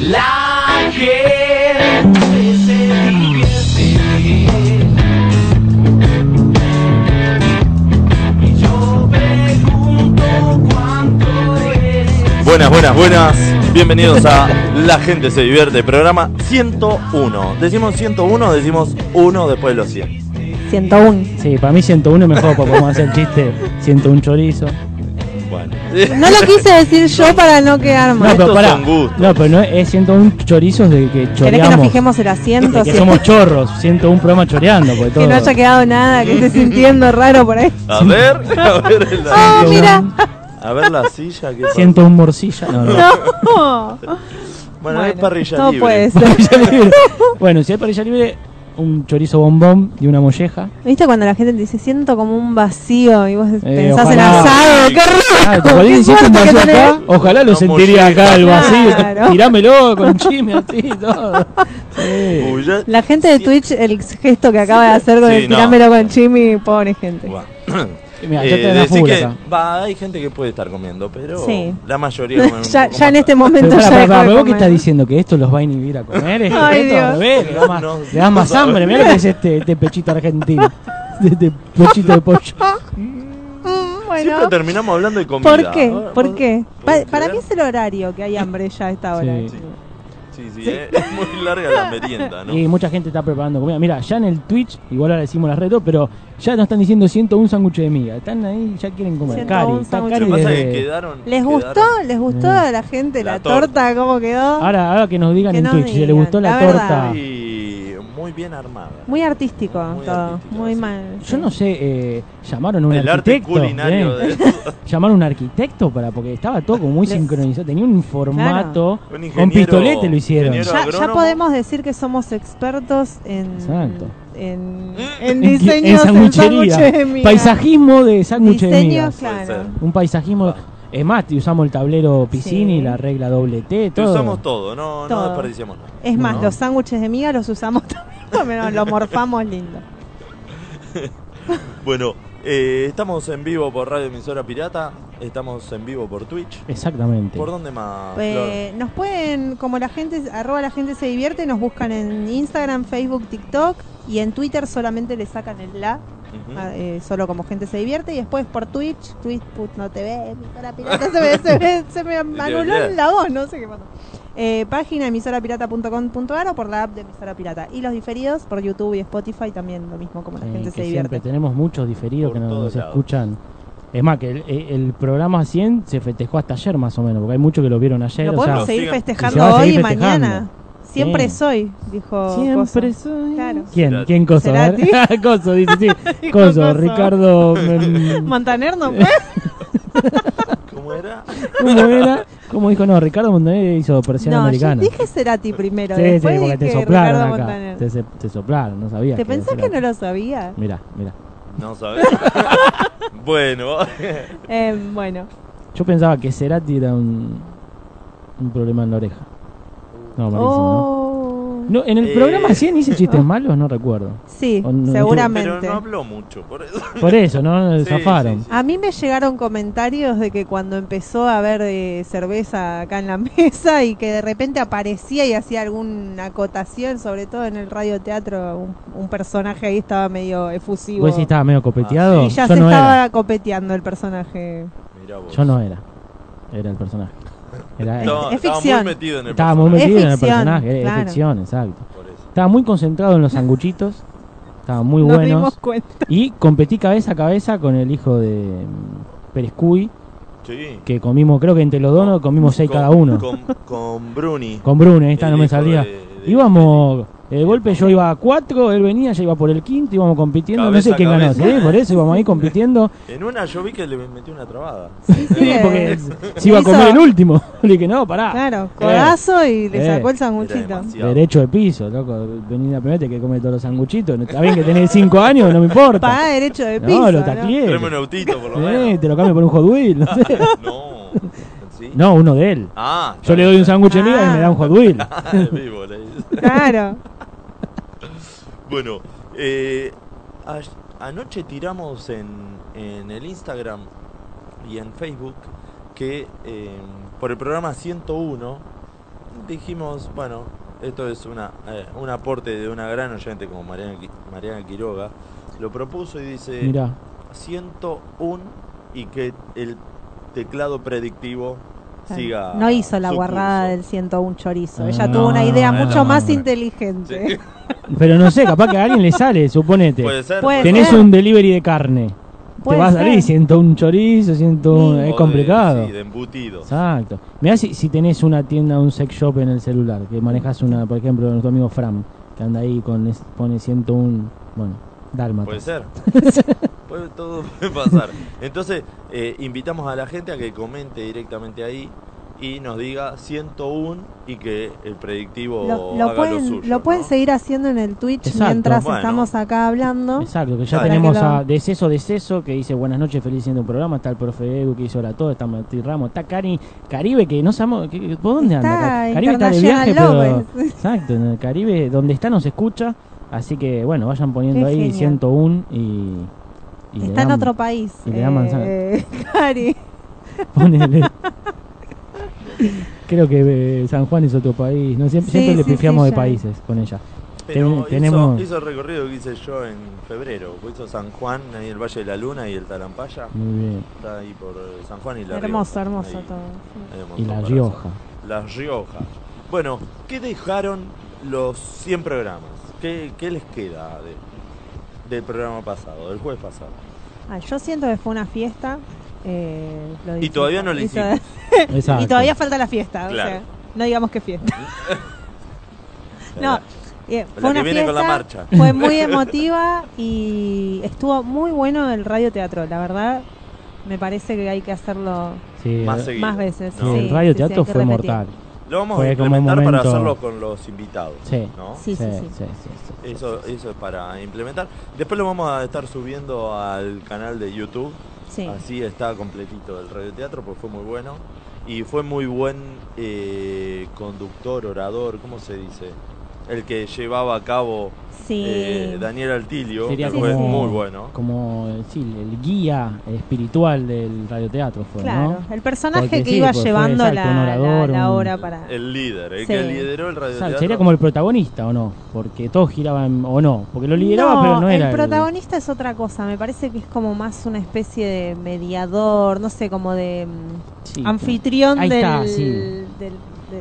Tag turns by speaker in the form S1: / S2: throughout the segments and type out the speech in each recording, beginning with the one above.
S1: La gente se divierte. Y yo pregunto cuánto es.
S2: Buenas, buenas, buenas. Bienvenidos a La gente se divierte, programa 101. Decimos 101, decimos 1 después de los 100.
S3: 101.
S4: Sí, para mí 101 es mejor porque podemos hacer el chiste 101 chorizo.
S2: Bueno.
S3: No lo quise decir yo para no quedar
S4: No,
S3: mal.
S2: Estos
S4: pero pará.
S2: son gustos.
S4: No, pero no es 101 chorizos de que
S3: ¿Querés que nos
S4: choreamos.
S3: fijemos el asiento?
S4: de que
S3: Si-
S4: somos chorros, 101 programa choreando, porque todo.
S3: que no haya quedado nada, que esté sintiendo raro por ahí.
S2: A ver, a ver,
S3: ¡Oh,
S2: la,
S3: mira!
S2: a ver la silla. Que
S4: 101 morcilla. No, no.
S3: ¡No!
S2: Bueno, es parrilla
S3: no
S2: libre.
S3: puede ser.
S4: Parrilla libre. Bueno, si hay parrilla libre, un chorizo bombón y una molleja.
S3: ¿Viste cuando la gente te dice siento como un vacío y vos pensás en
S4: Eh, ojalá.
S3: asado? ¡Qué
S4: Ah,
S3: rico!
S4: como alguien
S3: ¡Qué
S4: siente un
S3: suerte que
S4: vacío
S3: tenés!
S4: acá, ojalá lo
S2: Una
S4: sentiría acá el vacío.
S3: Claro.
S4: Tirámelo con chisme así y todo. Sí.
S2: Uy, ya-
S3: La gente de
S2: Sí.
S3: Twitch, el gesto que acaba de hacer con
S2: Sí,
S3: el
S2: no.
S3: tirámelo con Jimmy, pobre gente.
S2: Bueno.
S4: Mira,
S2: Eh,
S4: ya te da
S2: decí
S4: full
S2: que
S4: acá.
S2: va, hay gente que puede estar comiendo, pero
S3: Sí.
S2: la mayoría comen un
S3: ya,
S2: poco
S3: ya en
S2: más
S3: este
S4: Pero
S3: momento
S4: pará,
S3: ya
S4: pará,
S3: dejó
S4: pará,
S3: de
S4: ¿vos qué
S3: comer.
S4: estás diciendo? ¿Que esto los va a inhibir a comer? Este,
S3: Ay,
S4: esto
S3: Dios.
S4: al revés, le da más,
S2: No, no,
S4: le da más
S2: no sabe.
S4: hambre. Mirá lo que es este, este pechito argentino. Este pechito de pollo.
S3: Ah, Mm,
S2: Siempre
S3: bueno.
S2: terminamos hablando de comida.
S3: ¿Por qué?
S2: Ahora,
S3: ¿Por
S2: vos-
S3: qué?
S2: ¿podés
S3: Pa-
S2: creer?
S3: para mí es el horario que hay hambre ya a esta hora.
S4: Sí.
S2: Sí. Sí, sí, eh, es muy larga la merienda, ¿no?
S4: Y mucha gente está preparando comida. Mira, ya en el Twitch, igual ahora decimos las redes, pero ya nos están diciendo 101 sándwiches de miga. Están ahí, ya quieren comer.
S3: 101
S4: Cari, está
S3: sándwiches.
S2: Lo
S4: Cari
S2: que pasa es que
S4: desde-
S2: quedaron.
S3: ¿Les gustó?
S2: quedaron-
S3: ¿Les gustó
S4: Mm.
S3: a la gente la,
S2: La
S3: torta?
S2: torta.
S3: ¿Cómo quedó?
S4: Ahora, ahora que nos digan
S3: Que
S4: en
S3: nos
S4: Twitch si les
S3: digan,
S4: gustó la,
S3: la
S4: torta.
S3: verdad.
S2: Y muy bien armada.
S3: muy artístico
S2: Muy
S3: todo.
S2: artístico,
S3: muy
S2: sí.
S3: mal.
S4: Yo no sé, eh, llamaron a un
S2: El arte
S4: arquitecto.
S2: culinario
S4: ¿eh?
S2: de eso.
S4: Llamaron a un arquitecto para porque estaba todo como muy
S3: Les-
S4: sincronizado. Tenía un formato.
S2: Un
S4: Con
S2: ingeniero-
S4: pistolete lo hicieron.
S2: ingeniero
S3: Ya, ya
S2: agrónomo.
S3: podemos decir que somos expertos en.
S4: Exacto.
S3: En, en
S4: En qui- en
S3: diseños en
S4: sanguchería.
S3: sándwiches de miga.
S4: Paisajismo de sándwich de
S3: Diseños,
S4: migas.
S2: Puede
S3: claro.
S2: ser.
S4: Un paisajismo. Es más, te usamos el tablero Piscini,
S3: Sí.
S4: la regla doble
S2: Te
S4: T, todo.
S2: usamos todo, no, no
S3: Todo.
S2: desperdiciamos nada.
S3: Es más,
S4: No.
S3: los sándwiches de miga los usamos también. nos los morfamos lindo.
S2: Bueno, eh, estamos en vivo por Radio Emisora Pirata, estamos en vivo por Twitch.
S4: Exactamente.
S2: ¿Por dónde más? Flor?
S3: Eh, nos pueden, como la gente, arroba la gente se divierte, nos buscan en Instagram, Facebook, TikTok y en Twitter solamente le sacan el la,
S2: Ujú.
S3: a- eh, solo como gente se divierte, y después por Twitch, twitch.tv, emisora pirata, se me, se me, se me anuló la voz, no sé qué pasó. Eh, página emisorapirata.com.ar o por la app de emisora pirata. Y los diferidos por YouTube y Spotify también, lo mismo como la
S4: Eh,
S3: gente
S4: que
S3: se
S4: siempre
S3: divierte.
S4: tenemos muchos diferidos
S2: Por
S4: que nos,
S2: todos
S4: nos
S2: lados.
S4: escuchan. Es más, que el, el programa 100 se festejó hasta ayer más o menos, porque hay muchos que lo vieron ayer.
S3: Lo
S4: o
S3: podemos
S2: lo
S4: sea,
S3: seguir
S2: sigan-
S4: y
S3: festejando
S4: se va a
S3: hoy
S4: seguir
S3: y mañana. Siempre
S4: Sí.
S3: soy, dijo.
S4: siempre
S3: Coso.
S4: soy.
S3: Claro.
S4: ¿Quién?
S2: Cerati.
S4: ¿Quién Coso? A ver. Coso, dice, sí.
S3: Dijo
S4: Coso,
S3: Coso.
S4: Ricardo. mm,
S3: Montaner no fue.
S2: ¿Cómo era?
S4: ¿Cómo era? ¿Cómo dijo? No, Ricardo Montaner hizo versión
S3: No,
S4: americana.
S3: yo dije Cerati primero.
S4: sí, sí,
S3: después
S4: porque te
S3: dije
S4: soplaron
S3: Ricardo
S4: acá.
S3: Montaner.
S4: Te, se- te soplaron, no sabías.
S3: ¿Te pensás que no lo sabía?
S4: Mira, mira.
S2: No sabes. bueno,
S3: Eh, bueno,
S4: Yo pensaba que Cerati era un, un problema en la oreja. No, malísimo,
S3: oh.
S4: ¿no? No, en el
S2: Eh.
S4: programa 100 hice chistes malos, no recuerdo.
S3: sí,
S4: O no-
S2: pero
S3: seguramente.
S2: no habló mucho, por eso.
S4: Por eso, ¿no?
S2: Sí,
S4: Zafaron.
S2: sí, sí.
S3: A mí me llegaron comentarios de que cuando empezó a haber eh, cerveza acá en la mesa y que de repente aparecía y hacía alguna acotación, sobre todo en el radioteatro, un, un personaje ahí estaba medio efusivo.
S4: Vos decís, estaba medio copeteado.
S3: y ya
S4: Yo
S3: se
S4: no
S3: estaba
S4: era.
S3: copeteando el personaje.
S2: Mirá vos.
S4: Yo no eh. era. Era el personaje. Era, eh,
S2: Estaba,
S3: Es
S2: estaba
S3: ficción.
S2: muy metido en el
S4: estaba muy
S3: Es
S4: metido en el
S3: ficción,
S4: personaje. Era,
S3: claro.
S4: Es ficción, exacto.
S2: personaje, por eso.
S4: Estaba muy concentrado en los sanguchitos. Estaban muy
S3: Nos dimos
S4: buenos.
S3: cuenta.
S4: Y competí cabeza a cabeza con el hijo de mm, Perescuy,
S2: Sí.
S4: que comimos, creo que entre los donos comimos seis
S2: Con-
S4: cada uno.
S2: Con, con Bruni.
S4: Con Bruno, ahí está,
S2: El
S4: no me
S2: hijo
S4: salía.
S2: de- de-
S4: Íbamos, de golpe yo iba a cuatro, él venía, yo iba por el quinto, íbamos compitiendo,
S2: Cabeza
S4: no sé
S2: a
S4: quién ganó,
S2: cabeza.
S4: sí, por eso íbamos ahí compitiendo,
S2: En una yo vi que le metió una trabada.
S4: sí,
S3: eh,
S4: porque se iba a
S3: hizo-
S4: comer el último. Le dije, no, pará,
S3: Claro, codazo y le
S4: Ah. Eh.
S3: sacó el
S2: Era
S3: sanguchito.
S2: demasiado.
S4: derecho de piso, loco, venir la primera vez que come todos los sanguchitos, no- está bien que tenés cinco años, no me
S3: Pagá
S4: importa.
S3: derecho de piso.
S4: No, lo
S3: ¿no?
S4: taqué.
S2: Tráeme un autito, por lo
S4: Eh,
S2: menos.
S4: te lo cambio por un Hot Wheel, no sé.
S2: No. ¿Sí?
S4: No, uno de él.
S2: Ah.
S4: Yo le doy un sándwich de miga y
S3: Ah.
S4: me da un Hot Wheel.
S2: sándwich. vivo, le dice.
S3: Claro.
S2: Bueno, eh, ay- anoche tiramos en, en el Instagram y en Facebook que eh, por el programa 101 dijimos, bueno, esto es una, eh, un aporte de una gran oyente como Mariana, Qui- Mariana Quiroga, lo propuso y dice
S4: Mirá.
S2: 101 y que el teclado predictivo siga.
S3: No hizo la
S2: su
S3: guarrada
S2: curso.
S3: del 101 chorizo. Ella
S4: No,
S3: tuvo una idea
S5: no,
S3: mucho
S5: no,
S3: más
S5: no.
S2: Sí.
S3: inteligente.
S4: Pero no sé, capaz que a alguien le sale, suponete.
S2: Puede ser.
S3: Puede
S2: puede
S4: Tenés
S3: ser.
S4: un delivery de carne. Te
S3: Puede
S4: va a
S3: ser.
S4: salir 101 chorizo, 101.
S2: ser.
S4: Es
S2: O
S4: complicado.
S2: De, sí, de embutido.
S4: Exacto. Mirá si, si tenés una tienda, un sex shop en el celular, que manejas una, por ejemplo, nuestro amigo Fram, que anda ahí con es- pone 101, bueno,
S2: Puede
S4: dálmatas.
S2: ser. puede, todo puede pasar. Entonces, eh, invitamos a la gente a que comente directamente ahí y nos diga 101 y que el predictivo
S3: Lo, lo
S2: haga
S3: pueden,
S2: lo suyo.
S3: lo pueden
S2: ¿no?
S3: seguir haciendo en el Twitch
S4: Exacto.
S3: mientras
S2: Bueno.
S3: estamos acá hablando.
S4: Exacto, que ya
S2: Para
S4: tenemos
S3: que lo-
S4: a Deceso Deceso, que dice buenas noches, feliz siendo un programa. Está el profe Edu que hizo la todo, está Martí Ramos, está Cari, Caribe, que no sabemos, que- que- ¿por dónde anda? Ca-
S3: Está
S4: Caribe está de viaje,
S3: International
S4: pero. Exacto, en el Caribe, donde está nos escucha. Así que bueno, vayan poniendo
S3: Qué
S4: ahí
S3: genio.
S4: 101 y. y le
S3: Está en
S4: dan-
S3: otro país.
S4: y le dan manzana.
S3: eh, Cari.
S4: Ponele. Creo que eh, San Juan es otro país. ¿no? Siempre,
S3: Sí,
S4: siempre le
S3: sí,
S4: pifiamos
S3: sí,
S4: de
S3: ya.
S4: países con ella.
S2: Pero
S4: Ten-
S2: hizo-
S4: tenemos-
S2: hizo, el recorrido que hice yo en febrero. Hizo San Juan, ahí el Valle de la Luna y el Talampaya.
S4: Muy bien.
S2: Está ahí por eh, San Juan y La
S3: Hermoso,
S2: Rioja.
S3: hermoso
S2: Ahí,
S3: todo.
S2: ahí un
S4: Y La
S2: montón para
S4: Rioja.
S2: hacer. La Rioja. Bueno, ¿qué dejaron los 100 programas? ¿Qué, qué les queda de- del programa pasado, del jueves pasado?
S3: Ah, yo siento que fue una fiesta. eh, lo
S2: Y todavía no lo
S3: disfruté. Y to-
S4: Exacto.
S3: Y todavía falta la fiesta. o
S2: Claro.
S3: sea, no digamos que fiesta. No, eh,
S2: La
S3: fue
S2: que
S3: una
S2: viene con la
S3: fiesta,
S2: marcha.
S3: Fue muy emotiva y estuvo muy bueno el radioteatro. La verdad, me parece que hay que hacerlo
S4: Sí,
S2: Más
S4: eh,
S2: seguido.
S3: más veces.
S2: No.
S3: Sí,
S4: el
S3: sí,
S4: radio
S3: sí,
S4: teatro
S3: hay que
S4: fue
S3: repetir.
S4: mortal.
S2: Lo vamos a
S4: Fue como un
S2: implementar para
S4: momento-
S2: hacerlo con los invitados.
S4: Sí.
S2: ¿no?
S3: Sí, sí, sí.
S4: sí, sí.
S2: Eso, eso es para implementar. Después lo vamos a estar subiendo al canal de YouTube.
S3: Sí.
S2: Así está completito el radioteatro, porque fue muy bueno. Y fue muy buen eh, conductor, orador, ¿cómo se dice? El que llevaba a cabo
S3: Sí.
S2: eh, Daniel Altilio,
S4: Sería
S2: que fue
S3: como-
S2: muy bueno.
S4: Como eh, sí, el guía espiritual del radioteatro fue,
S3: Claro,
S4: ¿no?
S3: el personaje
S4: Porque
S3: que
S4: sí,
S3: iba
S4: porque fue,
S3: llevando
S4: exacto, un
S3: la,
S4: orador,
S3: la- la
S4: un-
S3: hora para...
S2: El líder, el
S3: Sí.
S2: que lideró el
S4: O sea,
S2: radioteatro.
S4: sería como el protagonista o no, porque todos giraban o no, porque lo lideraba pero no era
S3: el protagonista es otra cosa, me parece que es como más una especie de mediador, no sé, como de mm,
S4: Sí.
S3: anfitrión
S4: Ahí
S3: del,
S4: está, sí.
S3: del, del-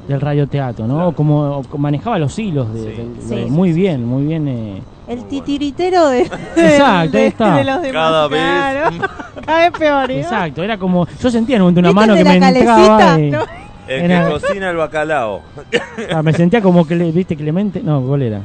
S4: del radioteatro, ¿no?
S2: Claro.
S4: Como o- manejaba los hilos de,
S2: Sí.
S4: del-
S3: Sí.
S4: de- muy bien, muy bien. eh.
S3: el
S2: Muy bueno.
S3: titiritero de,
S4: Exacto,
S3: de-
S4: ahí está.
S3: de los demás.
S2: Cada vez
S3: claro. Cada vez peor. ¿eh?
S4: Exacto, era como yo sentía en un momento una
S3: ¿Viste
S4: mano
S3: el
S4: que
S3: de
S4: me
S3: la
S4: entraba
S3: calecita?
S4: y-
S3: No.
S2: El
S4: Era-
S2: que cocina el bacalao.
S4: Ah, me sentía como que le- viste Clemente, no, ¿cuál era?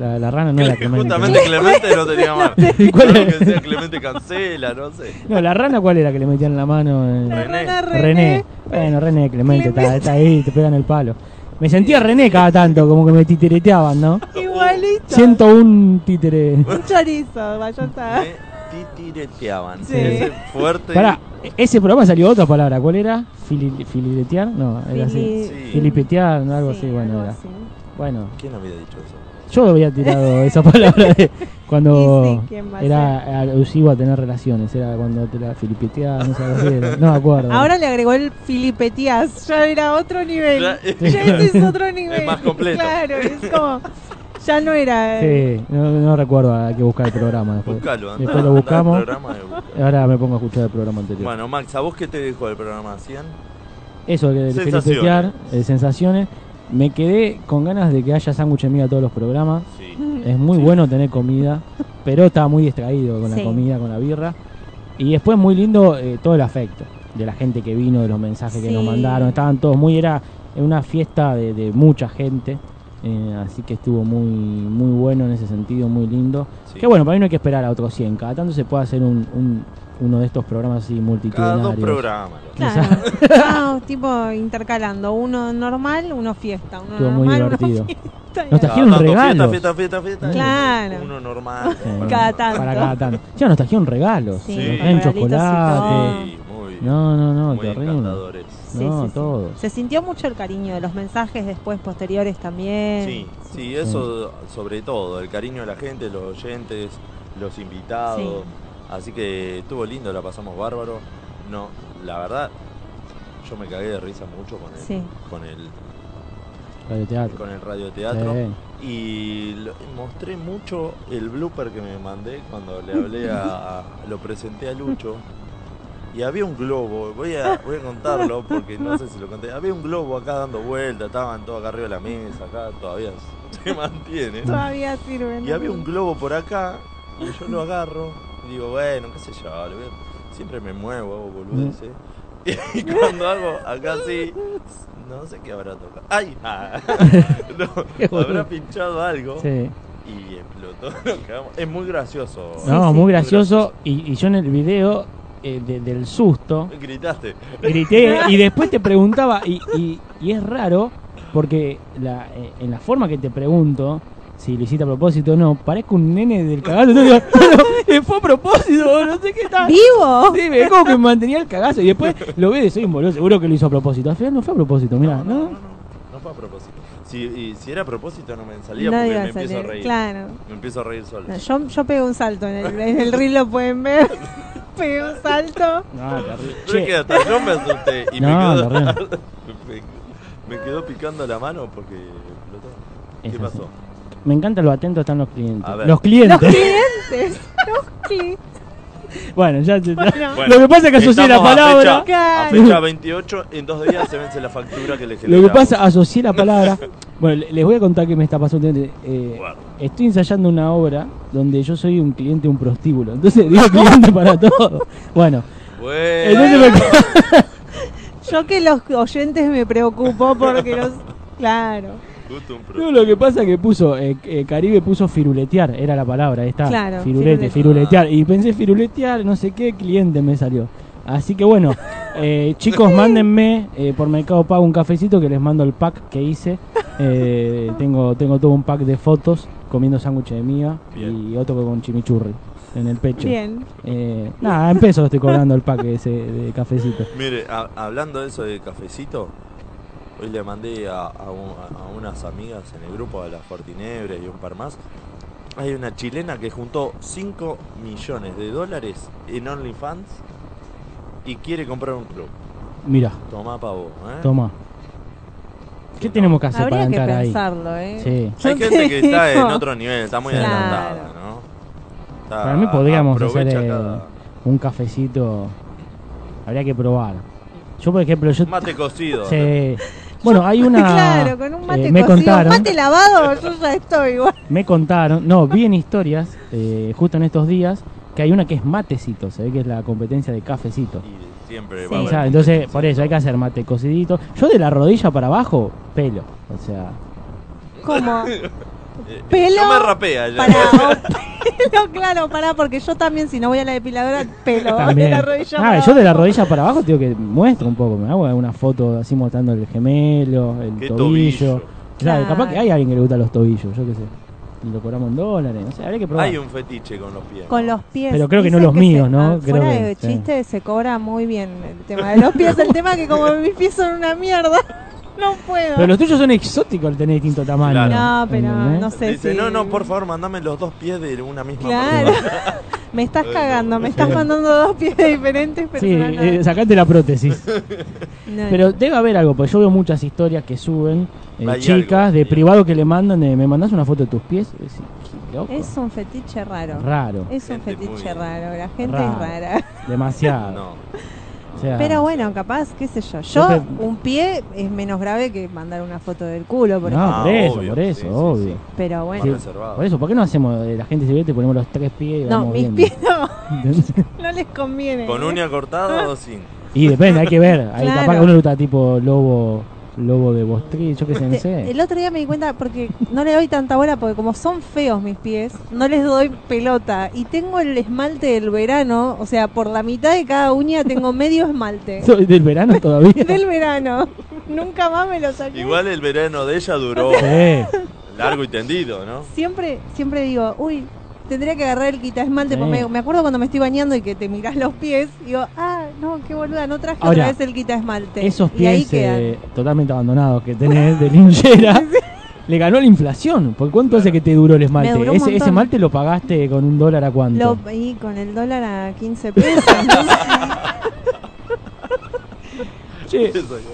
S4: La, la rana no era Clemente.
S2: Justamente Clemente no tenía mano.
S4: ¿Y cuál
S2: Algo
S4: era?
S2: que sea Clemente cancela, no sé.
S4: No, la rana cuál era que le metían la mano en-
S3: La
S2: René.
S3: rana
S4: René.
S3: René.
S4: Bueno, René Clemente,
S3: Clemente.
S4: Está, está ahí, te pegan el palo. Me sentía René cada tanto, como que me titereteaban, ¿no?
S3: Igualito.
S4: 101 títere.
S3: Un chorizo, vaya a estar.
S2: Me titireteaban.
S3: Ah. Sí.
S2: Ese fuerte.
S4: Pará, ese programa salió otra palabra, ¿cuál era? Fili- fililetear, no, era así.
S3: Fili-
S2: Sí.
S4: Filipetear, no, algo
S3: sí,
S4: así, bueno,
S3: algo
S4: era.
S3: así.
S4: Bueno,
S2: ¿Quién había dicho eso?
S4: yo había tirado esa palabra de cuando
S3: Y sí, ¿quién va a
S4: era alusivo a tener relaciones, era cuando te la filipeteabas, no sé, algo así era. no me acuerdo.
S3: Ahora le agregó el Filipetías, ya era otro nivel.
S2: Claro.
S3: Ya ese es otro nivel.
S2: eh, Es más completo.
S3: Claro, es como. Ya no era. eh,
S4: Sí, no, no recuerdo, hay que buscar el programa después.
S2: Buscalo, andá,
S4: Después lo
S2: andá al
S4: buscamos.
S2: programa y buscalo.
S4: Ahora me pongo a escuchar el programa anterior.
S2: Bueno, Max, ¿a vos qué te dejó el programa 100?
S4: Eso, el
S2: Sensaciones.
S4: felicitear, eh, sensaciones. Me quedé con ganas de que haya sándwich de miga a todos los programas.
S2: Sí.
S4: Es muy bueno tener comida, pero estaba muy distraído con la
S3: Sí.
S4: comida, con la birra. Y después muy lindo eh, todo el afecto de la gente que vino, de los mensajes que nos
S3: Sí.
S4: mandaron. Estaban todos muy, era una fiesta de, de mucha gente. eh, así que estuvo muy muy bueno en ese sentido, muy lindo.
S2: Sí.
S4: Que bueno, para mí no hay que esperar a otros 100. Cada tanto se puede hacer un, un- uno de estos programas así
S2: Cada
S4: multitudinarios.
S2: dos programas. lo-
S3: Claro. Ah, tipo intercalando. Uno normal, uno fiesta. Uno
S4: Estuvo muy
S3: normal, uno
S4: divertido.
S3: fiesta. y
S4: No
S3: otro-
S4: está- trajeron
S2: Cada tanto, Fiesta,
S4: regalos.
S2: fiesta, fiesta, fiesta.
S3: Claro.
S2: Uno normal.
S4: Sí.
S2: para-
S3: Cada tanto.
S4: Para cada tanto. Ya nos trajeron regalos.
S3: Sí,
S2: Sí.
S4: Nos
S3: regalitos y
S4: trajeron chocolate.
S2: Sí, muy,
S4: No, no, no,
S2: muy
S4: terrible.
S2: encantadores.
S3: Sí,
S4: no,
S3: sí, sí.
S4: todos.
S3: Se sintió mucho el cariño de los mensajes después, posteriores también.
S2: Sí, sí, eso sobre todo, el cariño de la gente, los oyentes, los invitados. Así que estuvo lindo, la pasamos bárbaro. No, la verdad, yo me cagué de risa mucho con el,
S3: Sí.
S2: con el
S4: radioteatro.
S2: con el radioteatro.
S4: Sí.
S2: Y lo- mostré mucho el blooper que me mandé cuando le hablé a. lo presenté a Lucho. Y había un globo, voy a, voy a contarlo porque no sé si lo conté. Había un globo acá dando vueltas, estaban todos acá arriba de la mesa, acá todavía se mantiene.
S3: Todavía sirven.
S2: Y había un globo por acá, y yo lo agarro, y digo, bueno, qué sé yo, le voy a- siempre me muevo, hago boludeces. Y cuando hago acá así, no sé qué habrá tocado. ¡Ay! Ah. No, habrá pinchado algo
S4: Sí.
S2: y explotó. nos quedamos. Es muy gracioso.
S4: No,
S3: sí,
S4: muy gracioso. Y, y yo en el video eh, de- del susto
S2: Gritaste.
S4: grité y después te preguntaba, y, y- y es raro, porque la- eh, en la forma que te pregunto, si lo hiciste a propósito o no, parezco un nene del cagazo. Entonces digo, "No, eh, fue a propósito, no sé qué tal.
S3: Ah, ¡Vivo!
S4: Sí, me- como que mantenía el cagazo y después lo veo y soy un boludo, seguro que lo hizo a propósito. Al final no fue a propósito, mira, ¿no?
S2: No fue a propósito. Si, y si era a propósito no me salía
S3: no
S2: porque
S3: iba
S2: me
S3: a
S2: empiezo a
S3: salir.
S2: reír.
S3: Claro.
S2: Me empiezo a reír solo.
S3: No, yo, yo pegué un salto en el, en el reel, lo pueden ver. pegué un salto.
S4: No, terrible.
S2: Yo que
S4: Che,
S2: hasta yo me asusté y
S4: No,
S2: me, quedó,
S4: Lorena.
S2: me, me quedó picando la mano porque explotó.
S4: Es
S2: ¿Qué
S4: así.
S2: pasó?
S4: me encanta lo atentos están los clientes.
S2: A ver.
S4: Los
S3: Los
S4: clientes.
S3: clientes. Los clientes.
S4: Bueno, ya se-
S3: Bueno.
S4: Lo que pasa es que asocié la
S2: Estamos
S4: palabra.
S2: A fecha, a
S3: Claro.
S2: fecha 28, en dos días se vence la factura que le
S4: Lo
S2: generamos.
S4: que pasa, asocié la palabra. Bueno, le- les voy a contar qué me está pasando. Eh,
S2: Guarda.
S4: estoy ensayando una obra donde yo soy un cliente, de un prostíbulo. Entonces digo cliente para todo. Bueno,
S2: Eh, Bueno,
S4: entonces me-
S3: Yo que los oyentes me preocupo porque los. Claro,
S2: justo un pro-
S4: no, lo que pasa es que puso, eh, eh, Caribe puso firuletear, era la palabra, ahí está.
S3: Claro, firulete.
S4: Firulete, firuletear. Y pensé firuletear, no sé qué cliente me salió. Así que bueno, eh, chicos, mándenme eh, por Mercado Pago un cafecito que les mando el pack que hice. Eh, tengo, tengo todo un pack de fotos comiendo sándwich de miga
S2: Bien.
S4: y otro con chimichurri en el pecho.
S3: bien.
S4: Eh, nada, en pesos estoy cobrando el pack ese de cafecito.
S2: Mire, a- hablando de eso de cafecito, hoy le mandé a, a un- a unas amigas en el grupo de las Fortinebres y un par más. Hay una chilena que juntó 5 millones de dólares en OnlyFans y quiere comprar un club.
S4: Mira,
S2: Tomá pa' vos, ¿eh?
S4: toma. ¿Qué tenemos que hacer para
S3: Habría que
S4: entrar ahí?
S3: pensarlo, ¿eh?
S4: Sí.
S3: Yo
S2: Hay
S3: te
S2: gente que está en
S3: digo,
S2: otro nivel, está muy
S3: Claro.
S2: adelantada, ¿no? Está-
S4: Para mí podríamos hacer
S2: aprovecha
S4: eh,
S2: cada-
S4: un cafecito. Habría que probar. Yo, por ejemplo, yo.
S2: Mate cocido.
S4: Sí. Bueno, hay una.
S3: Claro, con un mate
S4: eh, me
S3: cocido,
S4: contaron.
S3: un mate lavado, yo ya estoy igual.
S4: Me contaron. No, vi en historias, eh, justo en estos días, que hay una que es matecito. Se ve que es la competencia de cafecito.
S2: Y siempre va a
S3: Sí.
S4: O
S2: haber
S4: sea, entonces, por eso hay que hacer mate cocidito. Yo de la rodilla para abajo, pelo. O sea,
S3: Como
S2: Eh,
S3: pelo
S2: Yo me rapea ya.
S3: para o pelo, claro, pará, porque yo también, si no voy a la depiladora, pelo
S4: también.
S3: Oh, de la rodilla.
S4: Ah,
S3: para
S4: yo de la
S3: abajo.
S4: rodilla para abajo, tío, que muestro un poco. Me hago una foto así mostrando el gemelo, el
S2: Qué
S4: tobillo.
S2: tobillo.
S4: Claro, capaz
S3: Claro.
S4: que hay alguien que le gusta los tobillos, yo qué sé. Y lo cobramos en dólares, no sé, habría que probar.
S2: Hay un fetiche con los pies.
S3: Con los pies.
S4: Pero creo que no
S3: Dicen
S4: los míos,
S3: se-
S4: ¿no?
S3: ah,
S4: Creo
S3: fuera
S4: que-
S3: de
S4: sí.
S3: chiste, se cobra muy bien el tema de los pies. El tema que como mis pies son una mierda, no puedo.
S4: Pero los tuyos son exóticos al tener distinto tamaño.
S2: Claro.
S3: No, pero
S4: ¿Entendés?
S3: no sé
S2: Dice,
S3: si-
S2: no, no, por favor, mandame los dos pies de una misma
S3: Claro.
S2: persona".
S3: Me estás
S2: Ay, no.
S3: cagando, me estás mandando dos pies diferentes, pero
S4: Sí,
S3: no, no.
S4: eh, sacate la prótesis.
S3: No,
S4: Pero debe haber algo, porque yo veo muchas historias que suben, eh,
S2: Hay
S4: chicas,
S2: algo,
S4: de
S2: bien.
S4: privado que le mandan, de, me mandás una foto de tus pies. Y decís, "Qué loco".
S3: es un fetiche raro.
S4: Raro,
S3: Es un
S2: Gente
S3: fetiche
S2: muy-
S3: raro, la gente
S4: Raro.
S3: es rara.
S4: demasiado.
S2: No.
S4: O sea,
S3: Pero bueno, capaz, qué sé yo. Yo,
S4: Yo pe-
S3: un pie es menos grave que mandar una foto del culo, por
S4: No,
S3: ejemplo.
S2: Ah,
S4: por eso,
S2: obvio,
S4: por eso,
S2: sí, sí,
S4: obvio.
S2: sí.
S3: Pero bueno,
S2: Más reservado.
S4: Por eso, ¿por qué no hacemos eh, la gente se vierte y ponemos los tres pies y
S3: no,
S4: vamos
S3: mis
S4: viendo?
S3: pies no,
S4: ¿Entendés?
S3: no les conviene.
S2: ¿Con
S3: ¿eh?
S2: uña cortada o sin?
S4: Y depende, hay que ver. Ahí
S3: Claro.
S4: capaz que uno le gusta tipo lobo, lobo de Bostri, yo qué sé, no
S3: Te-
S4: sé.
S3: Este, El otro día me di cuenta porque no le doy tanta bola porque como son feos mis pies, no les doy pelota y tengo el esmalte del verano, o sea, por la mitad de cada uña tengo medio esmalte.
S4: Soy del verano todavía.
S3: del verano. Nunca más me lo saqué.
S2: Igual el verano de ella duró
S4: Sí.
S2: largo y tendido, ¿no?
S3: Siempre siempre digo, uy, tendría que agarrar el quita esmalte.
S4: Sí.
S3: porque Me, me acuerdo cuando me estoy bañando y que te mirás los pies. Digo, ah, no, qué boluda, no traje
S4: Ahora,
S3: otra vez el quita esmalte.
S4: Esos
S3: y ahí
S4: pies
S3: quedan.
S4: eh, totalmente abandonados que tenés de linchera. Le ganó la inflación. ¿Por cuánto hace que te duró el esmalte?
S3: Me duró un
S4: ese, ese
S3: montón.
S4: esmalte lo pagaste con un dólar a cuánto.
S3: Lo, y con el dólar a 15 pesos.
S4: Che,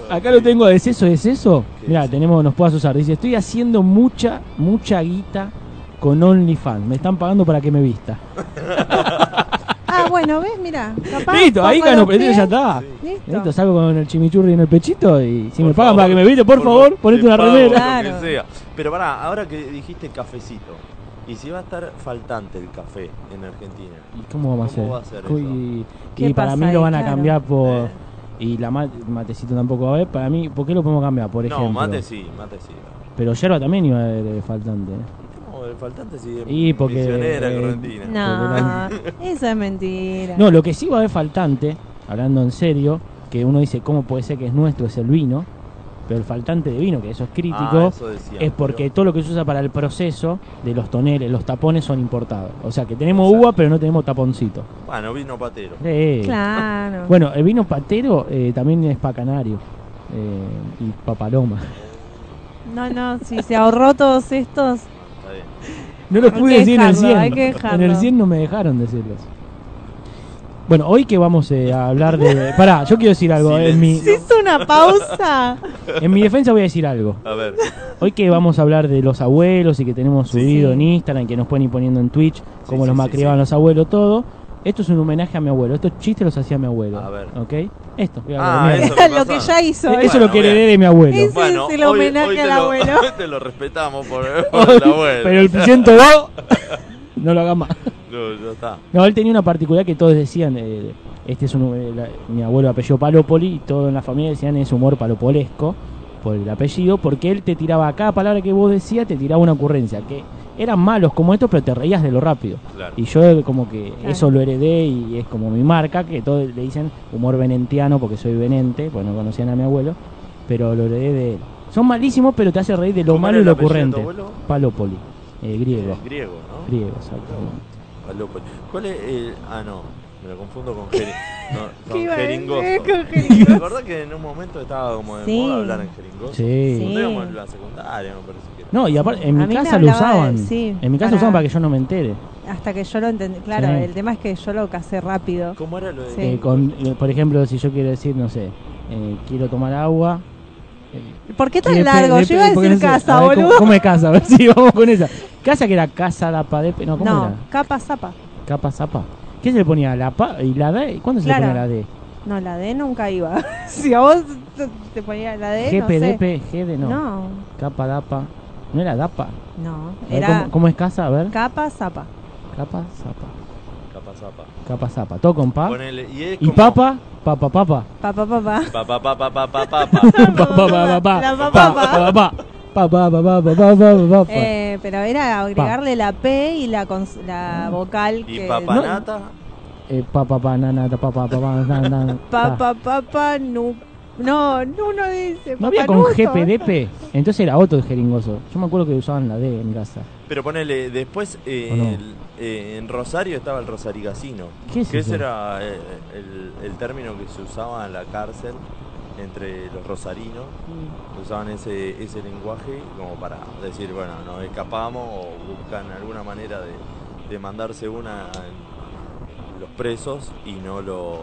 S4: acá lo tengo de eso, de eso.
S2: ¿Qué
S4: Mirá,
S2: es?
S4: tenemos, nos puedas usar. Dice, estoy haciendo mucha, mucha guita con OnlyFans. Me están pagando para que me vista.
S3: Ah, bueno, ¿ves? Mira.
S4: Listo, ahí ganó, pero ya está.
S3: Listo.
S4: Listo, salgo con el chimichurri en el pechito y si
S2: Por
S4: me pagan
S2: favor,
S4: para que me viste, por, favor, ponete
S2: te
S4: una
S2: pago
S4: remera.
S3: Claro.
S2: Lo que sea. Pero pará, ahora que dijiste cafecito, ¿y si va a estar faltante el café en Argentina?
S4: ¿Y cómo vamos
S2: ¿Cómo
S4: a
S2: va a
S4: hacer?
S2: ser
S4: Uy,
S2: eso?
S4: y-
S3: ¿Qué
S4: y para
S3: pasa
S4: mí
S3: ahí?
S4: lo van a
S3: Claro.
S4: cambiar por...
S2: Eh.
S4: Y la ma- matecito tampoco va a haber. Para mí, ¿por qué lo podemos cambiar? Por ejemplo.
S2: No, mate sí, mate sí.
S4: Pero yerba también iba a haber eh, faltante.
S2: No, el faltante sí es
S4: Y porque,
S2: misionera
S4: eh,
S2: correntina.
S3: No, eso es mentira.
S4: No, lo que sí va a haber faltante, hablando en serio, que uno dice, ¿cómo puede ser que es nuestro? Es el vino. Pero el faltante de vino, que eso es
S2: Ah,
S4: crítico,
S2: eso decía,
S4: es porque todo lo que se usa para el proceso de los toneles, los tapones son importados. O sea, que tenemos
S2: Exacto.
S4: uva, pero no tenemos taponcito.
S2: pero- Bueno, vino patero.
S4: Eh.
S3: Claro.
S4: Bueno, el vino patero eh, también es pacanario. eh, y papaloma.
S3: No, no, si se ahorró todos estos.
S2: Está bien.
S4: No lo
S3: Hay
S4: pude
S3: que
S4: decir
S3: dejarlo, hay
S4: en
S3: que
S4: el 100. En el
S3: dejarlo.
S4: 100 no me dejaron decirlos. Bueno, hoy que vamos eh, a hablar de... Pará, yo quiero decir algo. En mi,
S3: Se hizo una pausa.
S4: en mi defensa voy a decir algo.
S2: A ver,
S4: Hoy que vamos a hablar de los abuelos y que tenemos
S2: Sí.
S4: subido en Instagram, que nos pueden ir poniendo en Twitch, cómo
S2: sí,
S4: los
S2: sí,
S4: macriaban
S2: sí.
S4: los abuelos, todo. Esto es un homenaje a mi abuelo. Estos chistes los hacía mi abuelo.
S2: A ver.
S4: ¿Ok? Esto. voy a
S2: Ah,
S4: hablar de mi
S2: eso.
S4: abuelo.
S2: que
S3: lo que
S2: pasa.
S3: ya hizo.
S4: Eh,
S3: ¿eh?
S4: Eso es lo que
S2: Bueno,
S4: heredé de mi abuelo.
S3: Es-
S2: bueno,
S3: es el
S2: hoy,
S3: homenaje
S2: hoy te
S3: al
S2: lo-
S3: abuelo.
S2: hoy te lo respetamos por, por el abuelo.
S4: Pero el 102 no lo haga más.
S2: No, ya está.
S4: No, él tenía una particularidad que todos decían, eh, este es un, eh, la- mi abuelo apellido Palopoli, y todos en la familia decían es humor palopolesco por el apellido, porque él te tiraba a cada palabra que vos decías, te tiraba una ocurrencia, que eran malos como estos, pero te reías de lo rápido.
S2: Claro.
S4: Y yo eh, como que
S3: Claro.
S4: eso lo heredé y es como mi marca, que todos le dicen humor venentiano porque soy venente, pues no conocían a mi abuelo, pero lo heredé de él. Son malísimos, pero te hace reír de lo
S2: ¿Cómo era
S4: malo y
S2: el
S4: lo
S2: apellido de tu
S4: ocurrente.
S2: abuelo?
S4: Palopoli, eh, griego.
S2: Es griego, ¿no?
S4: Griego, exactamente.
S2: Palópolis. ¿Cuál es el.? Ah, no, me lo confundo con, jeri... no, con
S3: ¿Qué iba a decir?
S2: jeringoso.
S3: Con jeringoso.
S2: ¿Te acordás que en un momento estaba como de
S3: Sí.
S2: moda hablar en jeringoso?
S4: Sí.
S3: Sí.
S2: No íbamos en la secundaria, me parece que era.
S4: No, y aparte,
S3: A
S4: en mi
S3: mí me
S4: casa lo
S3: hablaba de-
S4: usaban.
S3: sí,
S4: en mi
S3: para-
S4: casa lo usaban para que yo no me entere.
S3: Hasta que yo lo entendí. Claro,
S4: Sí.
S3: el tema es que yo lo casé rápido.
S2: ¿Cómo era lo de.?
S3: Sí.
S4: Eh, con, eh, por ejemplo, si yo quiero decir, no sé, eh, quiero tomar agua.
S3: ¿Por qué
S4: Le
S3: tan
S4: pe-
S3: largo?
S4: le
S3: Yo
S4: pe-
S3: iba a
S4: porque
S3: decir
S4: no sé,
S3: casa,
S4: a ver, ¿cómo-
S3: boludo.
S4: ¿Cómo es casa? A ver si vamos con esa. Casa que era casa, la pa, de, no, ¿cómo
S3: No,
S4: era?
S3: capa zapa.
S4: Capa, zapa. ¿Qué se le ponía? ¿La pa y la D? ¿Y ¿Cuándo se
S3: Claro.
S4: le ponía la D?
S3: No, la D nunca iba. si a vos te- te ponía la D, no sé.
S4: GPDP, GD, no.
S3: No,
S4: Capa, dapa. ¿No era dapa?
S3: no.
S4: A ver,
S3: Era
S4: ¿cómo, cómo es casa? A ver.
S3: capa zapa.
S4: Capa, zapa.
S2: Capa zapa.
S4: Capa, zapa. Todo con pa.
S2: Ponele- Y, es
S4: ¿Ah? Y
S2: como-
S4: papa, papa, papa.
S3: Papá, papá.
S2: Pa, pa, pa, pa, pa, pa, pa, pa.
S4: Pa, pa, pa, pa, pa.
S3: La pa,
S4: Pa,
S3: pa, pa.
S4: pa, pa, pa, pa, pa, pa, pa, pa, pa, pa.
S3: Eh, pero era agregarle la P y la, cons-
S4: Ah.
S3: la vocal
S2: Y
S3: que...
S2: papanata.
S4: Eh, pa, pa, pa, na, na, ta, pa, pa, pa, pa, na, na, na,
S3: Pa,
S4: ta.
S3: pa, pa, pa, nu. No, no, no dice.
S4: No había con
S3: papanuto.
S4: GPDP, entonces era otro el jeringoso. Yo me acuerdo que usaban la D en casa.
S2: Pero ponele, después eh,
S4: ¿O no?
S2: el- eh, en Rosario estaba el Rosarigacino.
S4: ¿Qué es
S2: que
S4: eso?
S2: ese era eh, el, el término que se usaba en la cárcel entre los rosarinos. Usaban ese, ese lenguaje como para decir, bueno, nos escapamos o buscan alguna manera de, de mandarse una en los presos y no lo,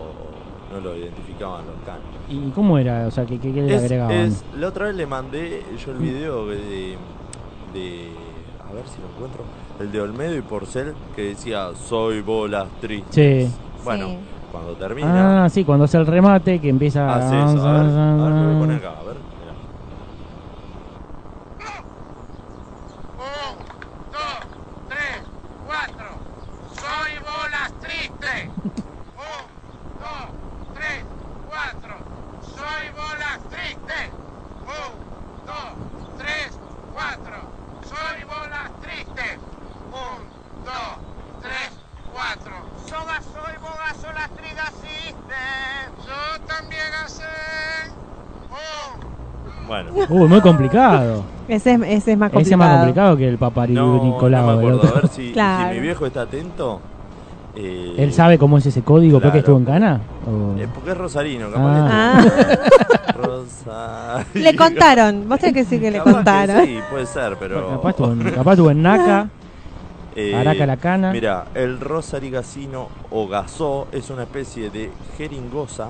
S2: no lo identificaban los canos.
S4: ¿Y cómo era? O sea, ¿qué, qué, qué le
S2: Es-
S4: agregaban? Mm.
S2: es- la otra vez le mandé yo el video de, de- A ver si lo encuentro. El de Olmedo y Porcel que decía: Soy bolas tristes.
S4: Sí.
S2: Bueno,
S3: Sí.
S2: cuando termina,
S4: Ah, sí, cuando hace el remate que empieza
S2: hace Ah, eso. A ver, a ver, me voy a poner acá. A ver, mirá.
S1: Un, dos, tres, cuatro. Soy bolas triste. Un, dos, tres, cuatro. Soy bolas triste. Un, dos, tres, cuatro. Soy bolas triste. Un, dos, tres, cuatro. Soga soy boga solas triste. Yo también hace. Un,
S2: Bueno,
S4: Uy, muy complicado.
S3: Ese es, ese es más complicado.
S4: Ese es más complicado que el papari
S2: no,
S4: Nicolau.
S2: no me
S4: el
S2: acuerdo.
S4: otro.
S2: A ver si, si
S3: Claro.
S2: mi viejo está atento. eh,
S4: ¿Él sabe cómo es ese código? ¿Por qué estuvo
S2: Claro.
S4: en Cana? O-
S2: eh, porque es rosarino,
S4: Ah.
S2: capaz que- Rosarino.
S3: Le contaron. Vos tenés que decir que le
S2: Capaz
S3: contaron.
S2: sí, puede ser, pero.
S4: Capaz estuvo en, capaz estuvo en Naca.
S2: Eh,
S4: Araca la cana.
S2: Mira, el rosarigacino o gasó es una especie de jeringosa.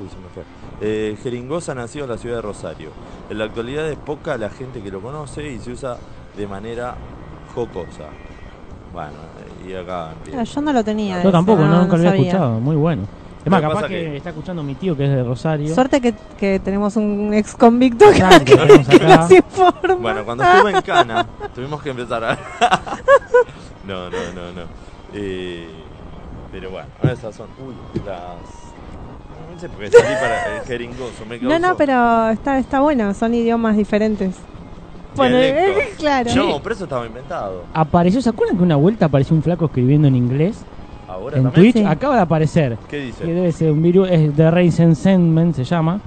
S2: Uy, se me fue. Eh, Jeringosa nació en la ciudad de Rosario. En la actualidad es poca la gente que lo conoce y se usa de manera jocosa. Bueno, y acá empieza.
S3: Ah, yo no lo tenía.
S4: Yo
S3: ese,
S4: tampoco,
S3: no,
S4: nunca
S3: no
S4: lo había
S3: sabía.
S4: escuchado. Muy bueno. Es más,
S2: Lo que
S4: capaz
S2: pasa
S4: que,
S2: que-
S4: está escuchando mi tío que es de Rosario.
S3: Suerte que, que tenemos un ex convicto que,
S4: Claro, que tenemos
S3: que
S4: acá.
S3: nos informa.
S2: Bueno, cuando estuve en Cana, tuvimos que empezar a. no, no, no, no. Eh, pero bueno, ahora esas son. Uy, las. No sé por qué salí para el jeringoso. Me
S3: no, no,
S2: causó-
S3: pero está, está bueno, son idiomas diferentes. eh,
S2: Dialecto.
S3: claro.
S2: No, pero eso estaba inventado.
S4: Apareció, ¿se acuerdan que una vuelta apareció un flaco escribiendo en inglés?
S2: Ahora
S4: En
S2: también.
S4: Twitch acaba de aparecer.
S2: ¿Qué
S4: Que
S2: dice?
S4: debe ser un virus, es The Ray Sendem, se llama.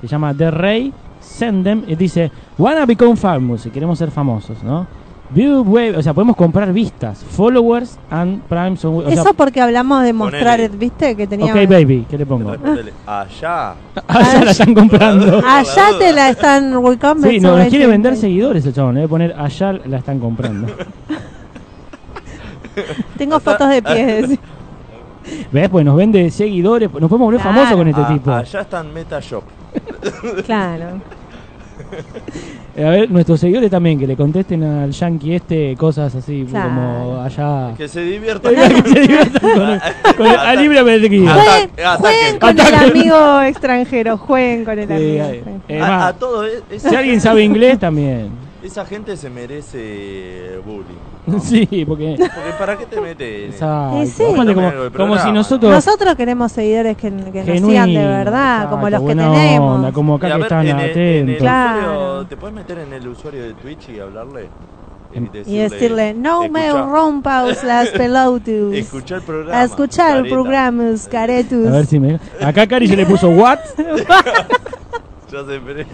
S4: Se llama The Ray Sendem y dice, wanna become famous, y queremos ser famosos, ¿no? View wave, o sea, podemos comprar vistas, followers and primes. O sea,
S3: Eso porque hablamos de mostrar,
S2: ponele.
S3: viste, que teníamos.
S4: ok, baby, ¿qué le pongo?
S2: Respondele, Allá.
S4: Allá la están comprando.
S3: Allá te la están Este, ubicando.
S4: Sí, no, nos quiere vender seguidores el chabón, le voy a poner allá la están comprando.
S3: Tengo fotos de pies. decía.
S4: ¿Ves? Pues nos vende seguidores, nos podemos volver
S3: Claro.
S4: famosos con este
S2: A-
S4: tipo.
S2: Allá está en Meta Shop.
S3: claro.
S4: Eh, A ver, nuestros seguidores también, que le contesten al yankee este cosas así
S3: Claro.
S4: como allá.
S2: Que se divierta.
S4: Que se diviertan este con el- con el- a libre albedrío.
S2: Ah,
S3: Jueguen,
S2: Ataque, ataque.
S3: jueguen con el
S4: Ataque.
S3: amigo extranjero. Jueguen con el pues.
S4: Sí,
S3: amigo
S4: ahí.
S3: extranjero.
S4: Eh,
S2: a,
S4: más,
S2: a todo. e- Esa,
S4: si alguien sabe inglés también.
S2: esa gente se merece bullying.
S4: Sí, porque.
S2: Porque ¿para qué te metes?
S4: Exacto.
S3: Eh, sí.
S4: Aparte,
S2: Tomen
S4: como,
S2: algo del
S4: como si
S2: programa.
S4: nosotros.
S3: Nosotros queremos seguidores que, que nos sigan de
S4: genuinos,
S3: verdad, como
S4: exacto,
S3: los que
S4: Ah, buena
S3: tenemos.
S4: onda, como acá
S2: Y a
S4: que
S2: ver,
S4: están
S2: en el- en el
S4: atentos.
S3: Claro.
S2: usuario- ¿Te puedes meter en el usuario de Twitch y hablarle?
S4: Y
S3: Y decirle, no me
S2: "Escuchá,
S3: rompas las pelotas.
S2: Escuchá el programa.
S3: A escuchar el
S2: careta".
S3: programa, caretus.
S4: A ver si me. Acá Cari se le puso what?
S2: Ya se pre-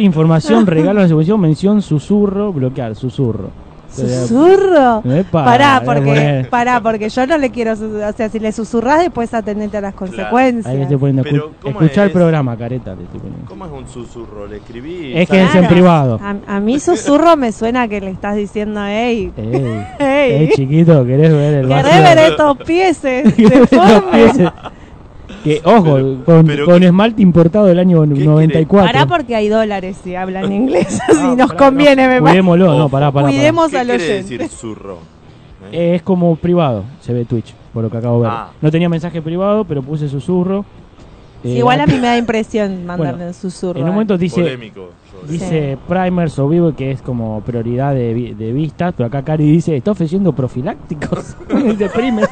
S4: información, regalo, resolución, mención, susurro, bloquear, susurro.
S3: ¿Susurro?
S4: Epa, eh,
S3: Pará,
S4: voy a
S3: porque,
S4: poner-
S3: pará, porque yo no le quiero. su- O sea, si le susurrás, después atendete a las consecuencias.
S4: Ahí le estoy poniendo.
S2: Pero,
S4: escu-
S2: ¿cómo
S4: escuchar el
S2: es?
S4: programa, careta. Le estoy poniendo.
S2: ¿Cómo es un susurro? Le escribí. ¿sabes?
S4: Es que- Quédense en privado.
S3: A, a mí susurro me suena que le estás diciendo, hey,
S4: Ey,
S3: Ey.
S4: ey, chiquito, ¿querés ver el
S3: querés
S4: vacío?
S3: ver estos pies eh,
S4: Los
S3: deformes.
S4: pies. Que, ojo,
S2: Pero-
S4: con,
S2: pero
S4: con
S2: qué-
S4: esmalte importado del año
S2: quiere?
S4: 94.
S3: Pará porque hay dólares si hablan inglés, si
S4: Ah,
S3: nos
S4: pará,
S3: conviene,
S4: no,
S3: me parece.
S4: Cuidémoslo, no,
S2: Ojo.
S4: pará, pará. pará.
S3: Cuidemos
S2: ¿Qué
S3: al
S2: quiere
S3: oyente.
S2: decir zurro? ¿Eh?
S4: Eh, es como privado, se ve Twitch, por lo que acabo de ver.
S2: Ah.
S4: No tenía mensaje privado, pero puse susurro.
S3: Sí,
S4: Eh,
S3: igual a
S4: acá-
S3: mí me da impresión mandarle un susurro. eh.
S4: En un momento dice,
S2: Polémico. sobre-
S4: dice primers o vivo, que es como prioridad de, vi- de vistas, pero acá Cari dice, está ofreciendo profilácticos. dice primers.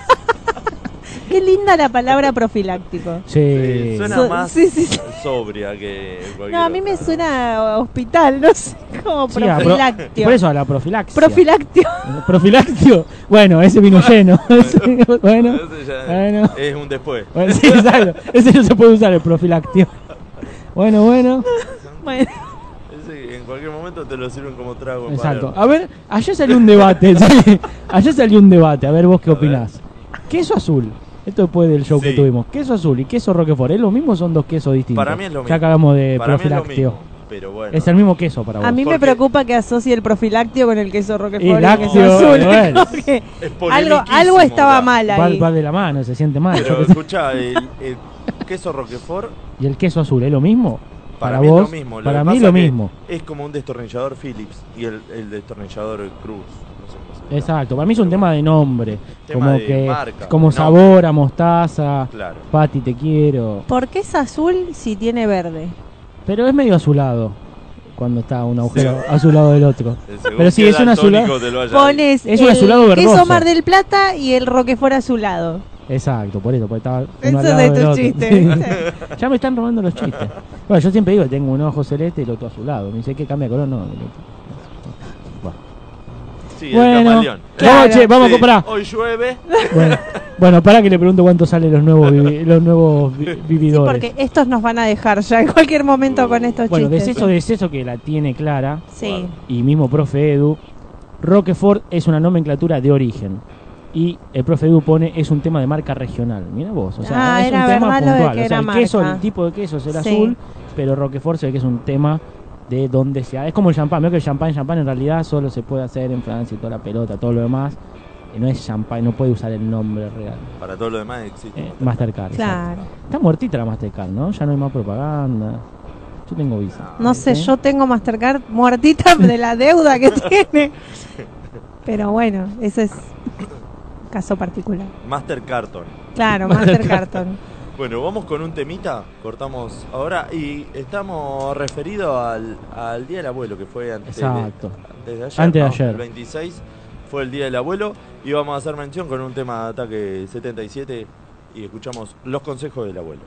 S3: Qué linda la palabra profiláctico.
S4: Sí.
S2: Sí, suena
S3: So-
S2: más
S3: sí, sí, sí.
S2: sobria que cualquier
S3: No, a mí
S2: otra.
S3: me suena a hospital, no sé, como
S4: Sí, ah. a pro-
S3: profiláctico.
S4: Por eso a la profilaxia.
S3: Profiláctico.
S4: Profiláctico. Bueno, ese vino lleno. Ese- bueno,
S2: Ese ya
S4: bueno.
S2: Es un después.
S4: bueno, sí, exacto. Ese no se puede usar, el profiláctico. Bueno, bueno.
S3: Bueno,
S2: Ese en cualquier momento te lo sirven como trago. en
S4: Exacto.
S2: Palermo.
S4: A ver, allá salió un debate. sí. Allá salió un debate. A ver, vos qué
S2: A ver.
S4: opinás. Queso azul. Esto después del show que
S2: Sí.
S4: tuvimos. Queso azul y queso roquefort. ¿Es lo mismo o son dos quesos distintos?
S2: Para mí es lo mismo.
S4: Ya acabamos de
S2: Para mí es lo
S4: profiláctico.
S2: mismo. Pero bueno.
S4: Es el mismo queso para vos.
S3: a mí me
S2: Porque-
S3: preocupa que asocie el profiláctico con el queso roquefort y el
S4: lácteo,
S3: queso azul.
S4: bueno.
S3: Como que
S2: Es
S3: algo,
S2: polemiquísimo,
S3: algo estaba
S2: ya.
S3: mal
S4: Va,
S3: ahí.
S4: va de la mano, se siente mal. yo
S2: Pero
S4: qué sé.
S2: escucha, el, el queso roquefort
S4: ¿Y el queso azul es lo mismo?
S2: para,
S4: Para
S2: mí
S4: vos,
S2: es lo mismo. Lo
S4: para
S2: que
S4: mí
S2: pasa
S4: lo
S2: que
S4: mismo.
S2: Es como un destornillador Phillips y el, el destornillador Cruz. No sé cómo se llama.
S4: Exacto, para mí es un tema de nombre.
S2: Tema
S4: como
S2: de
S4: que,
S2: marca,
S4: como
S2: de
S4: sabor a mostaza,
S2: Claro.
S4: Pati te quiero.
S3: ¿Por qué es azul si tiene verde?
S4: Pero es medio azulado cuando está un agujero azulado del otro. Pero sí, es un azulado.
S3: Pones
S4: Es un
S3: el
S4: azulado verdoso.
S3: queso Mar del Plata y el roquefort azulado.
S4: Exacto, por eso, porque estaba uno
S3: Eso
S4: al lado
S3: de
S4: del
S3: tu
S4: otro.
S3: chiste.
S4: Sí.
S3: ¿viste?
S4: Ya me están robando los chistes. Bueno, yo siempre digo, tengo un ojo celeste y el otro azulado. Me dice que cambia de color, no. el otro.
S2: Sí, el
S4: Bueno.
S2: camaleón.
S3: Claro.
S4: Vamos, che, vamos
S2: Sí,
S4: a comprar.
S2: Hoy llueve.
S4: Bueno, bueno, para que le pregunto cuánto salen los nuevos, vivi- los nuevos vi-
S3: Sí,
S4: vividores.
S3: porque estos nos van a dejar ya en cualquier momento con estos
S4: bueno,
S3: chistes.
S4: deceso, deceso que la tiene clara.
S3: Sí.
S4: y mismo profe Edu, Roquefort es una nomenclatura de origen. Y el profe Edu pone es un tema de marca regional. Mira vos, o sea,
S3: Ah,
S4: es
S3: era
S4: un tema
S3: verdad lo de
S4: puntual.
S3: que
S4: o sea,
S3: era
S4: el queso,
S3: marca.
S4: el tipo de queso es el
S3: Sí.
S4: azul, pero Roquefort se ve que es un tema de donde se hace. Es como el champán, veo que el champán, champán en realidad solo se puede hacer en Francia y toda la pelota, todo lo demás. no es Champagne, no puede usar el nombre real.
S2: Para todo lo demás existe.
S4: Eh,
S2: Mastercard.
S4: Mastercard. exacto.
S3: Claro.
S4: Está muertita la Mastercard, ¿no? Ya no hay más propaganda. Yo tengo Visa.
S3: No sé,
S4: Sí.
S3: yo tengo Mastercard muertita de la deuda que tiene. Pero bueno, eso es caso particular.
S2: Mastercarton.
S3: Claro, Mastercard.
S2: Bueno, vamos con un temita, cortamos ahora y estamos referidos al, al Día del Abuelo, que fue antes, de,
S4: Exacto.
S2: antes de ayer.
S4: Antes de
S2: ¿no?
S4: ayer.
S2: El 26 fue el Día del Abuelo y vamos a hacer mención con un tema de ataque 77 y escuchamos los consejos del abuelo.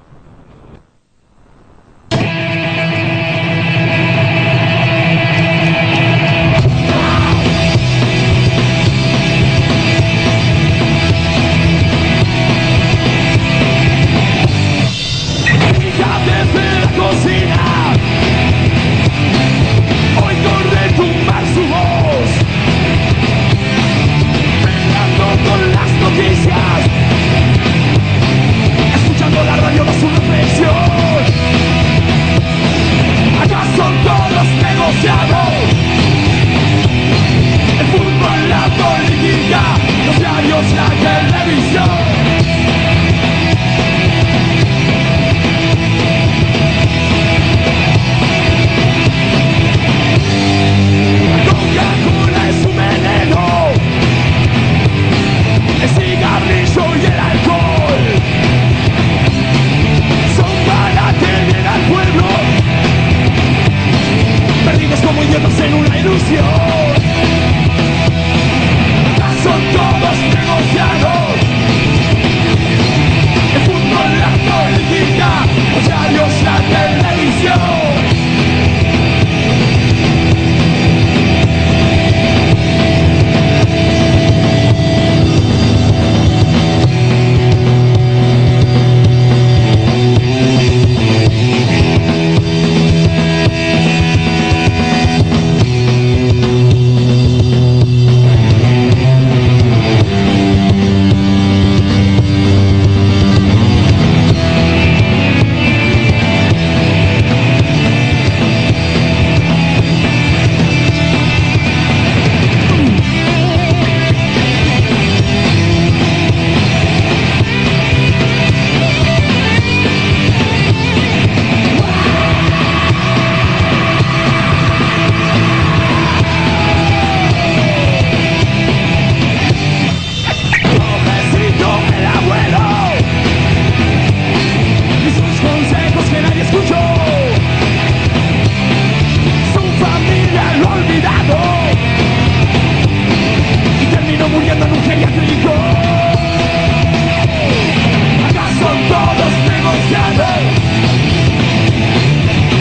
S5: Ya debe cocinar Oigo retumbar su voz Peleando con las noticias Escuchando la radio de su reflexión Acá son todos negociados El fútbol, la política Los diarios, la televisión Coca-Cola es un veneno El cigarrillo y el alcohol Son para tener al pueblo Perdidos como idiotas en una ilusión Acá Son todos negociados El fútbol, la política Los diarios, la televisión Pobrecito el abuelo Y sus consejos que nadie escuchó Su familia lo ha olvidado Y terminó muriendo en un geriátrico Acá son todos negociados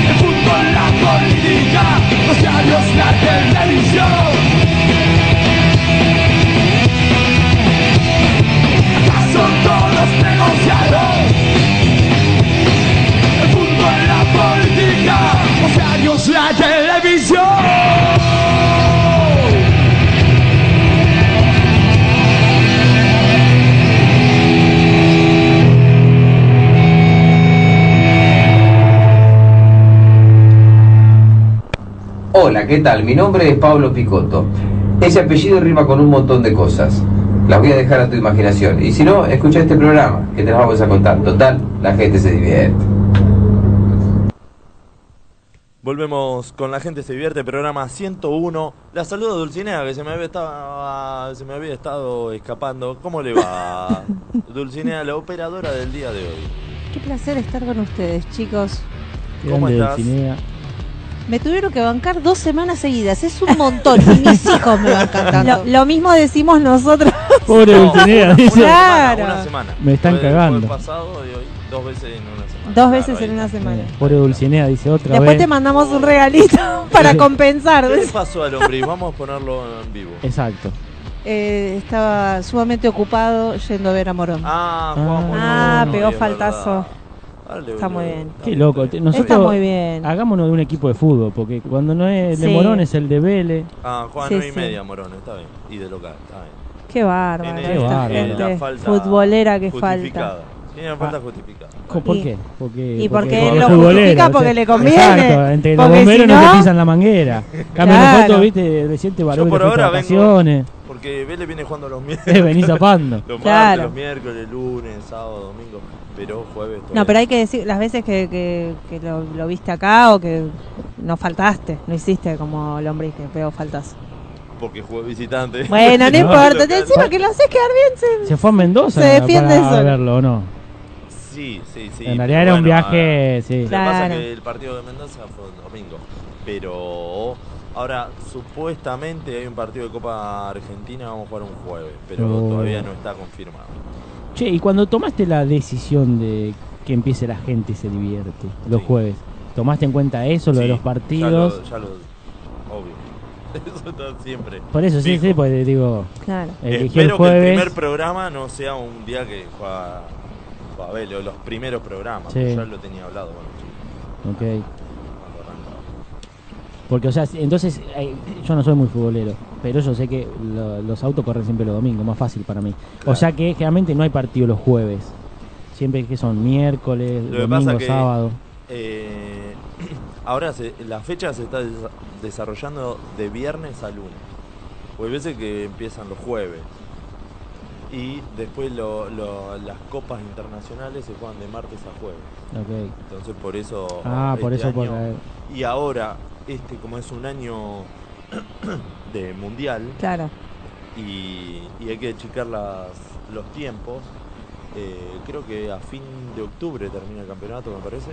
S5: El fútbol, la política Los diarios, la televisión Acá son todos negociados El fútbol, la política Los diarios, la televisión
S6: Hola, ¿qué tal? Mi nombre es Pablo Picotto. Ese apellido rima con un montón de cosas. Las voy a dejar a tu imaginación. Y si no, escucha este programa, que te las vamos a contar. Total, la gente se divierte.
S2: Volvemos con la gente se divierte, programa 101. La saludo Dulcinea, que se me había estado, se me había estado escapando. ¿Cómo le va? Dulcinea, la operadora del día de hoy.
S3: Qué placer estar con ustedes, chicos.
S2: ¿Cómo
S4: Grande
S2: estás?
S4: Dulcinea.
S7: Me tuvieron que bancar dos semanas seguidas. Es un montón. Y mis hijos me bancan tanto.
S3: Lo, lo mismo decimos nosotros.
S4: Pobre
S2: No,
S4: Dulcinea,
S2: una-
S4: dice.
S2: una
S3: Claro.
S2: semana, una semana.
S4: Me están
S2: Fue- fue
S4: cagando.
S2: el pasado y hoy, dos veces en una semana.
S3: Dos veces en
S2: ahí.
S3: una semana.
S4: Eh, Pobre Dulcinea, dice otra
S3: Después
S4: vez.
S3: te mandamos un regalito para compensar.
S2: ¿Qué le pasó al hombre? Vamos a ponerlo en vivo.
S4: Exacto.
S7: Eh, estaba sumamente ocupado yendo a ver a Morón.
S2: Ah, jugamos
S3: Ah,
S2: uno,
S3: pegó
S2: es verdad.
S3: faltazo.
S2: Dale,
S3: Está
S2: boludo.
S3: muy bien.
S2: Está
S4: Qué
S2: bien,
S4: loco.
S2: está
S4: te-
S2: bien.
S4: Nosotros
S3: Está muy bien.
S4: hagámonos de un equipo de fútbol, porque cuando no es el
S3: Sí.
S4: de Morón es el de Vélez.
S2: Ah, juega
S3: Sí,
S2: nueve y
S3: sí.
S2: media, Morón, está bien. Y de local, está bien.
S3: Qué bárbaro.
S2: En
S4: Qué
S2: el-
S3: esta
S4: bárbaro.
S2: en la
S3: gente
S2: falta
S3: futbolera que falta. Ah.
S2: justificada. Tiene una falta justificada.
S4: Co- ¿Por
S3: Y-
S4: qué? Porque,
S3: y porque
S4: como
S3: él lo
S4: futbolero,
S3: justifica
S4: o
S3: porque
S4: sea,
S3: le conviene.
S4: Exacto, entre los
S3: Porque si
S4: bomberos no
S3: no-
S4: te pisan la manguera. Cambio
S3: Claro.
S4: nosotros, viste, reciente varón
S2: por
S4: por
S2: ahora vengo-
S4: vacaciones.
S2: Porque porque Vélez viene jugando los miércoles.
S4: Eh, venís zapando.
S2: Los martes,
S3: Claro.
S2: los miércoles, lunes, sábado, domingo. Pero jueves. todavía.
S3: No, pero hay que decir las veces que, que- que lo, lo viste acá o que no faltaste, no hiciste como lombriz, que veo faltas.
S2: Porque jugué visitante.
S3: Bueno, no
S4: No,
S3: importa,
S2: local.
S3: te encima que lo haces quedar bien. se-
S4: Se fue a Mendoza
S3: Se defiende
S4: para
S3: solo.
S4: verlo, ¿o no?
S2: Sí, sí, sí.
S4: en realidad era un
S2: Bueno, ah, eh,
S4: viaje, sí.
S2: Lo que pasa es
S3: Claro.
S2: que el partido de Mendoza fue un domingo. Pero ahora, supuestamente hay un partido de Copa Argentina, vamos a jugar un jueves, pero
S4: Oh.
S2: todavía no está confirmado.
S4: Che, y cuando tomaste la decisión de que empiece la gente y se divierte los
S2: Sí.
S4: jueves, ¿tomaste en cuenta eso, lo
S2: Sí,
S4: de los
S2: ya
S4: partidos?
S2: lo- Ya lo, obvio. Eso está siempre.
S4: Por eso sí,
S2: Fijo.
S4: sí, pues digo,
S3: Claro.
S4: elegí el
S2: Espero que el
S4: jueves.
S2: primer programa no sea un día que juega, juega Vélez, o los primeros programas.
S4: Sí.
S2: porque Ya lo tenía hablado con el chico
S4: Ok.
S2: cuando arrancaba.
S4: Porque, o sea, si- entonces, eh, yo no soy muy futbolero, pero yo sé que lo- los autos corren siempre los domingos, más fácil para mí. O
S2: Claro.
S4: sea que generalmente no hay partido los jueves. Siempre que son miércoles,
S2: Lo que pasa
S4: domingo,
S2: que-
S4: sábado.
S2: Eh, ahora se- la fecha se está desa- desarrollando de viernes a lunes. O hay veces que empiezan los jueves. Y después lo- lo- las copas internacionales se juegan de martes a jueves.
S4: Ok.
S2: Entonces por eso...
S4: Ah, por
S2: este
S4: eso, por,
S2: año-
S4: eh,
S2: Y ahora, este como es un año de mundial
S3: Claro.
S2: y, y hay que checar las, los tiempos, eh, creo que a fin de octubre termina el campeonato, me parece.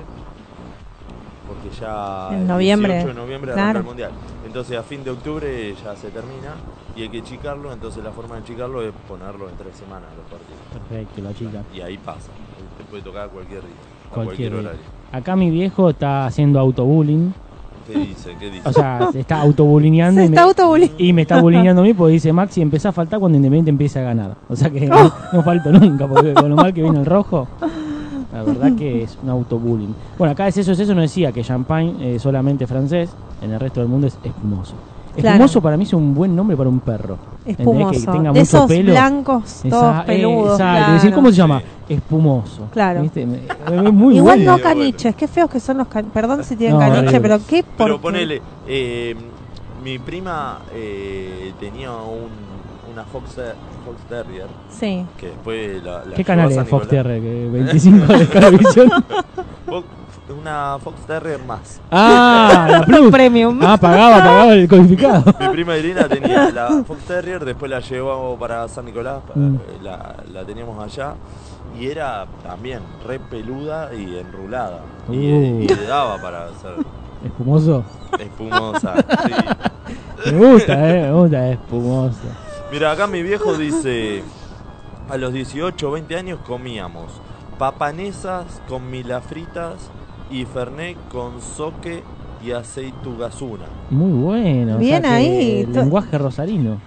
S2: Porque ya
S3: En
S2: el
S3: noviembre.
S2: 18 de noviembre arranca el
S3: Claro.
S2: mundial. Entonces a fin de octubre ya se termina y hay que chicarlo. Entonces la forma de chicarlo es ponerlo en tres semanas los partidos.
S4: perfecto, la chica.
S2: Y ahí pasa. Te puede tocar a cualquier día, a cualquier,
S4: Cualquier día.
S2: horario.
S4: Acá mi viejo está haciendo autobullying.
S2: ¿Qué dice? ¿Qué dice?
S4: O sea, se está autobulineando
S3: Se
S4: y, me-
S3: está autobuli-
S4: y me está bulineando a mí porque dice, Maxi, empezá a faltar cuando Independiente empiece a ganar. O sea que no, no falto nunca porque con lo mal que viene el rojo. La verdad que es un autobullying. Bueno, acá es eso, es eso. No decía que Champagne eh, solamente francés, en el resto del mundo es espumoso.
S3: Claro.
S4: Espumoso para mí es un buen nombre para un perro.
S3: Espumoso.
S4: Que tenga
S3: de
S4: mucho
S3: esos
S4: pelo.
S3: blancos, todos
S4: Esa- eh,
S3: peludos.
S4: exacto.
S3: claro.
S4: Decir, ¿Cómo se llama? Espumoso.
S3: Claro.
S4: ¿Viste? Es muy
S3: Igual
S4: bueno.
S3: no caniches, qué feos que son los caniches. Perdón si tienen
S4: No,
S3: caniche,
S4: horrible.
S3: pero qué por
S2: Pero ponele, eh, mi prima eh, tenía un, una Fox, Fox Terrier
S3: Sí.
S2: que después la, la
S4: ¿Qué
S2: llevó a
S4: canal
S2: San
S4: es Fox
S2: Nicolás.
S4: TR? Que 25 de televisión.
S2: Fox- una Fox Terrier más.
S4: Ah, la Plus.
S3: Premium.
S4: Ah, pagaba, pagaba el codificado.
S2: Mi prima Irina tenía la Fox Terrier, después la llevamos para San Nicolás, para- eh,
S4: Mm.
S2: la, la teníamos allá. Y era también re peluda y enrulada. Y-
S4: Uh.
S2: Y, le daba para ser
S4: Espumoso.
S2: espumosa. sí.
S4: Me gusta, eh, me gusta, espumoso.
S2: Mira, acá mi viejo dice, a los 18 o 20 años comíamos papanesas con milafritas y fernet con soque y aceitugazuna.
S4: Muy bueno. o sea
S3: Bien
S4: que
S3: ahí,
S4: el
S3: to-
S4: lenguaje rosarino.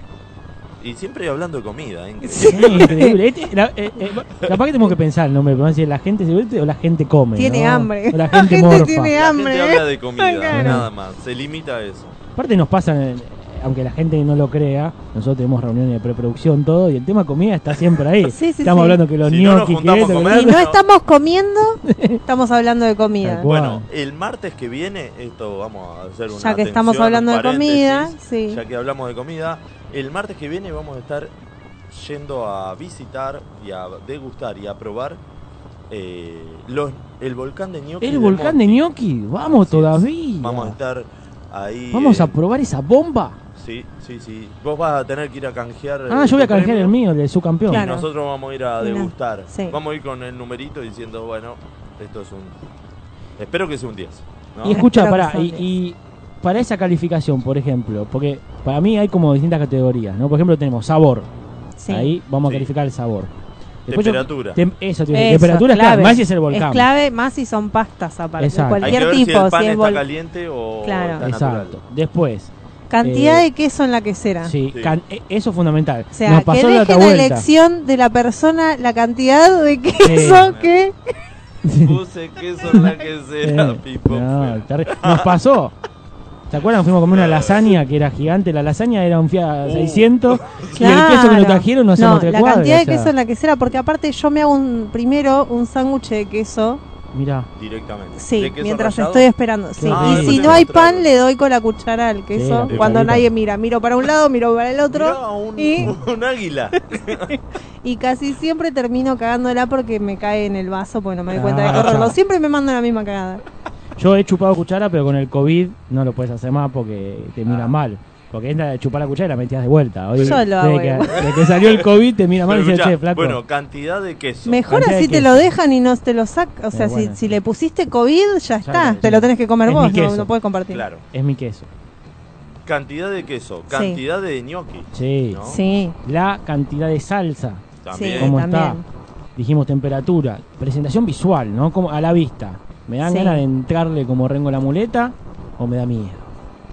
S2: Y siempre hablando de comida, ¿eh? Increíble.
S4: Sí, increíble. Este, la, eh, eh, capaz que tenemos que pensar el nombre, pero si la gente se vuelve o la gente come.
S3: Tiene
S4: ¿no?
S3: hambre.
S4: O la gente morfa.
S3: tiene
S2: La gente
S3: hambre.
S2: habla de comida,
S4: Claro.
S2: nada más, se limita a eso.
S4: Aparte nos pasan, eh, aunque la gente no lo crea, nosotros tenemos reuniones de preproducción, todo, y el tema comida está siempre ahí.
S3: Sí, sí, sí.
S4: Estamos hablando que los
S2: Si no nos
S4: ñoquis, que
S2: juntamos
S4: esto,
S2: a
S4: que-
S2: comer,
S3: Si no
S2: Bueno.
S3: estamos comiendo, estamos hablando de comida.
S4: Tal cual.
S2: Bueno, el martes que viene, esto vamos a hacer una
S3: Ya que estamos
S2: atención,
S3: hablando
S2: un
S3: de comida,
S2: paréntesis,
S3: sí.
S2: Ya que hablamos de comida, el martes que viene vamos a estar yendo a visitar y a degustar y a probar eh, los, el volcán de ñoqui.
S4: El
S2: del
S4: volcán de
S2: Monte.
S4: ñoqui, vamos
S2: Así es.
S4: todavía.
S2: Vamos a estar ahí.
S4: Vamos a
S2: en-
S4: probar esa bomba.
S2: Sí, sí, sí. Vos vas a tener que ir a canjear.
S4: Ah,
S2: eh,
S4: yo voy a
S2: tu
S4: canjear
S2: premio
S4: el mío, el de su campeón.
S2: Y
S3: Claro.
S2: nosotros vamos a ir a
S3: Mira,
S2: degustar.
S3: sí.
S2: Vamos a ir con el numerito diciendo, bueno, esto es un. Espero que sea un 10. ¿no?
S4: Y escucha,
S3: Espero que
S4: pará, y,
S3: son
S4: y para esa calificación, por ejemplo, porque para mí hay como distintas categorías, ¿no? Por ejemplo, tenemos sabor.
S3: Sí.
S4: Ahí eh, vamos
S2: Sí.
S4: a calificar el sabor. yo-
S2: Temperatura.
S4: tem- eso, te iba a decir,
S3: Eso,
S4: temperatura es clave,
S3: clave.
S4: más si es el volcán.
S3: Es clave más si son pastas aparte.
S4: Exacto.
S3: De
S2: Hay que
S3: cualquier
S2: ver
S3: tipo.
S2: si el pan
S3: si es
S2: está
S3: vol-
S2: caliente o
S3: Claro.
S2: está natural.
S4: Exacto. Después,
S3: Cantidad
S4: Eh,
S3: de queso en la quesera.
S4: sí,
S2: Sí.
S4: can- e- eso es fundamental.
S3: O sea,
S4: Nos
S3: que
S4: pasó la
S3: dejen
S4: otra
S3: a
S4: vuelta.
S3: elección de la persona la cantidad de queso que.
S2: Puse queso en la quesera,
S4: Eh,
S2: pipo.
S4: no, terrible. Nos pasó. ¿Se acuerdan? Fuimos a comer una lasaña que era gigante. La lasaña era un Fiat
S2: Uh.
S4: 600. Y el queso que
S3: Claro.
S4: nos trajeron no hacemos
S3: No,
S4: tres
S3: la
S4: cuadras,
S3: cantidad
S4: o
S3: de
S4: sea.
S3: queso en la quesera, porque aparte yo me hago un, primero un sándwich de queso
S4: Mirá.
S2: directamente.
S3: Sí,
S2: ¿De queso
S3: mientras
S2: rallado?
S3: estoy esperando. Sí.
S4: Ah,
S3: y
S4: eso
S3: si
S2: te
S3: no hay
S2: mostraba.
S3: pan, le doy con la cuchara al queso.
S4: Sí,
S3: cuando
S4: la
S3: nadie mira, miro para un lado, miro para el
S2: Mirá,
S3: otro.
S2: un,
S3: y-
S2: un águila.
S3: Y casi siempre termino cagándola porque me cae en el vaso porque no me doy cuenta de
S4: Ah.
S3: correrlo. Siempre me mando la misma cagada.
S4: Yo he chupado cuchara, pero con el COVID no lo puedes hacer más porque te mira mal. Porque es la de chupar la cuchara y la metías de vuelta. Hoy,
S3: Ah. Yo lo
S4: desde
S3: hago
S4: que,
S3: igual.
S4: desde que salió el COVID te mira mal
S2: Pero
S4: y dice,
S2: escuchá,
S4: che, flaco.
S2: bueno, cantidad de queso.
S3: Mejor
S4: Cantidad de
S3: así te
S4: queso.
S3: lo dejan y no te lo sacan. O sea,
S4: Eh, bueno,
S3: si,
S4: sí.
S3: si le pusiste COVID, ya está.
S4: ya.
S3: Te lo tenés que comer
S4: Es mi
S3: vos, no,
S4: queso.
S3: no puedes compartir.
S2: Claro.
S4: Es mi queso.
S2: Cantidad de queso, cantidad de gnocchi.
S4: Sí.
S2: ¿no?
S3: Sí,
S4: La cantidad de salsa.
S3: sí,
S2: También.
S4: ¿Cómo
S3: también.
S4: está? Dijimos temperatura. Presentación visual, ¿no? Como a la vista. ¿Me dan
S3: Sí.
S4: ganas de entrarle como rengo la muleta o me da miedo?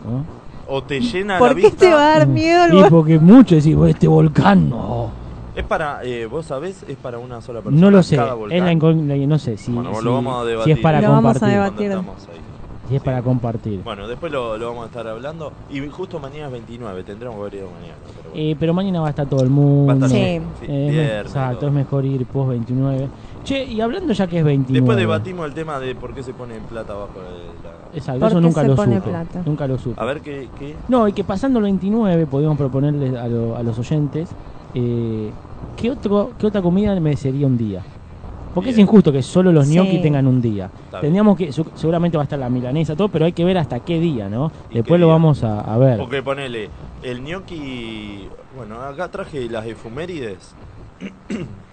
S4: ¿no? Mm.
S2: O te llena Ah, la
S3: ¿Por qué
S2: vista.
S3: te va a dar miedo el
S4: Y
S3: bo-
S4: porque mucho decís, "Oh, este volcán no.
S2: Es para, eh, vos sabés, es para una sola persona.
S4: No lo sé.
S2: cada
S4: Es
S2: volcán.
S4: la incógnita, no sé si,
S2: Bueno, lo
S4: si-
S2: vamos a
S4: si
S2: debatir.
S4: es para
S3: Lo vamos a
S4: compartir.
S3: debatir.
S2: Cuando estamos ahí.
S4: Si es para
S2: Sí.
S4: compartir.
S2: Bueno, después lo, lo vamos a estar hablando. Y justo mañana es 29, tendremos que haber ido mañana. Pero bueno.
S4: Eh, pero mañana va a estar todo el mundo.
S2: Va a estar
S3: Sí.
S2: bien, sí,
S4: Eh, es me-
S2: viernes,
S4: exacto,
S2: todo.
S4: es mejor ir post 29. Che, y hablando ya que es 29.
S2: Después debatimos el tema de por qué se pone plata abajo de la...
S4: Exacto,
S3: ¿Por
S4: eso
S3: qué
S4: nunca
S3: se
S4: lo
S3: pone
S4: supe.
S3: plata?
S4: Nunca lo supe.
S2: A ver qué... qué?
S4: No, y que pasando el 29 podíamos proponerles a, lo- a los oyentes eh, ¿qué, otro, qué otra comida merecería un día. Porque es
S2: Bien.
S4: injusto que solo los
S3: Sí.
S4: gnocchi tengan un día.
S2: Está
S4: Tendríamos que, su- seguramente va a estar la milanesa, todo, pero hay que ver hasta qué día, ¿no?
S2: ¿Y
S4: Después
S2: qué
S4: lo
S2: día?
S4: vamos a, a ver.
S2: Porque ponele, el gnocchi... Bueno, acá traje las efumérides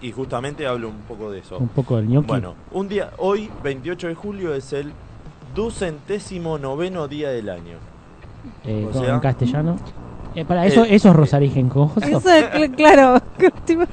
S2: y justamente hablo un poco de eso.
S4: Un poco del gnocchi.
S2: Bueno, un día, hoy, 28 de julio, es el ducentésimo noveno día del año.
S4: eh,
S2: o
S4: con-
S2: sea-
S4: en castellano. Eh, para eso,
S2: Eh,
S4: eso es Rosarigen Cojoso.
S3: Eso es cl- claro. Tipo,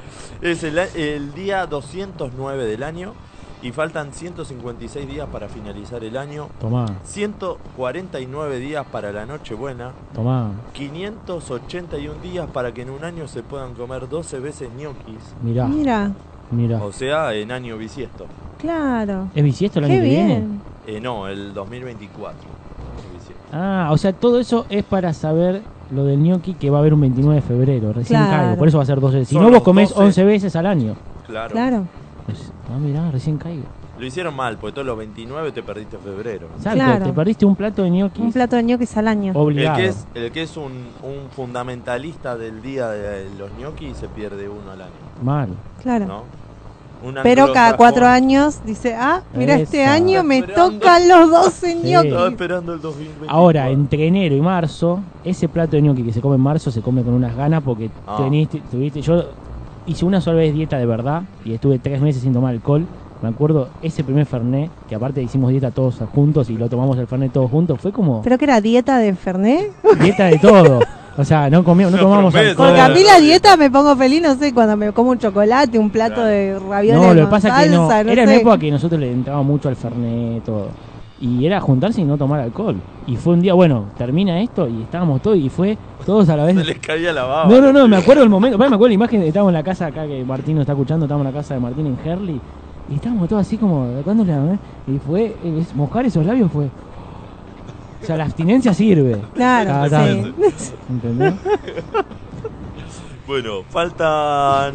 S2: Es el, a- el día 209 del año y faltan 156 días para finalizar el año,
S4: Tomá,
S2: 149 días para la Nochebuena,
S4: tomá,
S2: 581 días para que en un año se puedan comer 12 veces ñoquis,
S4: mirá,
S3: Mira,
S4: mirá.
S2: o sea, en año bisiesto.
S3: claro.
S4: ¿Es bisiesto el año
S3: Qué
S4: que viene?
S3: bien.
S2: Eh, no, el 2024. año bisiesto.
S4: Ah, o sea, todo eso es para saber lo del gnocchi que va a haber un 29 de febrero, recién
S3: Claro.
S4: caigo, por eso va a ser 12 veces. Si
S2: Son
S4: no, vos
S2: los
S4: comés
S2: 12.
S4: 11 veces al año.
S2: Claro.
S3: Claro.
S4: Pues, ah, mirá, recién caigo.
S2: Lo hicieron mal, porque todos los 29 te perdiste febrero.
S4: Exacto,
S3: Claro.
S4: te perdiste un plato de gnocchi
S3: Un plato de ñoquis al año.
S2: El
S4: obligado.
S2: que es, el que es un, un fundamentalista del día de los ñoquis se pierde uno al año,
S4: Mal.
S3: Claro.
S2: ¿no? Un
S3: Pero cada
S2: anglosajón.
S3: cuatro años dice, ah, mira, este
S4: Esa.
S3: año me
S2: Esperando.
S3: tocan los 12 ñoquis.
S2: Estaba esperando el 2024.
S4: Ahora, entre enero y marzo, ese plato de gnocchi que se come en marzo se come con unas ganas porque
S2: Ah.
S4: teniste, tuviste. Yo hice una sola vez dieta de verdad y estuve tres meses sin tomar alcohol. Me acuerdo ese primer Fernet, que aparte hicimos dieta todos juntos y lo tomamos el Fernet todos juntos, fue como
S3: ¿Pero que era dieta de Fernet?
S4: dieta de todo. O sea, no comíamos, no
S2: Una
S4: tomamos
S2: promesa.
S4: alcohol.
S3: Porque a mí
S2: no,
S3: la
S2: no,
S3: dieta me pongo feliz, no sé, cuando me como un chocolate, un plato
S2: Claro.
S3: de ravioles
S4: No, lo que
S3: con
S4: pasa es que no.
S3: salsa, no
S4: era una
S3: sé.
S4: época que nosotros le entraba mucho al Fernet, todo. Y era juntarse y no tomar alcohol. Y fue un día, bueno, termina esto y estábamos todos y fue todos a la vez.
S2: Se les caía la baba.
S4: No, no, no, me acuerdo el momento. pará, Me acuerdo la imagen. Estábamos en la casa acá que Martín nos está escuchando. Estábamos en la casa de Martín en Herley. Y estábamos todos así como. ¿Cuándo la mamá? Y fue. eh, es- mojar esos labios fue. O sea, la abstinencia sirve.
S3: Claro,
S4: Cada
S3: sí.
S4: ¿Entendés?
S2: Bueno, faltan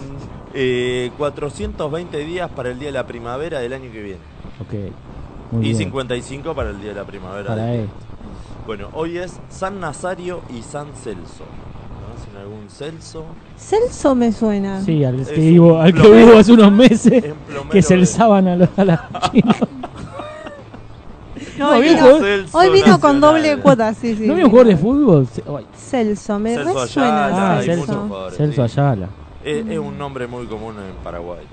S2: eh, 420 días para el día de la primavera del año que viene.
S4: Ok. Muy
S2: y
S4: bien.
S2: 55 para el día de la primavera.
S4: Para
S2: del-
S4: él.
S2: Bueno, hoy es San Nazario y San Celso. ¿Conocen algún Celso?
S3: Celso me suena.
S4: Sí, al que,
S2: un
S4: vivo, al que
S2: plomero.
S4: vivo hace unos meses.
S2: Es un plomero
S4: Que se
S2: de-
S4: alzaban a los a la chinos.
S3: No, hoy
S4: había
S3: vino,
S4: un
S2: Celso
S3: hoy vino
S2: Nacional.
S3: con doble cuota, sí, sí.
S4: ¿No había un jugador de fútbol? Ce- ay,
S3: Celso, me
S2: Celso
S3: resuena
S2: Ayala,
S4: Ah,
S2: hay muchos
S3: Celso.
S2: jugadores.
S4: Celso
S2: sí.
S4: Ayala.
S2: Es, es un nombre muy común en Paraguay.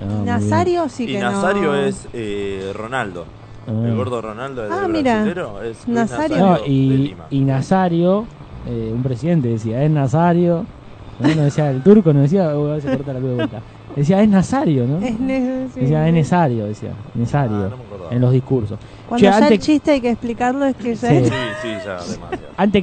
S4: Ah, muy bien.
S3: Nazario sí que
S2: y Nazario
S3: no.
S2: es eh, Ronaldo.
S4: Ah.
S2: El gordo Ronaldo es
S3: Ah,
S2: del
S3: mira.
S2: brasilero, es Luis
S3: Nazario.
S2: Nazario,
S4: No,
S2: de
S4: y,
S2: Lima.
S4: y Nazario, eh, un presidente decía, es Nazario. No, no decía el turco, no decía, "Oh, se corta la cueva de vuelta". Decía, es Nazario, ¿no?
S3: Es ne- sí.
S4: Decía, es Nazario, decía,
S2: Ah,
S4: Nazario.
S2: no me acuerdo. acordaba.
S4: en los discursos.
S3: Cuando
S4: Che,
S3: ya el
S4: antes-
S3: chiste hay que explicarlo, es que ya
S4: Sí.
S2: Sí, sí, ya, demasiado.
S4: Antes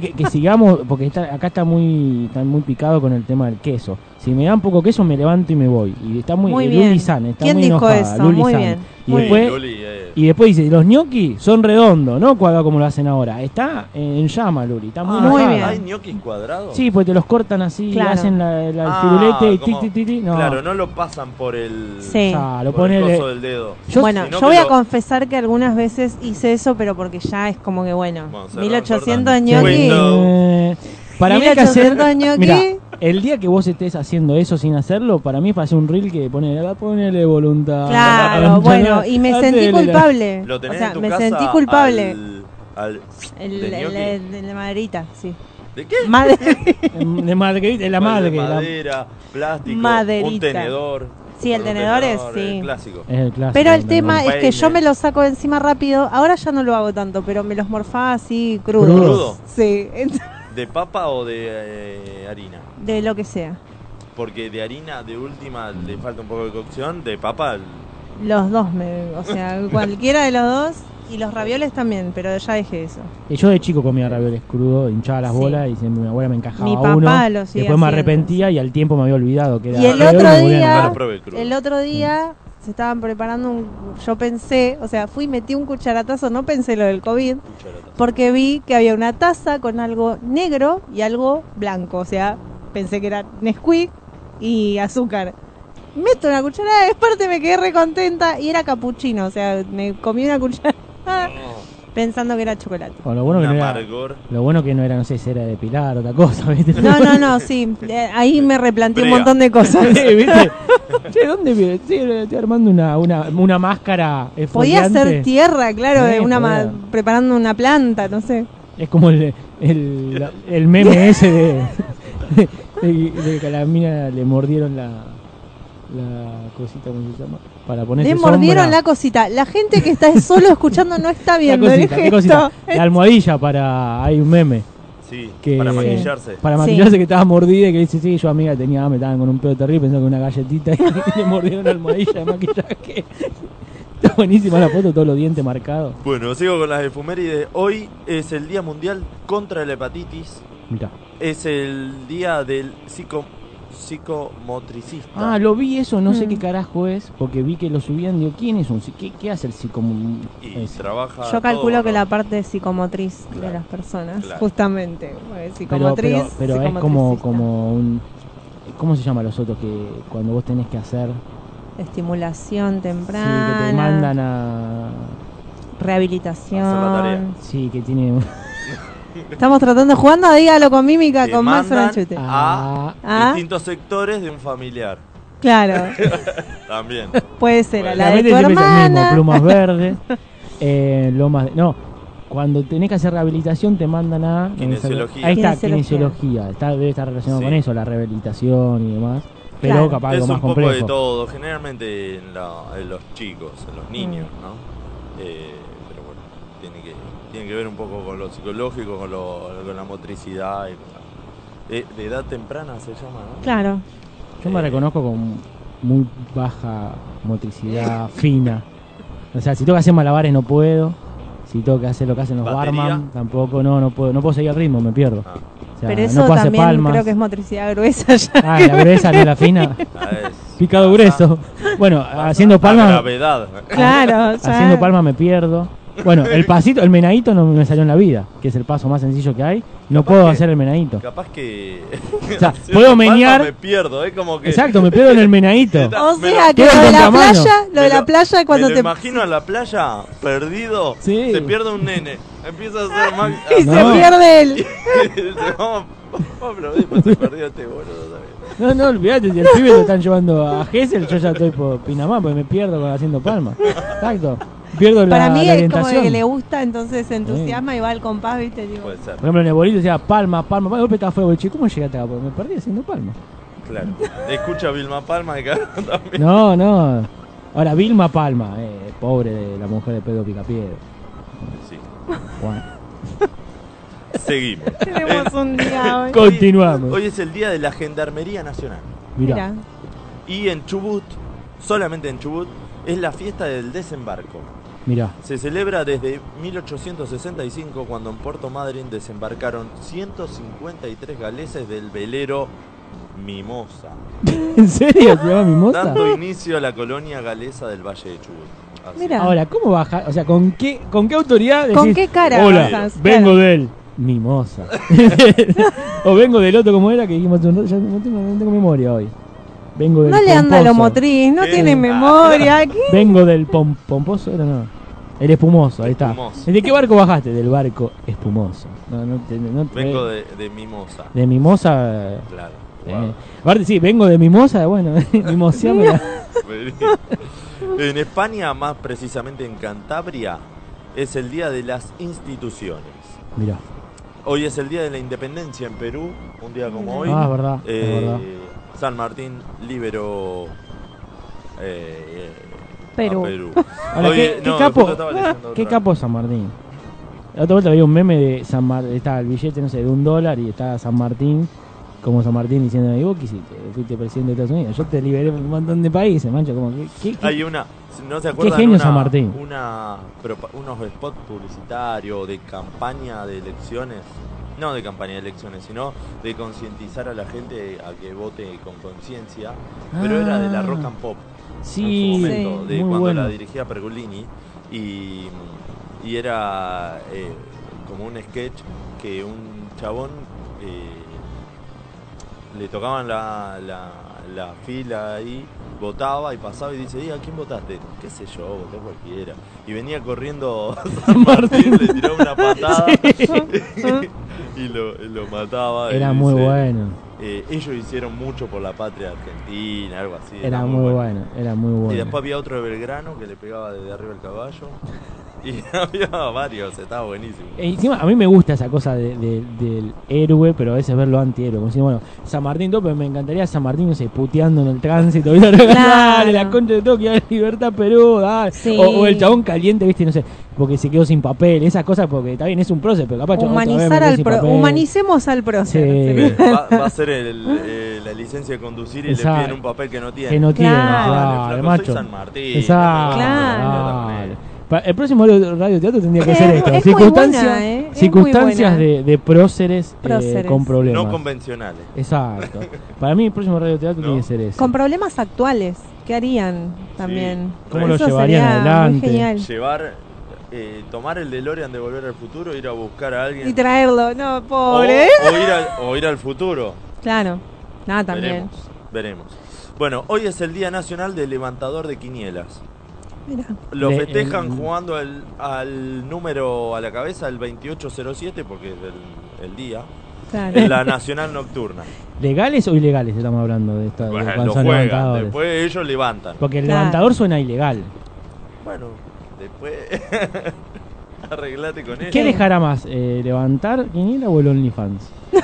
S4: que, que sigamos, porque está- acá está muy está muy picado con el tema del queso. Si me dan poco queso, me levanto y me voy. Y está muy,
S3: Muy
S4: eh,
S3: bien.
S4: Luli San, está
S3: ¿Quién
S4: muy
S3: dijo
S4: enojada,
S3: eso?
S4: Luli
S3: Muy
S4: San.
S3: bien.
S4: Y
S3: Muy
S4: después,
S2: Sí, Luli, eh,
S4: y después dice, los gnocchi son redondos, no cuadrados como lo hacen ahora. Está en, en llama, Luli, está muy
S3: Ah,
S4: enojada.
S3: muy bien.
S2: ¿Hay ñoquis cuadrados?
S4: Sí, pues te los cortan así,
S3: Claro.
S4: hacen la, la- el
S2: Ah,
S4: firulete y
S2: como-
S4: ti, ti, ti, ti. No,
S2: Claro, no lo pasan por el.
S3: Sí.
S4: Ya, lo
S2: por el
S4: pone-
S2: coso del dedo.
S4: Yo-
S3: bueno,
S2: si no
S3: yo
S2: me
S3: voy a
S2: lo-
S3: confesar que algunas veces hice eso, pero porque ya es como que, bueno,
S2: Montserrat
S3: 1800
S2: Jordán.
S3: ñoqui.
S2: Window.
S4: Eh, para mí hay que
S3: 1800
S4: hacer...
S3: ñoqui.
S4: Mirá, el día que vos estés haciendo eso sin hacerlo, para mí es para hacer un reel que pone, "Ah, ponele voluntad.
S3: Claro, bueno, y me sentí
S4: Hacele la-
S3: culpable.
S2: Lo tenés
S3: o sea,
S2: en tu
S3: me
S2: casa
S3: sentí culpable.
S2: al- al-
S3: El,
S2: de
S3: el-
S2: ñoqui.
S3: el- el de maderita, sí.
S2: ¿De qué?
S3: Madre-
S4: De Madrid, de la madre.
S2: de
S4: la-
S2: madera, plástico, un
S3: Maderita.
S2: tenedor.
S3: Sí, el
S2: Con un
S3: tenedor es-
S2: el
S3: sí.
S2: clásico.
S4: es el clásico,
S3: Pero el
S4: ¿no?
S3: tema
S2: Un
S3: es que yo
S2: peine.
S3: me los saco de encima rápido. Ahora ya no lo hago tanto, pero me los morfaba así crudos.
S4: Crudos.
S3: Sí, ent-
S2: ¿De papa o de eh, harina?
S3: de lo que sea.
S2: Porque de harina, de última, le falta un poco de cocción. De papa, el-
S3: Los dos, me, o sea, cualquiera de los dos. Y los ravioles también, pero ya dejé eso.
S4: Eh, Yo de chico comía ravioles crudo, hinchaba las
S3: Sí.
S4: bolas y siempre mi abuela me encajaba
S3: Mi
S4: uno.
S3: papá lo sigue
S4: después
S3: haciendo.
S4: me arrepentía y al tiempo me había olvidado que era
S3: Y el
S4: ravioli
S3: otro
S4: me volvían a
S3: día-
S2: nunca
S4: dar.
S2: lo probé crudo.
S3: El otro día se estaban preparando un... Yo pensé, o sea, fui y metí un cucharatazo, no pensé lo del COVID,
S2: Cucharota.
S3: porque vi que había una taza con algo negro y algo blanco. O sea, pensé que era Nesquik y azúcar. Meto una cucharada de parte, me quedé recontenta y era capuchino. O sea, me comí una cucharada pensando que era chocolate.
S4: O lo bueno que
S2: Un
S4: no era,
S2: amargor.
S4: lo bueno que no era, no sé, cera de pilar o otra cosa, ¿viste?
S3: No, no, no, sí. eh, Ahí me replanteé un
S2: Brega.
S3: montón de cosas.
S4: Sí, ¿viste? Che, ¿dónde vive? Sí, estoy armando una, una, una máscara
S3: Podía
S4: esfoliante.
S3: hacer tierra, claro,
S4: Sí,
S3: de una ma-
S4: podía.
S3: preparando una planta, no sé.
S4: Es como el, el, la- el meme ese de, de- de que a la mina le mordieron la, la cosita, ¿cómo se llama? Para ponerse
S3: Le mordieron
S4: sombra.
S3: la cosita. La gente que está solo escuchando no está
S4: La
S3: viendo
S4: cosita,
S3: el
S4: ¿qué
S3: gesto.
S4: cosita? La almohadilla para. Hay un meme.
S2: Sí,
S4: Que-
S2: para maquillarse.
S4: Para
S3: Sí.
S4: maquillarse que estaba mordida y que dice, sí, yo amiga tenía hambre, estaban con un pedo terrible, pensando que una galletita y le mordieron la almohadilla de maquillaje. Está buenísima la foto, todos los dientes marcados.
S2: Bueno, sigo con las efemérides. Hoy es el Día Mundial contra la Hepatitis.
S4: Mirá.
S2: Es el día del psico, psicomotricista.
S4: Ah, lo vi eso, no sé
S3: Mm.
S4: qué carajo es, porque vi que lo subían, digo, ¿quién es un psi- ¿Qué, qué hace el psicomun?
S2: y
S4: ese?
S2: trabaja.
S3: Yo
S2: Ah, todo
S3: calculo
S2: con
S3: que
S2: los-
S3: la parte psicomotriz de
S2: Claro,
S3: las personas,
S2: claro.
S3: justamente. eh,
S4: Pero,
S3: Psicomotriz,
S4: pero, pero es como,
S3: psicomotricista.
S4: como un... ¿Cómo se llama los otros que cuando vos tenés que hacer?
S3: Estimulación temprana,
S4: Sí, que te mandan a...
S2: Hacer la
S3: rehabilitación.
S2: tarea.
S4: Sí, que tiene... un-
S3: Estamos tratando, jugando, dígalo con mímica,
S2: Te
S3: con más
S2: mandan
S3: franchute.
S2: a-
S4: Ah,
S3: Ah.
S2: Distintos sectores de un familiar.
S3: Claro,
S2: También.
S3: puede ser, a la de
S4: Realmente
S3: tu
S4: siempre es el mismo,
S3: hermana.
S4: plumas verdes, eh, lomas de- No, cuando tenés que hacer rehabilitación te mandan a...
S2: Kinesiología.
S4: Ahí está,
S3: Kinesiología.
S4: kinesiología. Está, debe estar relacionado
S2: Sí.
S4: con eso, la rehabilitación y demás. Pero
S3: Claro.
S4: capaz
S2: es
S4: algo
S2: un
S4: más
S2: poco
S4: complejo.
S2: de todo, generalmente en, la- en los chicos, en los niños,
S3: Mm.
S2: ¿no? Eh, pero bueno, tiene que, tiene que ver un poco con lo psicológico, con, lo, con la motricidad. y con la- eh, de edad temprana se llama, ¿no?
S3: Claro,
S4: Yo me
S2: Eh.
S4: reconozco con muy baja motricidad fina. O sea, si tengo que hacer malabares no puedo. Si tengo que hacer lo que hacen los
S2: ¿Batería?
S4: barman, tampoco, no, no puedo, no puedo seguir el ritmo, me pierdo.
S2: Ah,
S4: O sea,
S3: pero
S4: no
S3: eso
S4: puedo hacer
S3: también
S4: palmas.
S3: creo que es motricidad gruesa ya.
S4: Ah, la gruesa, no la fina.
S2: ah, es-
S4: Picado grueso. Bueno, haciendo
S2: La
S4: palmas,
S2: gravedad.
S3: Claro, ya.
S4: haciendo palmas me pierdo. Bueno, el pasito, el menadito no me salió en la vida, que es el paso más sencillo que hay. No
S2: Capaz
S4: puedo
S2: que-
S4: hacer el menadito.
S2: Capaz que.
S4: O sea,
S2: haciendo
S4: puedo
S2: palmas
S4: menear-
S2: Me pierdo, es como que.
S4: Exacto, me pierdo en el menadito.
S3: O
S2: Me
S3: sea
S2: lo-
S3: que
S4: Todo
S3: lo de la
S4: contramano.
S3: playa, lo de
S2: Me
S3: la playa cuando
S2: me lo
S3: te
S2: imagino a la playa perdido,
S4: Sí.
S2: se pierde un nene, empieza a hacer más. Ah,
S3: y
S4: Ah, No.
S3: se pierde el
S2: Vamos vamos a aplaudir, pues se perdió este boludo también.
S4: No, no, olvídate, si el pibe lo están llevando a Gessel, yo ya estoy por Pinamar, porque me pierdo con- haciendo palmas. Exacto. Pierdo la,
S3: Para mí
S4: la
S3: es como E
S4: orientación.
S3: que le gusta, entonces se entusiasma y va al compás, ¿viste? Digo,
S2: Puede ser,
S4: Por ejemplo, en el bolito decía palma, palma, palma, de golpe estaba fuego, chico, ¿cómo llegaste acá? Porque me perdí haciendo palmas.
S2: claro. Escucha a Vilma Palma de acá también.
S4: No, no. Ahora, Vilma Palma, eh, pobre de la mujer de Pedro Picapiedra.
S2: Sí.
S4: Bueno,
S2: Seguimos.
S3: tenemos un día hoy.
S4: continuamos.
S2: Hoy es el día de la Gendarmería Nacional.
S4: Mirá.
S3: Mirá.
S2: Y en Chubut, solamente en Chubut, es la fiesta del desembarco.
S4: Mirá.
S2: Se celebra desde 1865 cuando en Puerto Madryn desembarcaron 153 galeses del velero Mimosa,
S4: ¿En serio? ¿Se llama Mimosa?
S2: dando inicio a la colonia galesa del Valle de Chubut. Así
S3: Mira.
S4: Ahora, ¿cómo baja? O sea, ¿con qué, con qué autoridad decís,
S3: ¿Con qué cara?
S4: Hola,
S3: avanzás?
S4: vengo
S3: Claro.
S4: del Mimosa. o vengo del otro, como era, que dijimos hace un rato, ya no tengo, no tengo memoria hoy. Vengo del
S3: No le anda lo
S4: pomposo.
S3: motriz, no
S2: ¿Qué?
S3: tiene memoria. ¿qué?
S4: Vengo del pom- pomposo, era no. El espumoso, ahí está.
S2: Espumoso.
S4: ¿De qué barco bajaste? Del barco espumoso. No, no, te- no te-
S2: Vengo de, de Mimosa,
S4: de Mimosa. eh,
S2: claro.
S4: eh. Aparte, sí, vengo de Mimosa, bueno, mimoseame.
S2: Wow. en España, más precisamente en Cantabria, es el Día de las Instituciones.
S4: Mirá.
S2: Hoy es el día de la independencia en Perú, un día como hoy.
S4: Ah, es verdad, es
S2: Eh,
S4: verdad.
S2: San Martín liberó eh,
S3: Perú.
S2: a Perú.
S4: Ahora,
S2: Hoy,
S4: ¿qué,
S2: eh,
S4: qué
S2: no,
S4: capo? Ah,
S2: justo estaba leyendo
S4: ¿Qué
S2: otra.
S4: capo San Martín? La otra vuelta había un meme de San Martín, está el billete, no sé, de un dólar y está San Martín, como San Martín diciendo, ¿y vos qué hiciste? Fuiste presidente de Estados Unidos, yo te liberé un montón de países, mancho, como que... ¿qué- qué-
S2: Hay una, no se acuerdan,
S4: genio
S2: una,
S4: San Martín.
S2: una propa- unos spots publicitarios de campaña de elecciones, no de campaña de elecciones, sino de concientizar a la gente a que vote con conciencia, pero era de la
S4: Ah.
S2: rock and pop. en
S4: Sí,
S2: su momento, de
S4: muy
S2: cuando
S4: bueno.
S2: la dirigía Pergolini, y, y era eh, como un sketch que un chabón eh, le tocaban la, la, la fila ahí, votaba y pasaba y dice, "Y, ¿a quién votaste? ¿Qué sé yo? Voté cualquiera. Y venía corriendo San Martín, le tiró una patada y lo, lo mataba. y
S4: Era muy
S2: dice,
S4: bueno,
S2: eh, ellos hicieron mucho por la patria argentina, algo así.
S4: era muy bueno, era muy bueno.
S2: Y después había otro de Belgrano que le pegaba desde arriba el caballo. Y había varios, estaba buenísimo.
S4: E encima, a mí me gusta esa cosa de- de- del héroe, pero a veces verlo antihéroe. Como decir, bueno, San Martín todo, pero me encantaría San Martín, no sé, puteando en el tránsito. ¿viste? Dale, la concha de todo, que hay libertad Perú, dale.
S7: Sí.
S4: O, o el chabón caliente, viste, no sé, porque se quedó sin papel. Esas cosas, porque está bien, es un proceso, pero capaz chabón, otra vez me
S3: Humanizar
S4: quedé
S3: al
S4: sin
S3: pro-
S4: papel.
S3: humanicemos al
S4: Sí.
S3: prócer.
S2: Eh, Va, va a ser el, eh, la licencia de conducir y
S4: Exacto.
S2: le piden un papel que no tiene.
S4: Que no tiene,
S2: Dale,
S3: Claro.
S4: claro,
S2: flaco,
S4: macho.
S2: soy San Martín. no
S4: Exacto.
S2: te vas a
S3: Claro.
S2: poner de otra manera.
S4: Dale. Pa- El próximo radio teatro tendría que
S3: Es-
S4: ser esto.
S3: es muy
S4: circunstancias
S3: buena, ¿eh? Es muy buena.
S4: circunstancias de, de próceres, eh,
S3: Próceres.
S4: con problemas.
S2: No convencionales.
S4: Exacto. Para mí el próximo radioteatro
S2: ¿No?
S4: tiene que ser ese.
S3: Con problemas actuales, ¿qué harían también?
S4: ¿Cómo lo
S3: Eso
S4: llevarían
S3: sería muy
S4: adelante?
S3: genial.
S2: Llevar, eh, tomar el DeLorean de volver al futuro, ir a buscar a alguien.
S3: Y traerlo, no,
S2: o,
S3: pobre.
S2: o ir al, o ir al futuro.
S3: Claro, nada también.
S2: Veremos. Veremos. Bueno, hoy es el Día Nacional del Levantador de Quinielas.
S3: Mira,
S2: Lo
S4: Le-
S2: festejan
S4: el-
S2: jugando al, al número a la cabeza, el 2807, porque es el, el día.
S3: claro.
S2: en La Nacional Nocturna.
S4: ¿Legales o ilegales estamos hablando de esta? de
S2: Bueno,
S4: cuando
S2: lo
S4: son
S2: juegan,
S4: levantadores?
S2: después ellos levantan.
S4: Porque el
S3: Claro.
S4: levantador suena ilegal.
S2: Bueno, después arreglate con
S4: ¿Qué
S2: eso.
S4: dejará más? eh, ¿Levantar quiniela o el OnlyFans?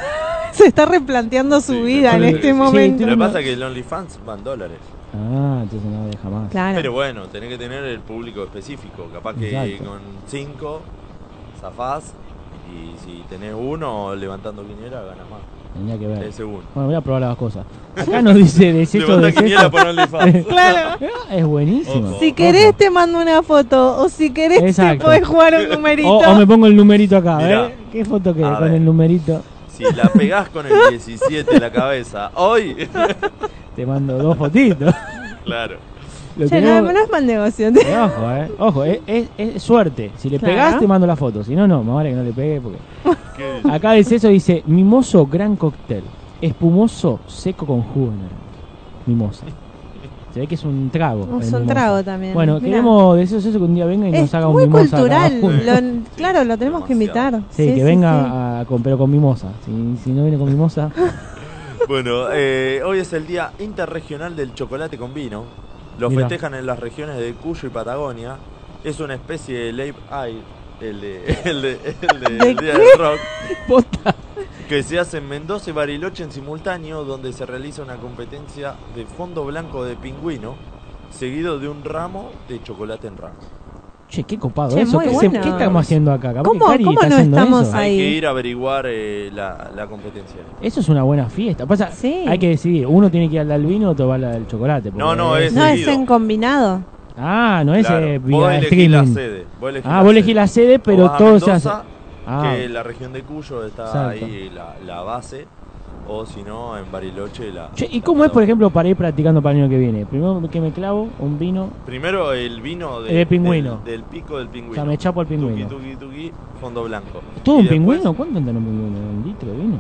S3: Se está replanteando su
S2: Sí,
S3: vida en
S4: sí,
S3: este
S4: sí,
S3: momento.
S2: Lo que
S4: No.
S2: pasa es que el OnlyFans van dólares.
S4: Ah, entonces no deja más.
S3: Claro.
S2: Pero bueno, tenés que tener el público específico. Capaz que
S4: Exacto.
S2: con 5 zafás y si tenés uno levantando quiniela ganas más.
S4: Tendría que ver.
S2: Ese uno.
S4: Bueno, voy a probar las dos cosas. Acá nos dice desecho
S2: Levanta
S4: de Eh,
S2: quiniela por OnlyFans.
S3: Claro.
S4: Es buenísimo.
S2: Ojo.
S3: Si querés te mando una foto o si querés te
S4: Exacto.
S3: podés jugar un
S4: O,
S3: numerito.
S4: o me pongo el numerito acá,
S2: Mirá.
S4: ¿eh? ¿Qué foto que
S2: A
S4: con
S2: ver.
S4: el numerito?
S2: Si la pegás con el 17 en la cabeza, hoy.
S4: Te mando dos fotitos.
S2: claro.
S4: Lo
S3: Che, no,
S4: tenemos-
S3: no es mal negocio.
S4: Eh, ojo, eh. Ojo, eh, es, es suerte. Si le
S3: Claro.
S4: pegás, te mando la foto. Si no, no, más vale que no le pegue porque. Acá dice eso, dice mimoso gran cóctel. Espumoso seco con jugo en él. Mimosa. Se ve que es un trago. el
S3: Es un
S4: mimosa.
S3: trago también.
S4: Bueno,
S3: mirá.
S4: queremos deseos eso que un día venga y
S3: Es
S4: nos haga un
S3: muy
S4: mimosa. a cada
S3: cultural.
S4: uno.
S3: lo- claro, lo tenemos que
S2: demasiado.
S3: invitar.
S4: Sí, que venga a- con- pero con mimosa. Si, si no viene con mimosa,
S2: Bueno, eh, hoy es el Día Interregional del Chocolate con Vino. Lo
S4: Mirá.
S2: festejan en las regiones de Cuyo y Patagonia. Es una especie de late Eye, el de, el de- el de-
S3: ¿De
S2: el Día del Rock,
S4: posta.
S2: que se hace en Mendoza y Bariloche en simultáneo, donde se realiza una competencia de fondo blanco de pingüino, seguido de un ramo de chocolate en ramo.
S4: Che, qué copado
S3: Che,
S4: eso.
S3: muy
S4: ¿Qué, se-
S3: bueno.
S4: qué estamos haciendo acá? Capaz que
S3: ¿Cómo-
S4: Cari
S3: cómo
S4: está
S3: no
S4: haciendo
S3: estamos
S4: eso.
S3: ahí?
S2: Hay que ir a averiguar eh, la, la competencia.
S4: Eso es una buena fiesta. Pasa,
S3: Sí.
S4: hay que decidir, uno tiene que ir al del vino, otro va al del chocolate. porque
S2: No, no, es
S3: No, es
S2: seguido.
S3: en combinado.
S4: Ah, no es
S2: Claro,
S4: eh,
S2: vos
S4: vía
S2: elegís la
S4: streaming.
S2: sede. Vos elegís
S4: Ah, vos elegís la sede, pero
S2: vas a
S4: todo se hace.
S2: Mendoza,
S4: Ah,
S2: Que la región de Cuyo está
S4: Exacto.
S2: ahí la, la base. O si no, en Bariloche la.
S4: Che, ¿y
S2: la
S4: cómo es, por
S2: Patagonia.
S4: ejemplo, para ir practicando para el año que viene? Primero que me clavo un vino,
S2: Primero el vino de-
S4: El de pingüino.
S2: Del, del pico del pingüino.
S4: o sea, me chapo al pingüino.
S2: Tuqui, tuqui, tuqui, fondo blanco.
S4: ¿Todo
S2: Y
S4: un
S2: después-
S4: pingüino? ¿Cuánto anda un pingüino? ¿Un litro de vino?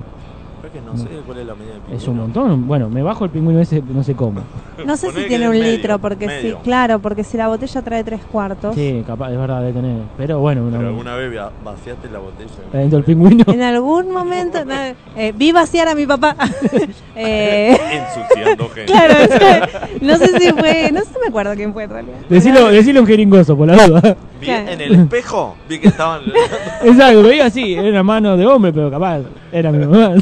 S2: Creo que no sé cuál es la medida del pingüino.
S4: Es un montón. Bueno, me bajo el pingüino ese, no sé cómo.
S3: No sé
S2: Poné
S3: si
S2: que
S3: tiene
S2: en
S3: un
S2: medio,
S3: litro, porque
S2: medio.
S3: sí, claro, porque si la botella trae tres cuartos.
S4: Sí, capaz, es verdad de tener. Pero bueno,
S2: Pero
S4: una,
S2: alguna vez va- vaciaste la botella.
S4: está dentro el pingüino.
S3: En algún momento no, eh, vi vaciar a mi papá. Eh,
S2: Ensuciando gente.
S3: claro, no sé si fue, no sé, me acuerdo quién fue en realidad.
S4: Decilo, decilo a un jeringoso, por la duda.
S2: Vi
S3: claro.
S2: en el espejo, vi que estaban.
S4: Exacto, lo digo así, era una mano de hombre, pero capaz era mi mamá.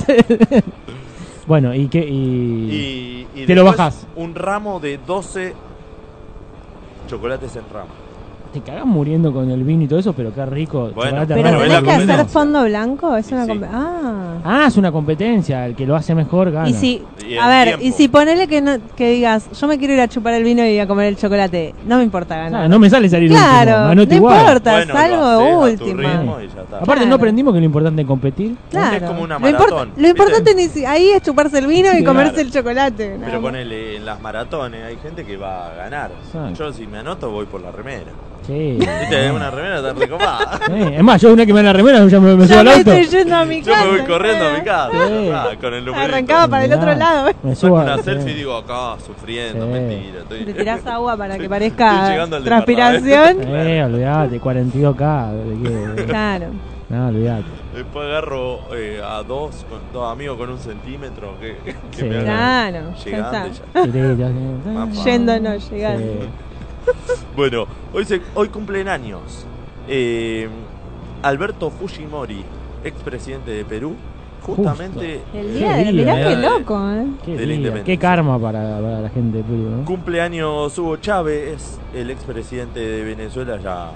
S4: bueno, ¿y qué? Y...
S2: y, y
S4: Te lo
S2: después
S4: bajás.
S2: Un ramo de 12 chocolates en rama.
S4: Te cagás muriendo con el vino y todo eso, pero qué rico.
S2: Bueno,
S4: chocolate
S3: Pero
S4: amargo.
S2: es la
S3: tenés que hacer
S2: competencia.
S3: fondo blanco, es
S2: Y
S3: una
S2: sí.
S3: compe- Ah.
S4: Ah, es una competencia, el que lo hace mejor gana.
S3: Y si,
S2: Y el
S3: a ver,
S2: tiempo.
S3: y si ponele que, no- que digas, yo me quiero ir a chupar el vino y a comer el chocolate, no me importa
S4: Ah,
S3: ganar.
S4: no me sale salir último,
S3: claro, no
S4: anoto igual.
S3: importa,
S2: Bueno, lo haces
S3: salgo
S2: a tu
S3: última.
S2: ritmo y ya está.
S4: Aparte no
S3: Claro.
S4: aprendimos que lo importante es competir.
S3: Claro.
S2: Es como una
S3: lo, importa-
S2: maratón,
S3: lo importante
S2: ¿viste?
S3: ni si- ahí es chuparse el vino y
S4: Claro.
S3: comerse el chocolate. nada
S2: Pero
S3: más.
S2: ponele en las maratones, hay gente que va a ganar.
S4: Exacto.
S2: Yo si me anoto voy por la remera.
S4: Sí.
S2: Viste, una remera tan recopada.
S4: Eh, es más, yo una que me da la remera, yo ya me, me
S3: Yo
S4: subo al
S3: me
S4: auto.
S3: estoy yendo a mi
S2: Yo
S3: casa. ¿eh?
S2: me voy corriendo a mi casa,
S4: Sí.
S2: ah, con el numerito.
S3: Arrancaba para el otro
S4: Mirá,
S3: lado. ¿eh?
S4: Me
S2: Saco
S4: subo
S2: una
S4: al-
S2: selfie y
S4: sí.
S2: digo acá sufriendo,
S4: Sí.
S2: mentira. Estoy...
S3: Le tirás agua para que
S2: Estoy
S3: parezca
S2: llegando al
S3: transpiración.
S2: departamento.
S4: Eh, olvidate, 42K. de que-
S3: Claro.
S4: No, olvidate.
S2: Después agarro eh, a dos, con, dos amigos con un centímetro que, que
S4: Sí.
S2: me hagan
S3: Claro. Ah, ya
S2: llegando.
S3: está.
S2: y ya.
S4: Tiré-
S3: Yendo no, llegando.
S4: Sí.
S2: Bueno, hoy, se, hoy cumplen años. Eh, Alberto Fujimori, expresidente de Perú, justamente
S3: El
S4: Qué
S3: día de
S4: día,
S3: mirá
S2: eh.
S3: qué loco, ¿eh?
S4: Qué,
S2: De la
S4: día,
S2: independencia.
S4: qué karma para, para la gente de Perú, ¿no?
S2: Cumpleaños Hugo Chávez, el expresidente de Venezuela ya.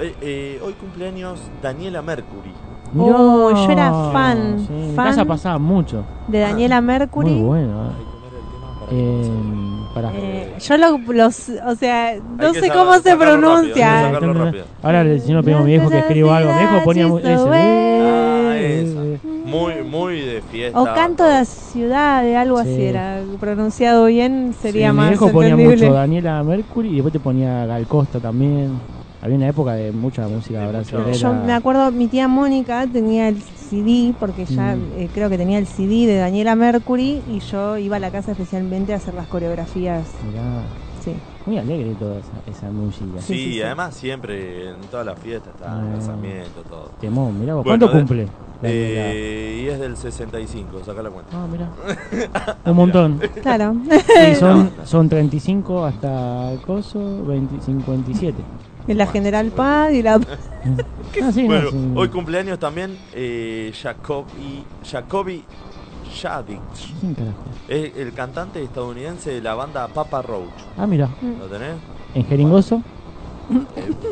S2: Eh, eh, hoy cumpleaños Daniela Mercury.
S4: Mirá.
S3: Oh, yo era fan,
S4: Sí, en
S3: fan.
S4: casa pasaba mucho.
S3: De Daniela Mercury.
S4: Ah, Muy bueno.
S2: Hay que poner el tema para que no se vea.
S4: Eh, pará.
S3: Eh, yo lo- los, o sea, no
S2: Hay que
S3: sé
S2: saber-
S3: cómo
S2: sacarlo
S3: se
S2: rápido, hay
S3: pronuncia.
S2: que sacarlo rápido.
S4: Ahora le- si no pedimos a mi viejo que escriba algo. Mi viejo ponía mu- eh,
S2: Ah,
S4: ese.
S2: esa. Muy, muy de fiesta.
S3: O canto de la ciudad, de algo
S4: Sí.
S3: así era. Pronunciado bien sería
S4: Sí,
S3: más
S4: Mi viejo ponía mucho
S3: entendible.
S4: Daniela Mercury y después te ponía Gal Costa también. Había una época de mucha música
S2: De
S4: brasilera.
S2: mucho.
S3: Yo me acuerdo, mi tía Mónica tenía el CD, porque ya
S4: Mm.
S3: eh, creo que tenía el CD de Daniela Mercury y yo iba a la casa especialmente a hacer las coreografías.
S4: Mirá,
S3: Sí.
S4: muy alegre toda esa, esa música.
S2: Sí,
S3: sí, sí.
S2: además siempre en todas las fiestas está
S4: Ah.
S2: el casamiento, todo.
S4: Temón, mirá vos.
S2: Bueno,
S4: ¿Cuánto
S2: de-
S4: cumple? Daniela?
S2: Eh, y es del 65, saca la cuenta.
S4: Ah, mirá. Un montón.
S3: Claro.
S4: Sí, son, son 35 hasta coso, 20, 57.
S3: la General Paz y la.
S4: Ah, sí, no,
S2: Bueno,
S4: sí.
S2: hoy cumpleaños también eh, Jacob y, Jacobi Shadik,
S4: ¿Quién carajo?
S2: es el cantante estadounidense de la banda Papa Roach.
S4: Ah, mira,
S2: ¿Lo tenés?
S4: en jeringoso.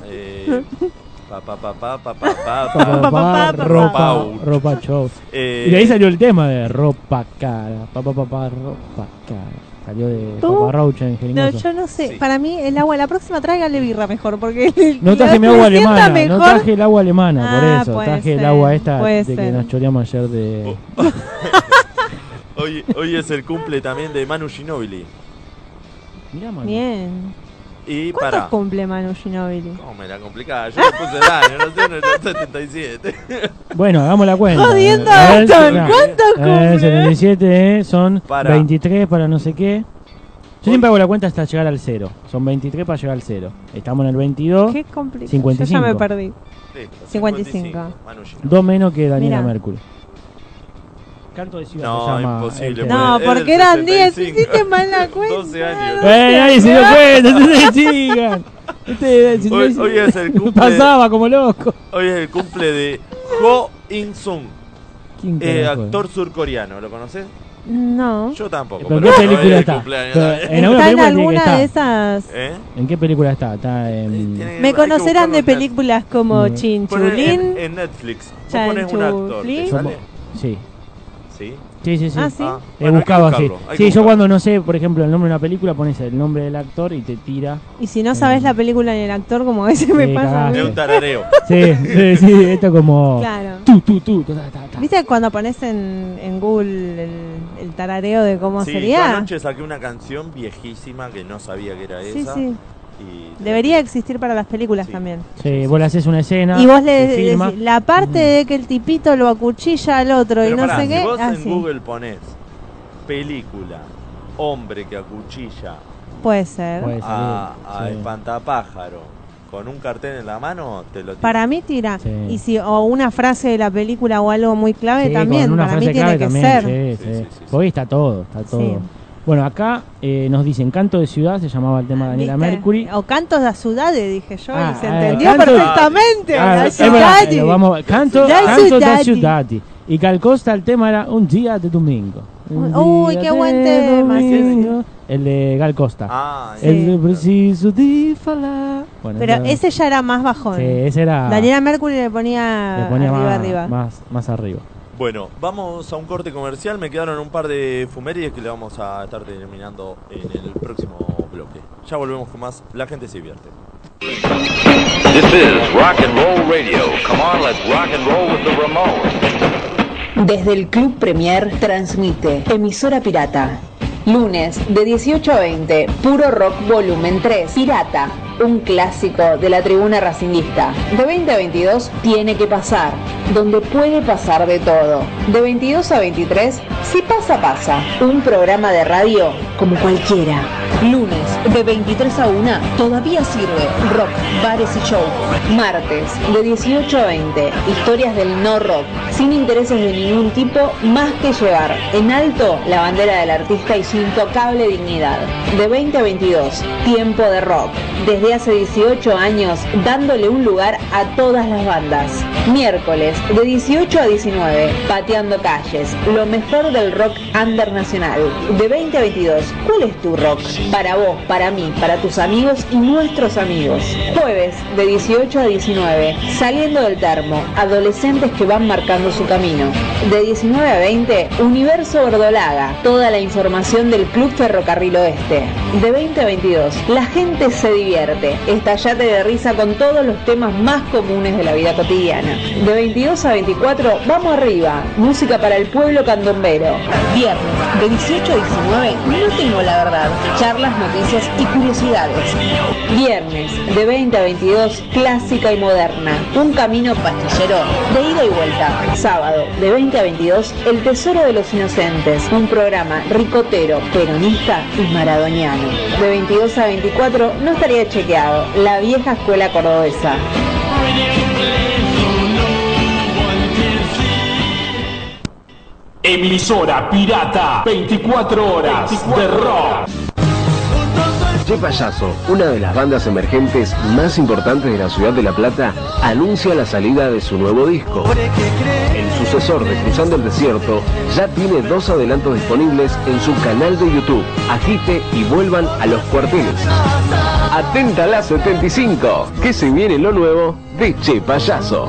S2: Eh, eh, pa, pa, pa, pa, pa, pa, pa,
S4: Papá,
S2: pa.
S3: papá,
S4: ropa,
S2: papá.
S4: ropa show.
S2: Eh,
S4: Y de ahí salió el tema de ropa cara, papá, papá, ropa cara. Salió de
S3: ¿Tú?
S4: Papa Roach en
S3: No,
S4: jeringoso.
S3: yo no sé.
S2: Sí.
S3: Para mí, el agua, la próxima tráigale birra mejor, porque. el-
S4: No traje
S3: el-
S4: mi agua
S3: me sienta
S4: alemana, no
S3: mejor.
S4: traje el agua alemana,
S3: Ah,
S4: por eso.
S3: puede
S4: Traje el
S3: ser,
S4: agua esta
S3: puede
S4: de que
S3: ser.
S4: nos choreamos ayer de...
S2: Oh. hoy, hoy es el cumple también de Manu Ginobili.
S4: Mirá, mano.
S3: Bien.
S2: Y
S3: ¿Cuántos
S2: para.
S3: cumple Manu Ginobili?
S2: ¿Cómo me la complicaba? Yo le puse el año, no sé, no, yo 77.
S4: Bueno, hagamos la cuenta.
S3: Jodiendo,
S4: A ver,
S3: Anton,
S4: claro.
S3: ¿cuántos
S4: Eh,
S3: cumple?
S4: 77 eh, son
S2: Para.
S4: 23 para no sé qué. Yo siempre hago la cuenta hasta llegar al cero. Son 23 para llegar al cero. Estamos en el 22,
S3: Qué complicado.
S4: 55.
S3: Yo ya me perdí.
S2: Listo,
S3: 55.
S2: Manu Ginobili.
S4: dos menos que Daniela
S3: Mirá.
S4: Mercury. Canto de ciudad
S2: No,
S4: se llama este.
S2: imposible,
S4: el tema.
S3: No,
S2: es del
S3: porque eran 10.
S2: 65.
S3: Hiciste mal la cuenta.
S2: 12 años.
S3: doce
S4: ¡Eh, nadie se dio cuenta! ¡Entonces sigan! Este, si no
S2: Hoy-
S4: es-
S2: hoy es el cumple- Eh,
S4: Pasaba como loco.
S2: Hoy es el cumple de Ho In-sung,
S4: ¿Quién
S2: eh,
S4: carajo es?
S2: actor surcoreano. ¿lo conoces?
S3: No.
S2: Yo tampoco.
S4: ¿Pero ¿En
S2: pero
S4: qué
S2: hoy es
S4: película
S2: el
S4: está? Eh.
S2: cumpleaños
S4: Pero
S2: de-
S4: en alguna
S3: ¿Está en
S4: película tiene que
S3: alguna
S4: estar.
S3: de esas?
S2: ¿Eh?
S4: ¿En qué película está? Está en...
S2: Tiene- hay
S3: Me
S2: que
S3: conocerán
S2: buscarlo
S3: de
S2: en Net-
S3: películas como
S4: Mm.
S2: Poner En,
S3: Chinchulín.
S2: en Netflix. Vos pones un actor. ¿te
S3: Chanchulín.
S2: sale?
S4: Sí.
S2: ¿Sí?
S4: Sí, sí, sí.
S3: Ah, sí.
S2: Ah,
S4: He
S2: bueno, hay que
S4: buscado así.
S2: buscarlo, hay que
S4: Sí, yo
S2: buscarlo.
S4: cuando no sé, por ejemplo, el nombre de una película, pones el nombre del actor y te tira.
S3: Y si no sabes la película ni el actor, como a veces me
S4: Sí,
S3: pasa. a mí.
S2: De un tarareo.
S4: Sí, sí, sí, esto como.
S3: Claro.
S4: Tú, tú, tú. ta, ta, ta.
S3: ¿Viste cuando pones en, en Google el, el tarareo de cómo
S2: sí, yo
S3: sería?
S2: anoche saqué una canción viejísima que no sabía que era
S3: Sí,
S2: esa.
S3: sí.
S2: y-
S3: Debería existir para las películas
S2: Sí.
S3: también.
S4: Sí, vos le haces una escena.
S3: y vos le
S4: se filma. Mm.
S3: decís, la parte de que el tipito lo acuchilla al otro
S2: Pero
S3: y no
S2: pará,
S3: sé
S2: si
S3: qué.
S2: vos
S3: ah,
S2: en
S3: sí,
S2: Google ponés película, hombre que acuchilla
S3: Puede ser.
S4: Puede salir,
S2: a, a
S4: sí.
S2: Ah, espantapájaro con un cartel en la mano, te lo tiro.
S3: Para mí tira.
S4: Sí.
S3: Y si o una frase de la película o algo muy clave
S4: Sí,
S3: también,
S4: con una
S3: para mí
S4: frase
S3: tiene
S4: clave
S3: que
S4: también,
S3: ser.
S2: Sí,
S4: Sí, sí.
S2: sí, sí, sí.
S4: Porque ahí está todo, está todo.
S3: Sí.
S4: Bueno, acá eh, nos dicen Canto de Ciudad, se llamaba el tema de Daniela
S3: ¿Viste?
S4: Mercury.
S3: O cantos de ciudades, dije yo,
S4: Ah,
S3: y se
S4: ah,
S3: entendió
S4: canto-
S3: perfectamente.
S4: Ah,
S3: la
S4: es verdad,
S3: ciudad.
S4: eh, lo vamos- canto,
S3: Da
S4: canto da
S3: Ciudad.
S4: ciudad. Y Calcosta el tema era Un día de domingo. Un
S3: Uy,
S4: día
S3: qué
S4: de
S3: buen tema,
S2: sí, sí.
S4: domingo. El de Gal Costa.
S2: Ah,
S3: Sí.
S4: el de preciso de falar. Bueno,
S3: Pero
S4: era-
S3: ese ya era más bajón.
S4: Sí, ese era.
S3: Daniela Mercury le ponía,
S4: le ponía
S3: arriba,
S4: más,
S3: arriba.
S4: Más, más arriba.
S2: Bueno, vamos a un corte comercial. Me quedaron un par de fumerías que le vamos a estar terminando en el próximo bloque. Ya volvemos con más. La gente se divierte.
S8: This is Rock and Roll Radio. Come on, let's rock and roll with the Ramones.
S9: Desde el Club Premier transmite Emisora Pirata. Lunes de 18 a 20, Puro Rock Volumen 3, Pirata, un clásico de la tribuna racinguista. De 20 a 22, Tiene que pasar, donde puede pasar de todo. De 22 a 23, Si pasa, pasa, un programa de radio como cualquiera. Lunes de 23 a 1, todavía sirve, rock, bares y show. Martes de 18 a 20, historias del no rock, sin intereses de ningún tipo más que llevar en alto la bandera del artista y su intocable dignidad. De 20 a 22, tiempo de rock. Desde hace 18 años dándole un lugar a todas las bandas. Miércoles de 18 a 19, pateando calles, lo mejor del rock under nacional. De 20 a 22, ¿cuál es tu rock? Para vos, para mí, para tus amigos y nuestros amigos. Jueves de 18 a 19, saliendo del termo, adolescentes que van marcando su camino. De 19 a 20, Universo Bordolaga, toda la información del Club Ferrocarril Oeste. De 20 a 22, la gente se divierte, estallate de risa con todos los temas más comunes de la vida cotidiana. De 22 a 24, vamos arriba, música para el pueblo candombero. Viernes, de 18 a 19, no tengo la verdad, charlas, noticias y curiosidades. Viernes, de 20 a 22, clásica y moderna, un camino pastillero de ida y vuelta. Sábado, de 20 a 22, El Tesoro de los Inocentes, un programa ricotero, peronista y maradoniano. De 22 a 24, no estaría chequeado, la vieja escuela cordobesa.
S5: Emisora pirata, 24 horas de rock.
S10: Che Payaso, una de las bandas emergentes más importantes de la ciudad de La Plata, anuncia la salida de su nuevo disco. El sucesor de Cruzando el Desierto ya tiene dos adelantos disponibles en su canal de YouTube. Agite y vuelvan a los cuarteles. Atenta a la 75, que se viene lo nuevo de Che Payaso.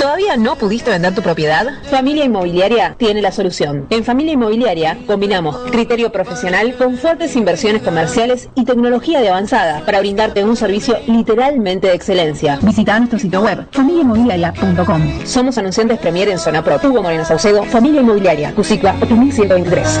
S9: ¿Todavía no pudiste vender tu propiedad? Familia Inmobiliaria tiene la solución. En Familia Inmobiliaria combinamos criterio profesional con fuertes inversiones comerciales y tecnología de avanzada para brindarte un servicio literalmente de excelencia. Visita nuestro sitio web familiainmobiliaria.com. Somos anunciantes Premier en Zona Pro. Hugo Moreno Saucedo, Familia Inmobiliaria, Cusicua 8123.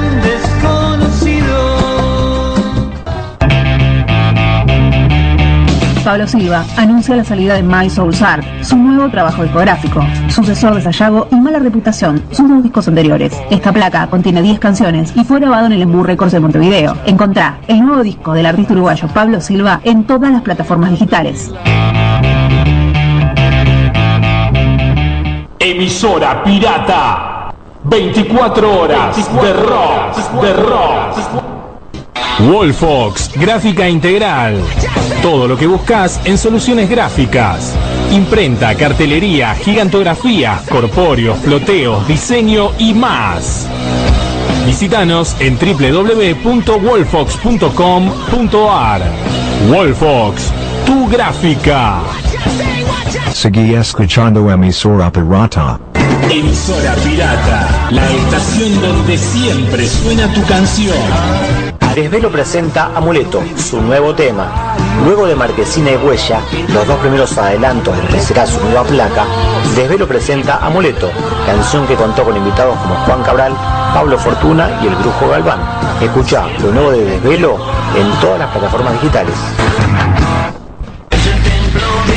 S5: un desconocido.
S9: Pablo Silva anuncia la salida de My Souls Art, su nuevo trabajo discográfico, sucesor de Sayago y Mala Reputación, sus dos discos anteriores. Esta placa contiene 10 canciones y fue grabado en el Embu Records de Montevideo. Encontrá el nuevo disco del artista uruguayo Pablo Silva en todas las plataformas digitales.
S5: Emisora pirata. 24 horas de rock, de rock.
S11: Wolfox, gráfica integral. Todo lo que buscas en soluciones gráficas. Imprenta, cartelería, gigantografía, corpóreos, floteos, diseño y más. Visítanos en www.wolfox.com.ar. Wolfox, tu gráfica.
S12: Seguí escuchando emisora pirata.
S11: Emisora Pirata, la estación donde siempre suena tu canción.
S13: Desvelo presenta Amuleto, su nuevo tema. Luego de Marquesina y Huella, los dos primeros adelantos de lo que será su nueva placa, Desvelo presenta Amuleto, canción que contó con invitados como Juan Cabral, Pablo Fortuna y el Brujo Galván. Escucha lo nuevo de Desvelo en todas las plataformas digitales.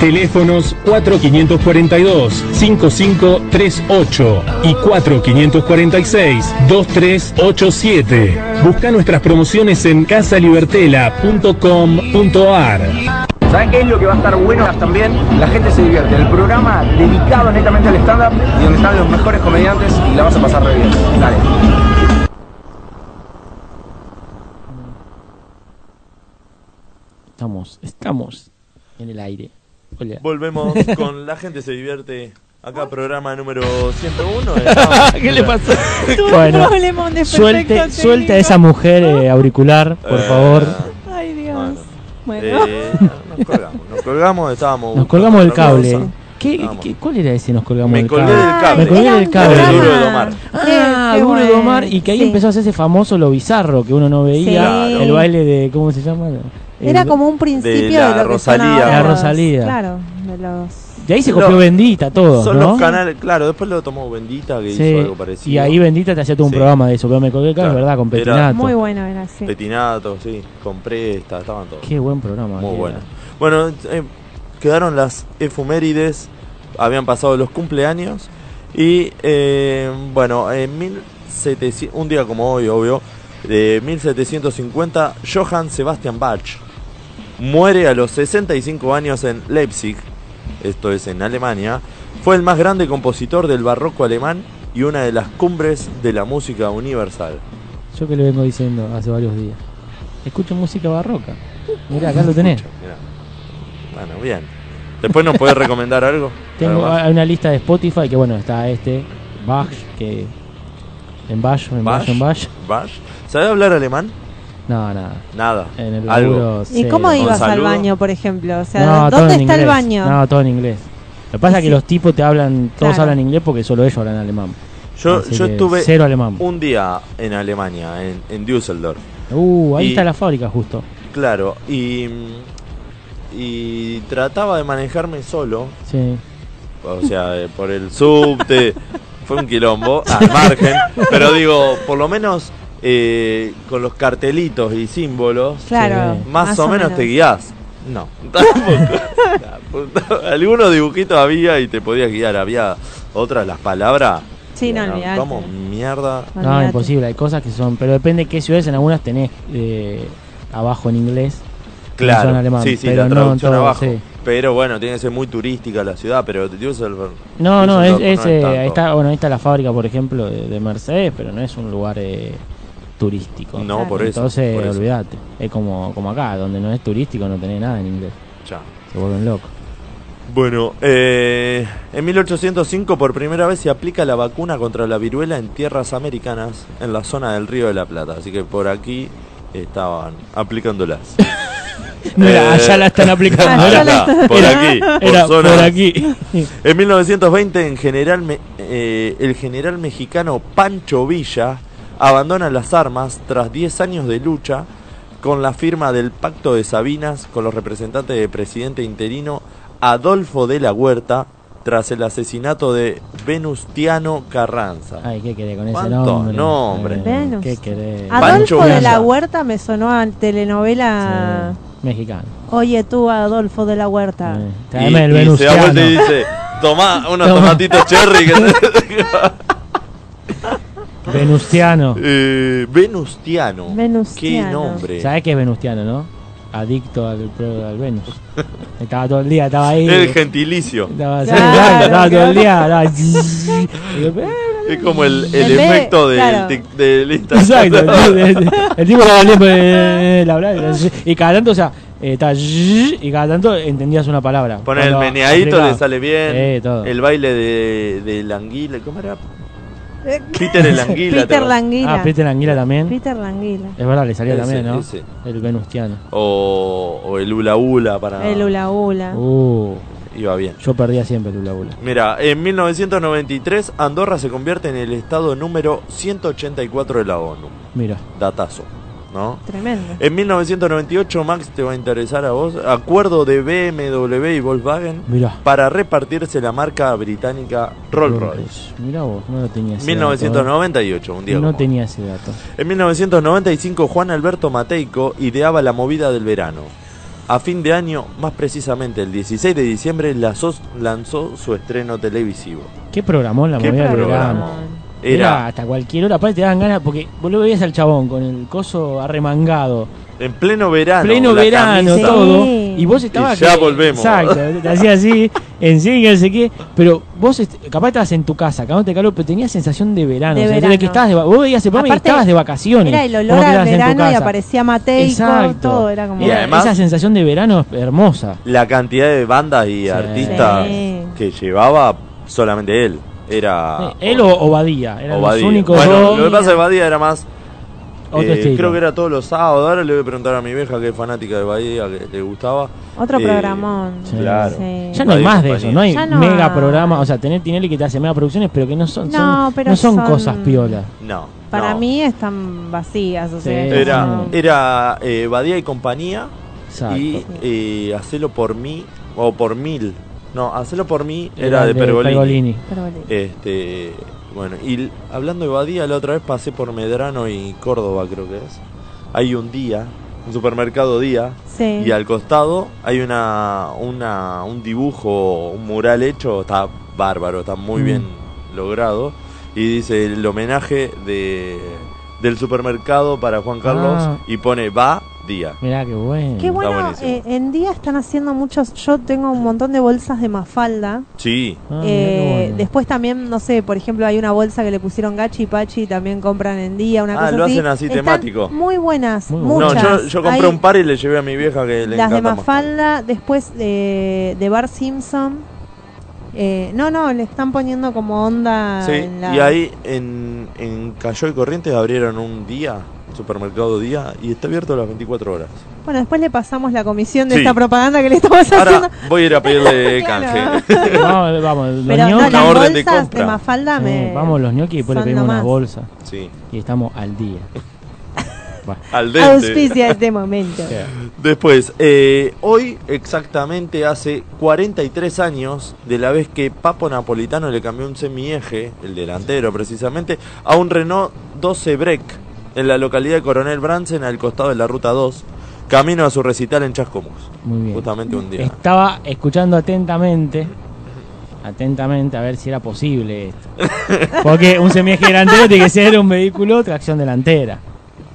S11: Teléfonos 4542-5538 y 4546-2387. Busca nuestras promociones en casalibertela.com.ar.
S13: ¿Saben qué es lo que va a estar bueno también? La gente se divierte. El programa dedicado netamente al stand-up y donde están los mejores comediantes y la vas a pasar re bien. Dale.
S4: Estamos, estamos en el aire. Hola.
S2: Volvemos con La gente se divierte. Acá programa número ¿eh? 101. estamos-
S4: ¿Qué le pasó?
S3: Tuve un
S4: Bueno,
S3: problema, un desperfecto
S4: Suelte,
S3: técnico.
S4: suelte a esa mujer eh, auricular, por
S2: Eh,
S4: favor.
S3: Ay, Dios. Bueno.
S2: Eh, nos colgamos, nos colgamos, estábamos.
S4: Nos colgamos del
S2: buscando otra
S4: cable.
S2: cosa.
S4: ¿Qué, qué- cuál era ese nos colgamos
S2: Me
S4: del
S2: colgué
S4: cable?
S2: del cable.
S4: Me colgué
S2: Era
S4: del
S2: un
S4: cable.
S2: programa. Duro de domar.
S4: Ah,
S3: Qué
S4: duro de
S3: bueno.
S4: domar. Y que ahí
S3: Sí.
S4: empezó a hacerse famoso lo bizarro que uno no veía.
S3: Sí.
S4: El baile de. ¿Cómo se llama? Eh, El-
S3: Era como un principio de,
S2: la
S3: lo que
S2: Rosalía.
S3: sonaba
S4: La
S3: los-
S4: Rosalía.
S3: Claro, de los...
S4: De ahí se
S2: No.
S4: copió Bendita todo.
S2: Son
S4: ¿no?
S2: los canales, claro, después lo tomó Bendita que
S4: Sí,
S2: hizo algo parecido.
S4: Y ahí Bendita te hacía todo un
S2: Sí.
S4: programa de eso. Pero me colgué del cable,
S2: Claro,
S4: ¿verdad? Con
S2: era-
S4: Petinato.
S3: Muy bueno era, sí.
S2: Petinato, sí, con Presta, estaban todos.
S4: Qué buen programa. que
S2: Muy
S4: era.
S2: bueno. Bueno, eh, quedaron las efumérides, habían pasado los cumpleaños y eh, bueno, en 1700, un día como hoy, obvio, de 1750, Johann Sebastian Bach muere a los 65 años en Leipzig, esto es en Alemania, fue el más grande compositor del barroco alemán y una de las cumbres de la música universal.
S4: Yo que le vengo diciendo hace varios días. Escucho música barroca. Mirá, acá lo tenés.
S2: Mirá. Bueno, bien. Después nos puedes recomendar algo.
S4: Tengo,
S2: ¿Algo más?
S4: hay una lista de Spotify que bueno, está este, Bach, que en Bach, en Bach,
S2: Bash,
S4: en Bach.
S2: Bash. ¿Sabe hablar alemán?
S4: No, nada.
S2: Nada.
S4: En el
S2: Algo.
S4: laburo,
S3: ¿Y
S4: sí.
S3: cómo ibas al
S2: saludo.
S3: baño, por ejemplo? O sea,
S4: No, todo
S3: ¿dónde
S4: en
S3: está el
S4: inglés.
S3: baño?
S4: No, todo en inglés. Lo que pasa es que
S3: Sí.
S4: los tipos te hablan, todos
S3: Claro.
S4: hablan inglés porque solo ellos hablan alemán.
S2: Yo,
S4: Así
S2: yo
S4: que
S2: estuve
S4: Cero alemán.
S2: un día en Alemania, en, en Düsseldorf.
S4: Uh, ahí
S2: y-
S4: está la fábrica justo.
S2: Claro, y, y trataba de manejarme solo,
S4: Sí.
S2: o sea, eh, por el subte. Fue un quilombo, al margen. Pero digo, por lo menos eh, con los cartelitos y símbolos,
S3: Claro.
S4: Sí.
S2: Más, o, menos, te guías. No, tampoco. Tampoco. Algunos dibujitos había y te podías guiar. Había otras, las palabras.
S3: Sí, no,
S2: Bueno,
S3: olvidate.
S2: ¿Cómo mierda?
S4: No,
S3: Olvidate.
S4: imposible, hay cosas que son, pero depende de qué ciudades, en algunas tenés eh, abajo en inglés.
S2: Claro.
S4: son alemán,
S2: sí, sí,
S4: pero
S2: la
S4: no
S2: traducción
S4: todo,
S2: abajo.
S4: sí.
S2: Pero bueno, tiene que ser muy turística la ciudad, pero Düsseldorf.
S4: No, no, es,
S2: Düsseldorf
S4: es, eh, ahí
S2: tanto.
S4: está, bueno, ahí está la fábrica, por ejemplo, de, de Mercedes, pero no es un lugar eh, turístico.
S2: No, por eso.
S4: Entonces,
S2: por eso.
S4: olvídate. Es como, como acá, donde no es turístico, no tenés nada en inglés.
S2: Ya.
S14: Se vuelven locos.
S2: Bueno, eh, en 1805 por primera vez se aplica la vacuna contra la viruela en tierras americanas, en la zona del Río de la Plata. Así que por aquí estaban aplicándolas.
S4: No
S2: Eh,
S4: era, allá la están aplicando.
S2: allá
S4: Ah, Era-
S2: la están- por aquí, por
S4: Era por,
S2: zonas.
S4: aquí.
S2: En 1920, en general, me- eh, el general mexicano Pancho Villa abandona las armas tras 10 años de lucha con la firma del Pacto de Sabinas con los representantes del presidente interino Adolfo de la Huerta tras el asesinato de Venustiano Carranza.
S4: Ay, ¿qué querés con ese
S2: ¿Cuántos
S4: nombre?
S2: nombres?
S4: Eh, ¿Qué querés?
S3: Adolfo de la Huerta me sonó a telenovela.
S4: Mexicano. Eh,
S3: Oye tú, Adolfo de la Huerta.
S2: Y,
S4: Tráeme el
S2: y se da
S4: venustiano.
S2: vuelta y dice, tomá unos
S4: Tomá.
S2: tomatitos cherry. que-
S4: Venustiano.
S2: Eh, Venustiano.
S3: Venustiano.
S2: Qué nombre.
S4: ¿Sabés qué es Venustiano, no? Adicto al, pro- al Venus. Estaba todo el día, estaba ahí.
S2: El gentilicio.
S4: Estaba,
S2: Claro,
S4: estaba todo el día.
S2: claro.
S4: estaba-
S2: Es como el, el
S4: En vez-
S2: efecto del,
S4: claro.
S2: tic- del Instagram.
S4: Exacto, el, tipo- el- el tipo estaba hablando, eh, la verdad, y cada tanto, o sea, eh, estaba, y cada tanto entendías una palabra.
S2: Poner el
S4: Cuando
S2: meneadito
S4: aplicaba.
S2: le sale bien.
S4: Eh, todo.
S2: El baile de, de la anguila. ¿Cómo era?
S3: Eh,
S2: Peter el anguila. ¿te
S3: Peter
S2: acordás?
S3: Languila.
S4: Ah, Peter Languila también.
S3: Peter Languila.
S4: Es verdad, le salía
S2: Ese,
S4: también, ¿no?
S2: ese.
S4: El venustiano.
S2: O, o el hula hula para.
S3: El hula hula.
S4: Uh,
S2: Iba bien.
S4: yo perdía siempre el hula hula.
S2: Mira, en 1993 Andorra se convierte en el estado número 184 de la ONU.
S4: Mira.
S2: Datazo, ¿no?
S3: Tremendo.
S2: En 1998, Max, te va a interesar a vos, acuerdo de BMW y Volkswagen
S4: Mirá.
S2: para repartirse la marca británica Rolls Royce.
S4: Mirá vos, no lo tenía ese dato,
S2: 1998, un
S4: ¿eh?
S2: día
S4: No
S2: como hoy.
S4: tenía ese dato.
S2: En 1995, Juan Alberto Mateico ideaba la movida del verano. A fin de año, más precisamente el 16 de diciembre, la SOS lanzó su estreno televisivo.
S4: ¿Qué programó la
S2: ¿Qué
S4: movida del
S2: programó?
S4: verano?
S2: Era-
S4: Era hasta cualquier hora, aparte te daban ganas, porque vos lo veías al chabón con el coso arremangado,
S2: En pleno
S3: Ah,
S2: verano.
S4: pleno
S2: la
S4: verano,
S2: camisa-
S4: todo, y vos estabas...
S2: Y ya
S4: que-
S2: volvemos.
S4: Exacto, te hacía así, en sí, que no sé qué, pero vos est- capaz estabas en tu casa, capaz te calor, pero tenías sensación de verano,
S3: De
S4: o sea,
S3: verano.
S4: que estabas de, va- vos veías el programa y
S3: Aparte,
S4: estabas de vacaciones.
S3: Era el
S4: como
S3: olor
S4: que
S3: al
S4: estabas en tu
S3: verano y
S4: casa.
S3: aparecía Mateico,
S4: Exacto.
S3: todo era como.
S2: Y además-
S4: Esa sensación de verano es hermosa.
S2: La cantidad de bandas y artistas
S3: Sí.
S2: que llevaba solamente él. Era
S4: Eh, Él o Obadía, eran
S2: Ah, Obadía.
S4: los únicos
S2: bueno,
S4: dos.
S2: lo que pasa es que Badía era más.
S4: Otro
S2: eh,
S4: estilo.
S2: creo que era todos los sábados. Ahora le voy a preguntar a mi vieja que es fanática de Badía, que le gustaba.
S3: Otro
S2: Eh,
S3: programón.
S2: Claro.
S3: Sí.
S4: Ya no
S2: Nadie
S4: hay más de
S2: compañía.
S4: eso, no hay
S3: Ya no
S4: mega
S3: hay.
S4: programas, o sea, tenés Tinelli que te hace mega producciones, pero que no son, son-
S3: No,
S4: no,
S3: pero
S4: son,
S3: son-
S4: cosas piola.
S2: No.
S3: Para
S2: no.
S3: mí están vacías. O sea,
S4: Sí.
S3: es
S2: Era,
S3: como-
S2: era eh, Badía y compañía.
S4: Exacto.
S2: Y eh, Hacelo por mí o por mil. No, Hacelo por mí era,
S4: Era
S2: de
S4: de
S2: Pergolini.
S4: Pergolini.
S3: Pergolini.
S2: Este, bueno, y l- hablando de Badía, la otra vez pasé por Medrano y Córdoba, creo que es. Hay un día, un supermercado día,
S3: Sí.
S2: y al costado hay una, una un dibujo, un mural hecho, está bárbaro, está muy
S4: Mm.
S2: bien logrado. Y dice el homenaje de, del supermercado para Juan Carlos
S4: Ah.
S2: y pone va día.
S4: Mirá qué bueno.
S3: Qué bueno,
S2: buenísimo.
S3: eh, en día están haciendo muchos. Yo tengo un montón de bolsas de mafalda.
S2: Sí.
S4: Ah,
S3: Eh, Después también, no sé, por ejemplo, hay una bolsa que le pusieron Gachi y Pachi, también compran en día, una
S2: Ah,
S3: cosa
S2: lo hacen así
S3: Están
S2: temático.
S3: Muy buenas,
S2: No,
S3: muchas.
S2: yo, yo compré
S3: Hay
S2: un par y le llevé a mi vieja que le
S3: Las de
S2: encanta Moscú.
S3: Mafalda, después eh, de Bar Simpson. Eh, no, no, le están poniendo como onda.
S2: Sí,
S3: en la-
S2: y ahí en, en Cayó y Corrientes abrieron un día, un supermercado día, y está abierto las 24 horas.
S3: Bueno, después le pasamos la comisión de
S2: Sí.
S3: esta propaganda que le estamos haciendo.
S2: Ahora voy a ir a pedirle canje.
S4: vamos, vamos, los
S3: Pero no,
S4: ñoquis,
S2: Una
S3: las
S2: orden de
S3: bolsas de,
S2: compra.
S3: Mafalda
S4: eh,
S3: me.
S4: vamos los ñoquis y después le
S3: son
S4: pedimos
S3: lo
S4: una
S3: más.
S4: bolsa.
S2: Sí.
S4: Y estamos al día. Bueno.
S2: Al
S3: Auspicia
S2: dente.
S3: este momento.
S2: Después, eh, hoy exactamente hace 43 años de la vez que Papo Napolitano le cambió un semieje, el delantero precisamente, a un Renault 12 Break en la localidad de Coronel Bransen al costado de la Ruta 2, camino a su recital en Chascomús.
S4: Muy bien. Eh,
S2: Justamente un día.
S4: Estaba escuchando atentamente, atentamente a ver si era posible esto. Porque un semieje delantero tiene que ser un vehículo tracción delantera.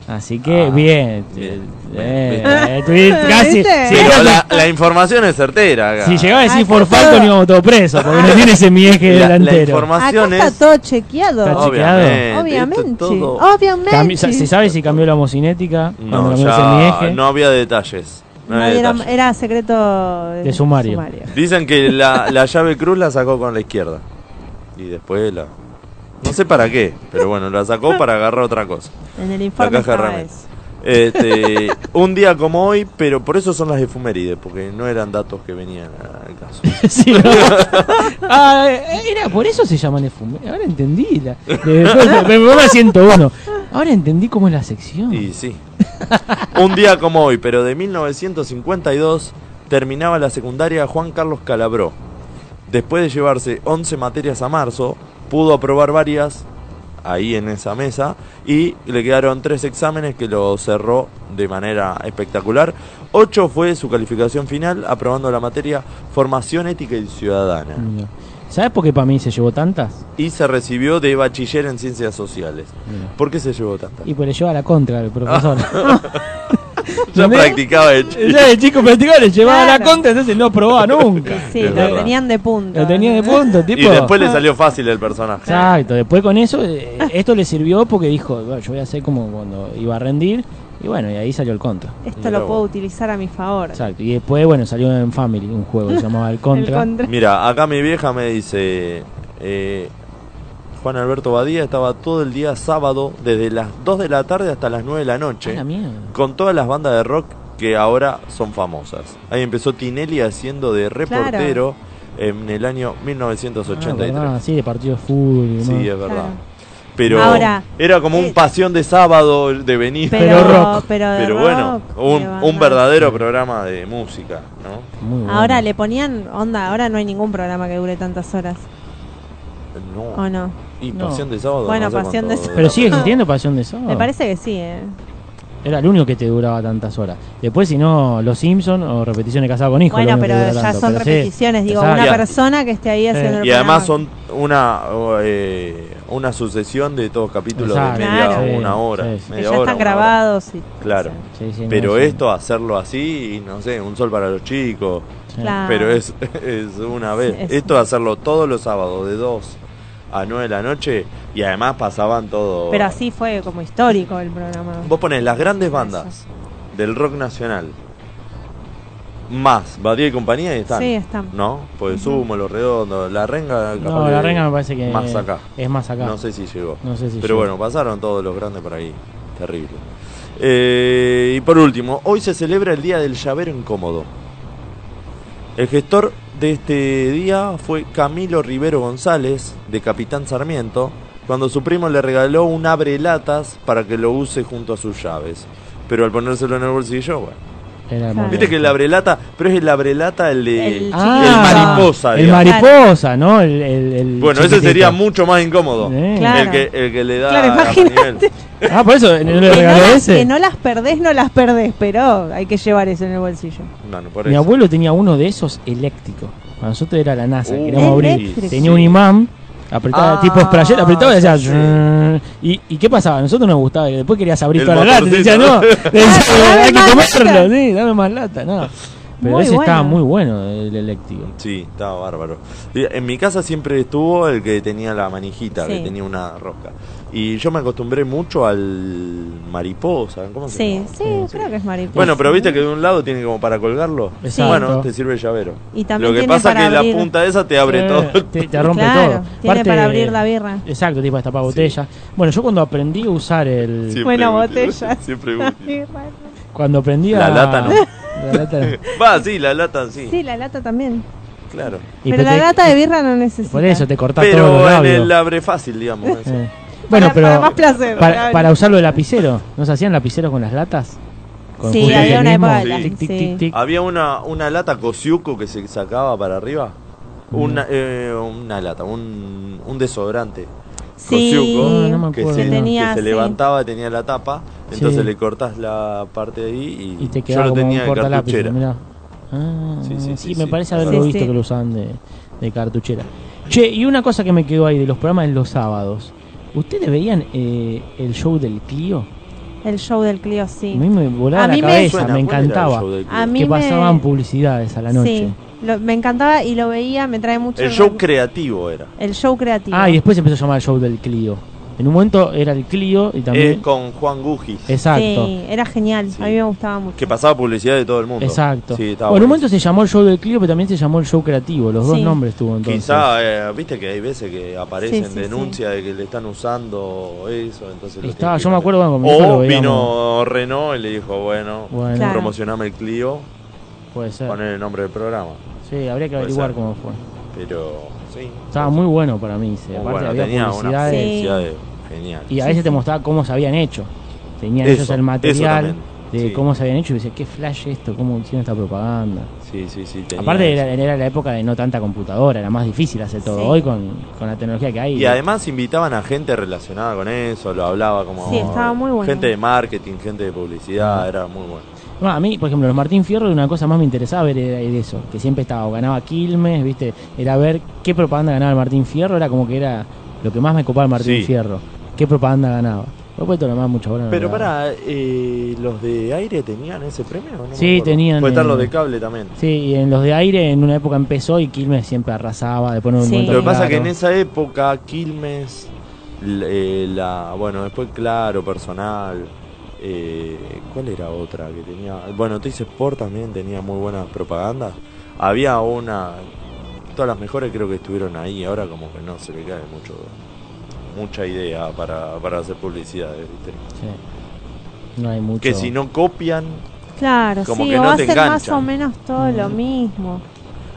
S4: Así que
S2: Ah,
S4: bien. Eh, eh, tuviste- casi- si,
S2: Pero
S4: llegaba-
S2: la, la información es certera. acá.
S4: eh, si llegaba a decir por Falcon íbamos todos presos, porque no tiene semieje
S2: La- la
S4: delantero.
S2: informa-
S3: Acá está
S2: Acciones.
S3: todo chequeado.
S4: Está chequeado.
S2: Obviamente. Oh.
S3: Obviamente.
S2: esto es todo-
S3: Obviamente.
S4: Cambi- ¿Se sabe si cambió la homocinética? cuando
S2: No,
S4: cambió el
S2: ya
S4: semieje?
S2: no había detalles. No hay
S3: Nadie era,
S2: detalle.
S3: era secreto
S4: De sumario.
S2: Dicen que la, la llave cruz la sacó con la izquierda. Y después la. No sé para qué, pero bueno, la sacó para agarrar otra cosa.
S3: En el informe
S2: la caja de
S3: estaba
S2: herramientas. Este, un día como hoy, pero por eso son las efumérides, porque no eran datos que venían al caso.
S4: Sí, ¿no? Ah, era por eso se llaman efumérides. Ahora entendí. La, de- me- me me me siento bueno. Ahora entendí cómo es la sección.
S2: Y sí. Un día como hoy, pero de 1952, terminaba la secundaria Juan Carlos Calabró. Después de llevarse 11 materias a marzo, pudo aprobar varias ahí en esa mesa y le quedaron tres exámenes que lo cerró de manera espectacular. Ocho fue su calificación final, aprobando la materia Formación Ética y Ciudadana.
S4: Mm. ¿Sabes por qué para mí se llevó tantas?
S2: Y se recibió de bachiller en Ciencias Sociales. ¿Por qué se llevó tanto?
S4: Y pues le llevaba la contra al profesor.
S2: Ya practicaba de chico.
S4: ya el chico practicaba, le llevaba
S3: Claro.
S4: la contra, entonces no probaba nunca.
S3: Sí,
S2: Es
S3: lo
S2: verdad.
S3: tenían de punto.
S4: Lo tenía de punto, tipo.
S2: Y después le salió fácil el personaje.
S4: Exacto, después con eso, eh, esto le sirvió porque dijo, "Bueno, yo voy a hacer como cuando iba a rendir, y bueno, y ahí salió el contra.
S3: Esto lo puedo utilizar a mi favor.
S4: Exacto, y después, bueno, salió en Family, un juego que se llamaba El Contra.
S3: El Contra.
S2: Mira, acá mi vieja me dice, eh, Juan Alberto Badía estaba todo el día sábado, desde las 2 de la tarde hasta las 9 de la
S3: Ah,
S2: noche, con todas las bandas de rock que ahora son famosas. Ahí empezó Tinelli haciendo de reportero en el año
S4: Ah,
S2: 1983.
S4: ¿verdad? sí, de partido de fútbol. y demás.
S2: sí, eh. es verdad. Pero
S3: Ahora,
S2: era como un pasión de sábado de venir.
S3: pero- Pero rock. pero de rock,
S2: bueno, un,
S3: de
S2: un verdadero programa de música, ¿no?
S3: Ahora le ponían onda, ahora no hay ningún programa que dure tantas horas.
S2: No.
S3: ¿O no?
S2: Y
S3: No.
S2: pasión de sábado.
S3: Bueno,
S2: no sé
S3: Pasión de
S2: cuánto
S4: Pero
S2: duraba.
S4: sigue existiendo Pasión de Sábado.
S3: Me parece que sí, ¿eh?
S4: Era el único que te duraba tantas horas. Después, si no, Los Simpson o repeticiones casado con hijos.
S3: bueno,
S4: lo único que
S3: pero ya
S4: dura tanto,
S3: son
S4: pero sí,
S3: repeticiones. Digo,
S4: exacto.
S3: una
S4: Y a-
S3: persona que esté ahí haciendo el
S2: Y además
S3: programa.
S2: son una eh, una sucesión de todos capítulos
S4: Exacto.
S2: de media
S4: Claro.
S2: una
S4: Sí,
S2: hora,
S4: sí, sí.
S2: media
S3: Que
S2: hora,
S3: ya están
S2: una hora.
S3: grabados y-
S2: Claro.
S4: Sí, sí, no,
S2: pero
S4: sí.
S2: esto hacerlo así, no sé, un sol para los chicos.
S4: Sí.
S3: Claro.
S2: Pero es, es una vez.
S3: Ah. Sí, es-
S2: Esto hacerlo todos los sábados de 2 a 9 de la noche y además pasaban todo.
S3: Pero así fue como histórico el programa.
S2: Vos pones las grandes bandas del rock nacional más Badía y compañía y están.
S3: Sí, están.
S2: ¿No? Pues Sumo, Los Redondos, La Renga. capaz
S4: No, La
S2: que
S4: Renga me parece que
S2: Más acá.
S4: es más acá.
S2: No sé si llegó.
S4: No sé si
S2: Pero
S4: llegó.
S2: bueno, pasaron todos los grandes por ahí. Terrible. Eh, y por último, hoy se celebra el Día del Llavero Incómodo. El gestor de este día fue Camilo Rivero González, de Capitán Sarmiento, cuando su primo le regaló un abre latas para que lo use junto a sus llaves. Pero al ponérselo en el bolsillo, bueno.
S4: Era hermoso.
S2: Viste que el abrelata, pero es el abrelata el de. El, mariposa,
S4: Ah, El
S2: digamos.
S4: mariposa, ¿no? El, el- el
S2: Bueno, ese
S4: chiquitito.
S2: sería mucho más incómodo.
S3: Claro.
S2: El, que, el que le da
S3: Claro,
S2: a
S3: imagínate.
S2: Daniel.
S4: Ah, por eso no le
S3: Que no,
S4: regaló
S3: las, que
S4: ese.
S3: no las perdés, no las perdés, pero hay que llevar eso en el bolsillo.
S2: Bueno, por
S4: Mi
S2: eso.
S4: abuelo tenía uno de esos eléctrico. Para nosotros era la NASA.
S2: Uh,
S4: queríamos abrir.
S2: Eléctrico.
S4: Tenía un imán. Apretaba,
S2: Ah,
S4: tipo sprayet, apretaba y decía. ¿Y, ¿Y qué pasaba? A nosotros nos gustaba. y Después querías abrir
S2: El
S4: toda la lata. y Decía, no.
S2: motorcito.
S4: decía,
S2: Dame
S4: hay que
S2: más
S4: comerlo,
S2: lata.
S4: sí, dame más lata. No. Pero
S2: Muy
S4: ese estaba
S2: bueno.
S4: muy bueno, el eléctrico.
S2: Sí, estaba bárbaro. Y En mi casa siempre estuvo el que tenía la manijita,
S3: Sí.
S2: que tenía una rosca. Y yo me acostumbré mucho al mariposa. ¿Cómo se
S3: Sí,
S2: llama?
S3: sí, creo que es mariposa.
S2: Bueno, pero viste que de un lado tiene como para colgarlo.
S3: Sí.
S2: Bueno, te sirve el llavero.
S3: Y también
S2: Lo que
S3: tiene
S2: pasa
S3: para
S2: que
S3: abrir-
S2: la punta esa te abre
S4: Eh,
S2: todo.
S4: Te, te rompe
S3: Claro,
S4: todo.
S3: tiene para abrir la birra.
S4: Exacto, tipo hasta para botellas. Bueno, yo cuando aprendí a usar el.
S3: Buena botella.
S2: Siempre
S4: Cuando aprendí a.
S2: La lata no.
S4: La lata no.
S2: Va, sí, la lata sí.
S3: Sí, la lata también.
S2: Claro.
S4: Y
S3: pero
S4: pero
S3: la
S4: te-
S3: lata de birra no necesita.
S4: Por eso te cortás todos los
S2: Pero en
S4: labios.
S2: el abre fácil, digamos. eso.
S4: Eh. Bueno,
S3: Para-
S4: pero.
S3: para más placer,
S4: Para,
S3: claro.
S4: para usarlo de lapicero. ¿No se hacían lapiceros con las latas? Con
S3: Sí,
S4: juntas
S3: había
S4: el
S3: una
S4: mismo.
S3: época de las-
S4: Tic, tic,
S3: sí.
S4: tic, tic.
S2: Había una, una lata Kosiuko que se sacaba para arriba.
S4: Mm.
S2: Una, eh, una lata, un, un desodorante.
S3: Sí,
S2: Kosiuko,
S3: no me
S2: que,
S3: acuerdo.
S2: se,
S3: que tenía,
S2: que se
S3: sí.
S2: levantaba, tenía la tapa. Entonces
S4: Sí.
S2: le cortás la parte de ahí y,
S4: Y te
S2: yo
S4: quedaba
S2: lo
S4: como
S2: tenía
S4: un
S2: de
S4: portalápiz.
S2: cartuchera.
S4: Mirá. Ah, sí, me
S2: sí.
S4: parece haberlo
S2: Sí,
S4: visto
S2: sí.
S4: que lo usaban de, de cartuchera. Che, y una cosa que me quedó ahí de los programas en los sábados. ¿Ustedes veían eh, el show del Clio?
S3: El show del Clio, sí.
S4: A mí me volaba
S3: A
S4: la
S3: mí me-
S4: cabeza,
S3: Suena,
S4: me
S3: ¿cuál era el
S4: encantaba.
S3: show del Clio? A mí
S4: Que
S3: me-
S4: pasaban publicidades a la noche.
S3: Sí, lo- me encantaba y lo veía, me trae mucho.
S2: El show creativo era.
S3: el show creativo.
S4: Ah, y después se empezó a llamar el show del Clio. En un momento era el Clio y también.
S2: Eh, con Juan Gugis.
S4: Exacto.
S3: Sí, era genial. A mí me gustaba mucho.
S2: Que pasaba publicidad de todo el mundo.
S4: Exacto.
S2: Sí, estaba
S4: Bueno, en
S2: buenísimo.
S4: un momento se llamó el show del Clio, pero también se llamó el show creativo. Los dos
S2: Sí.
S4: nombres tuvo entonces.
S2: Quizá, eh, viste que hay veces que aparecen
S4: Sí, sí,
S2: denuncias de que le están usando eso, entonces lo tienen
S4: Estaba,
S2: que
S4: yo me acuerdo cuando mi
S2: meter.
S4: hijo lo
S2: O
S4: veíamos.
S2: vino Renault y le dijo, bueno,
S4: Bueno. Claro.
S2: promocioname el Clio,
S4: Puede ser.
S2: poner el nombre del programa.
S4: Sí, habría que
S2: Puede
S4: averiguar
S2: ser.
S4: cómo fue.
S2: Pero, sí.
S4: Estaba muy bueno para mí. sí.
S2: Muy
S4: Aparte
S2: bueno,
S4: había
S2: tenía una
S4: publicidades.
S2: publicidad genial.
S4: Y a veces te mostraba cómo se habían hecho. Tenían
S2: Eso,
S4: ellos el
S2: eso
S4: material
S2: también,
S4: de
S2: sí.
S4: cómo se habían hecho y decía, qué flash esto, cómo hicieron esta propaganda.
S2: Sí, sí, sí. tenía
S4: Aparte
S2: eso.
S4: era, era la época de no tanta computadora, era más difícil hacer todo.
S2: Sí.
S4: Hoy con, con la tecnología que hay.
S2: Y además invitaban a gente relacionada con eso, lo hablaba como
S4: Sí, estaba muy bueno.
S2: gente de marketing, gente de publicidad, era muy bueno.
S4: No, a mí, por ejemplo, los Martín Fierro, una cosa más me interesaba ver era eso, que siempre estaba, o ganaba Quilmes, ¿viste? Era ver qué propaganda ganaba el Martín Fierro, era como que era lo que más me copaba el Martín
S2: Sí.
S4: Fierro, qué propaganda ganaba. Después todo lo demás, mucho bueno. no
S2: Pero
S4: me daba.
S2: para, ¿los de aire tenían ese premio? No me
S4: Sí,
S2: acuerdo.
S4: tenían,
S2: Puede estar
S4: eh,
S2: los de cable también.
S4: Sí, y en los de aire en una época empezó y Quilmes siempre arrasaba, después no
S2: Lo que pasa es que en esa época, Quilmes, l- eh, la, bueno, después Claro, Personal, eh, ¿cuál era otra que tenía? Bueno, Toys Sport también tenía muy buenas propagandas. Había una, todas las mejores creo que estuvieron ahí, ahora como que no se le cae mucho, mucha idea para, para hacer publicidad. ¿viste?
S4: no hay mucho.
S2: Que si no copian,
S3: Claro,
S2: como
S3: sí,
S2: que
S3: o
S2: no
S3: va a
S2: te
S3: ser más
S2: enganchan.
S3: o menos todo lo
S4: Mm.
S3: mismo.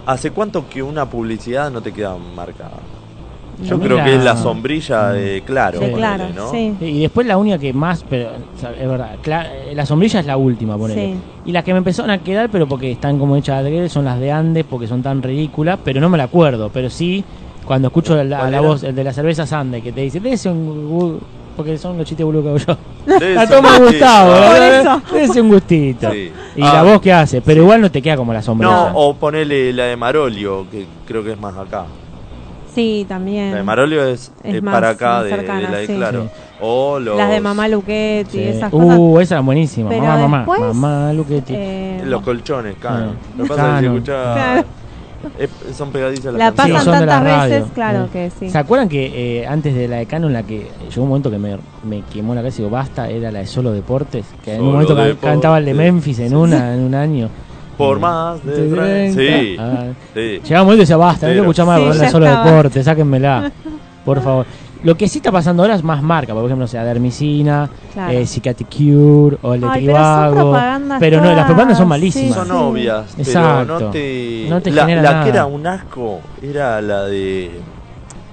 S2: ¿Hace cuánto que una publicidad no te queda marcada?
S4: A
S2: Yo
S4: mí
S2: creo
S4: la-
S2: que es la sombrilla de Claro,
S4: Sí. De
S2: ponele,
S4: Claro,
S2: ¿no?
S4: Y después la única que más, pero o sea, es verdad, cla- eh, la sombrilla es la última, ponele.
S3: Sí.
S4: Y las que me empezaron a quedar, pero porque están como hechas de adrede, son las de Andes, porque son tan ridículas, pero no me la acuerdo. Pero sí, cuando escucho la- a la,
S2: era?
S4: voz, el de las cervezas Andes, que te dice, "Dese un gu- porque son los chistes boludo que hago yo.
S2: Dese
S4: La
S2: un
S4: toma
S2: gustito.
S4: Gustavo,
S2: Por
S4: ¿verdad? Dese un gustito.
S2: Sí.
S4: Y
S2: Ah.
S4: la voz que hace, pero igual no te queda como la sombrilla.
S2: No, o ponele la de Marolio, que creo que es más acá.
S3: Sí, también.
S2: La de Marolio es,
S3: Mm. Es
S2: eh,
S3: más-
S2: para acá
S3: más
S2: de, de
S3: cercana,
S2: la de
S3: sí.
S2: Claro.
S3: Sí.
S2: O los,
S3: Las de Mamá Luquetti,
S4: Sí.
S3: esas cosas.
S4: Uh, esa era buenísima.
S3: Pero
S4: mamá, mamá,
S3: después,
S4: mamá, Luquetti.
S3: eh,
S2: los colchones, Cano.
S4: Sí.
S2: Lo que pasa es que
S4: Cano.
S2: si escuchás-
S4: Claro.
S2: es- son pegadizas las
S3: La
S2: canciones.
S3: pasan
S4: Son de la
S3: tantas
S4: radio.
S3: veces, claro que sí.
S4: ¿Se acuerdan que eh, antes de la de Canon, la que llegó un momento que me, me quemó la cabeza y digo, basta, era la de Solo Deportes? Que en un
S2: Solo
S4: momento can-
S2: Deportes.
S4: cantaba el de Memphis en, una, en un año.
S2: Por más de tres- Sí.
S4: Ah.
S2: sí.
S4: Llegaba un momento y decía, basta, no
S2: Pero-
S4: quiero escuchar más
S2: Sí,
S4: la
S2: ya
S4: de Solo
S2: estaba.
S4: Deportes, sáquenmela, por favor. Lo que sí está pasando ahora es más marca, por ejemplo, o sea, Dermicina,
S3: Claro.
S4: eh, Cicaticure o el de
S3: Ay, pero son
S4: Trivago.
S3: propagandas
S4: Pero no, las propagandas son
S3: todas,
S4: malísimas.
S2: Son obvias,
S4: Exacto.
S2: pero no te.
S4: No te
S2: la
S4: genera
S2: la
S4: nada.
S2: que era un asco era la de.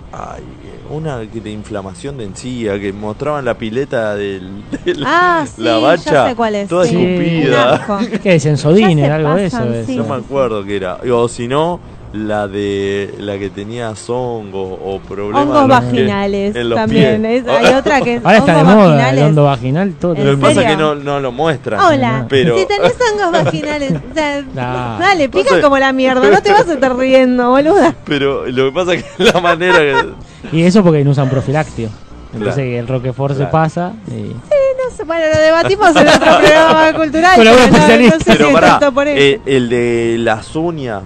S2: Ay, una que de inflamación de encía, que mostraban la pileta del. del-
S3: Ah, sí,
S2: la
S3: ya
S2: bacha.
S3: sé cuál es,
S2: Toda
S3: sí.
S2: escupida.
S3: Un asco.
S4: ¿Qué es? Sensodine,
S3: Ya se
S4: algo de eso.
S3: pasan,
S4: es.
S3: sí.
S2: No me acuerdo qué era. O si no, la de la que tenía hongos o problemas.
S3: Hongos
S2: en los pies-
S3: vaginales
S2: en los
S3: también.
S2: pies.
S3: es- hay otra que es
S4: Ahora está de
S3: hongos
S4: moda el
S3: vaginales.
S4: hondo vaginal. Todo
S2: Lo que pasa es
S3: serio?
S2: que no, no lo muestran.
S3: Hola,
S2: Pero
S3: si tenés hongos vaginales, o sea,
S2: Nah.
S3: dale, pica
S2: Entonces-
S3: como la mierda, no te vas a estar riendo, boluda.
S2: Pero lo que pasa es que la manera que.
S4: Y eso porque no usan profilácteo. Entonces
S2: Claro.
S4: el Roquefort se
S2: Claro.
S4: pasa. y-
S3: Sí, no sé, bueno, lo debatimos en otro programa cultural.
S4: Con algún
S3: pero no-
S4: especialista.
S3: no sé
S2: Pero
S3: si
S2: pará,
S3: tanto por eso.
S2: eh, el de las uñas.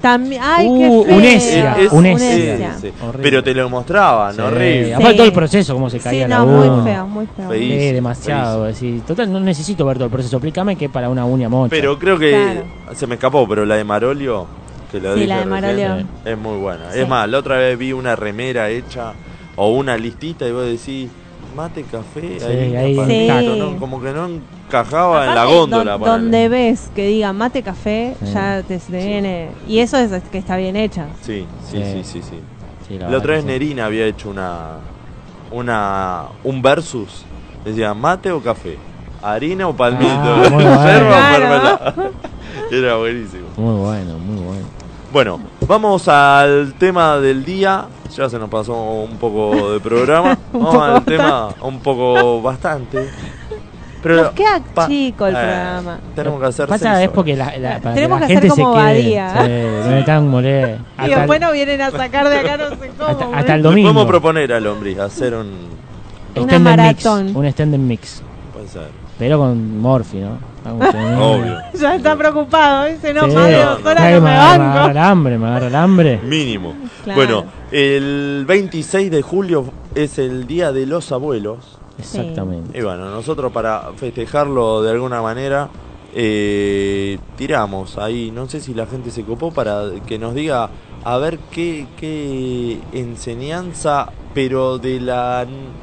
S3: También, ay, qué
S4: Uh,
S3: feo.
S4: Unesia,
S2: Eh, Es-
S4: Unesia.
S2: sí, sí. Pero te lo mostraban,
S4: Sí.
S2: horrible.
S4: Eh, Aparte todo el proceso, cómo se
S3: Sí,
S4: caía la
S3: no, muy
S4: uña.
S3: feo, muy feo.
S4: Sí,
S2: Feísimo,
S4: demasiado. decís, total, no necesito ver todo el proceso. Explícame que para una uña mocha.
S2: Pero creo que se me escapó, pero la de Marolio, que lo
S3: Sí,
S2: dije
S3: la de
S2: recién,
S3: Marolio.
S2: es muy buena.
S3: Sí.
S2: Es más, la otra vez vi una remera hecha o una listita y vos decís, mate, café,
S4: Sí,
S2: ahí,
S4: ahí
S2: capaz,
S3: está.
S2: esto no- como que no encajaba en la
S3: Aparte,
S2: góndola.
S3: don-
S2: ponele.
S3: donde ves que diga mate café,
S2: Sí.
S3: ya te, se te viene. Y eso es que está bien hecha.
S2: Sí, sí, sí, sí, sí.
S4: Sí, la
S2: la
S4: verdad
S2: otra
S4: que
S2: vez
S4: sí.
S2: Nerina había hecho una, una un versus. Decía, mate o café, harina o palmito,
S4: Ah, muy bueno.
S2: yerba o
S4: Claro.
S2: mermelada. Era buenísimo.
S4: Muy bueno, muy bueno.
S2: Bueno, vamos al tema del día. Ya se nos pasó un poco de programa.
S3: Un
S2: vamos
S3: poco
S2: al
S3: bastante.
S2: tema un poco bastante. Pero
S3: Nos queda
S2: pa-
S3: chico el
S2: eh,
S3: programa.
S2: Tenemos que hacer
S4: Pasa
S2: seis
S4: es porque la, la- para
S3: Tenemos
S4: que la
S3: que
S4: gente
S3: hacer como
S4: se quede.
S3: Badía.
S4: Sí, no me tan molé.
S3: Y
S4: Hasta,
S3: después nos vienen a sacar de acá, no sé cómo. boludo.
S4: hasta el
S2: Le
S4: domingo.
S2: Podemos proponer al hombre hacer un.
S4: el
S3: Una
S4: extended mix,
S3: maratón.
S4: un extended mix.
S2: Puede ser.
S4: Pero con Morphy, ¿no? Vamos, tenés-
S2: Obvio.
S3: ¿eh? Ya está preocupado, dice, no,
S4: Sí.
S3: más de dos horas
S4: Ay,
S3: no
S4: me
S3: me
S4: agarra- me agarra
S3: banco.
S4: el hambre, me agarra el hambre.
S2: Mínimo.
S3: Claro.
S2: Bueno, el 26 de julio es el Día de los Abuelos.
S4: Exactamente.
S2: Y bueno, nosotros para festejarlo de alguna manera, eh, tiramos ahí, no sé si la gente se copó para que nos diga a ver qué, qué enseñanza, pero de la n-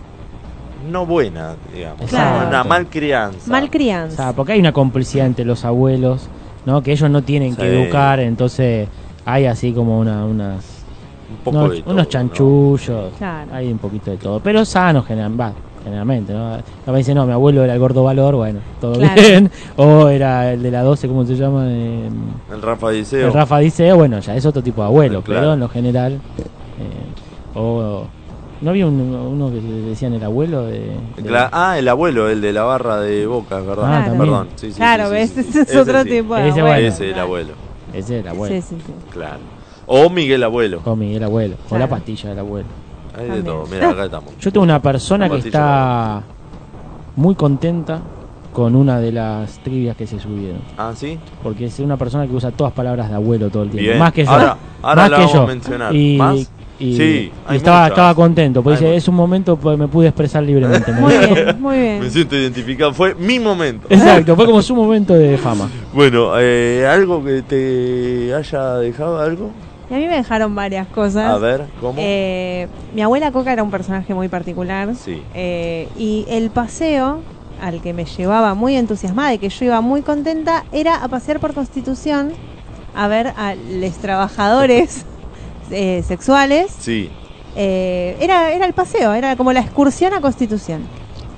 S2: no buena, digamos,
S4: Claro.
S2: una mal crianza.
S4: O sea, porque hay una complicidad entre los abuelos, ¿no? Que ellos no tienen que
S2: Sí.
S4: educar, entonces hay así como una, unas.
S2: poco
S4: unos,
S2: de todo,
S4: unos chanchullos,
S3: Claro.
S4: hay un poquito de todo, pero sanos general- va, generalmente. ¿no? A veces no, mi abuelo era el gordo valor, bueno, todo
S3: Claro.
S4: bien. O era el de la 12, ¿cómo se llama? Em,
S2: El Rafa Diceo.
S4: el Rafa dice, bueno, ya es otro tipo de abuelo,
S2: Claro.
S4: pero en lo general. eh, o, ¿No había un- uno que le decían el abuelo? De, de-
S2: Cla- ah, el abuelo, el de la barra de Boca, es ¿verdad?
S4: Ah, también.
S2: Perdón. Sí, sí,
S3: Claro,
S2: sí, sí,
S3: ves,
S2: sí.
S3: ese es otro tipo de
S2: Ese,
S3: abuelo.
S2: Ese es el abuelo.
S4: Ese es el abuelo.
S3: Sí, sí, sí.
S2: Claro. O Miguel Abuelo.
S4: O Miguel Abuelo. O
S2: Claro.
S4: la pastilla del abuelo.
S2: Hay de todo. Mira, acá estamos.
S4: Yo tengo una persona que
S2: Una
S4: está muy contenta con una de las trivias que se subieron.
S2: Ah, ¿sí?
S4: Porque es una persona que usa todas palabras de abuelo todo el tiempo.
S2: Bien.
S4: Más que yo.
S2: Ahora- ahora
S4: más
S2: la
S4: que
S2: vamos
S4: yo.
S2: a mencionar.
S4: Y,
S2: ¿Más?
S4: y-
S2: Sí,
S4: y
S2: hay
S4: estaba,
S2: muchas.
S4: estaba contento. Porque
S2: Hay
S4: dice, es un momento que me pude expresar libremente. me dice.
S3: Muy bien.
S2: Me siento identificado. Fue mi momento.
S4: Exacto, fue como su momento de fama.
S2: Bueno, eh, algo que te haya dejado algo.
S3: Y a mí me dejaron varias cosas.
S2: A ver, ¿cómo?
S3: Eh, mi abuela Coca era un personaje muy particular.
S2: Sí.
S3: Eh, y el paseo al que me llevaba muy entusiasmada y que yo iba muy contenta era a pasear por Constitución a ver a los trabajadores eh, sexuales.
S2: Sí.
S3: Eh, era, era el paseo, era como la excursión a Constitución.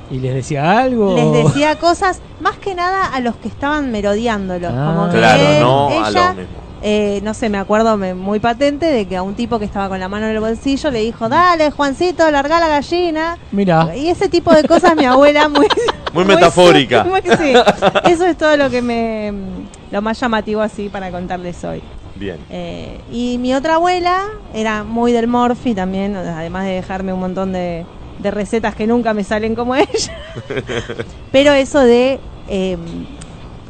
S4: ¿Y les decía algo?
S3: Les decía cosas, más que nada a los que estaban merodeándolos.
S4: Ah.
S3: como que
S2: Claro,
S3: él,
S2: no a
S3: Eh, ella,
S2: lo mismo.
S3: eh, no sé, me acuerdo me- muy patente de que a un tipo que estaba con la mano en el bolsillo le dijo, dale, Juancito, larga la gallina.
S4: Mirá.
S3: Y ese tipo de cosas mi abuela muy...
S2: Muy metafórica.
S3: muy- sí. Eso es todo lo que me... Lo más llamativo así para contarles hoy.
S2: Bien.
S3: Eh, y mi otra abuela era muy del Morphy también, o sea, además de dejarme un montón de, de recetas que nunca me salen como ella. Pero eso de, eh,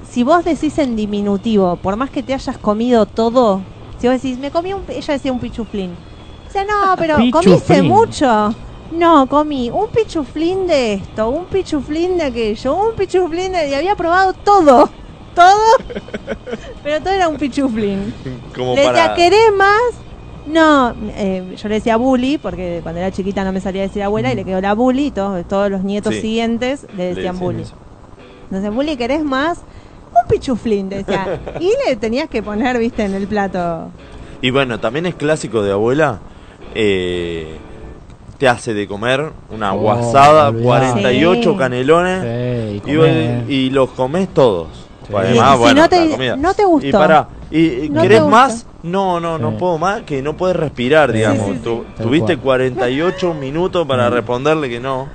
S3: si vos decís en diminutivo, por más que te hayas comido todo, si vos decís, me comí un, pi-", ella decía un pichuflín. O sea, no, pero comiste
S7: Pichuflín.
S3: mucho. No, comí un pichuflín de esto, un pichuflín de aquello, un pichuflín de... Y había probado todo, todo, pero todo era un pichuflín.
S2: Como
S3: le decía,
S2: para.
S3: ¿querés más? No, eh, yo le decía bully, porque cuando era chiquita no me salía a decir abuela y
S2: Mm.
S3: le quedó la bully y todos, todos los nietos
S7: Sí.
S3: siguientes le
S7: Le
S3: decían
S7: decían
S3: bully.
S7: eso.
S3: Entonces, bully, ¿querés más? Un pichuflín, decía. y le tenías que poner, viste, en el plato.
S2: Y bueno, también es clásico de abuela. eh, te hace de comer una
S4: Oh,
S2: guasada,
S4: olvidate.
S2: 48
S3: Sí.
S2: canelones.
S4: Sí, y
S2: y, vos-
S4: comer.
S2: y los comes todos. Pues Además,
S3: Y si
S2: bueno,
S3: no te-
S2: la comida.
S3: no te gustó.
S2: Y pará, y, y
S3: No te
S2: ¿querés
S3: gustó.
S2: más? No, no, no puedo más, que no puedes respirar, digamos.
S3: sí, sí.
S2: Tu-
S4: Tal
S2: tuviste
S4: cual. Mm.
S2: 48 minutos para responderle que no.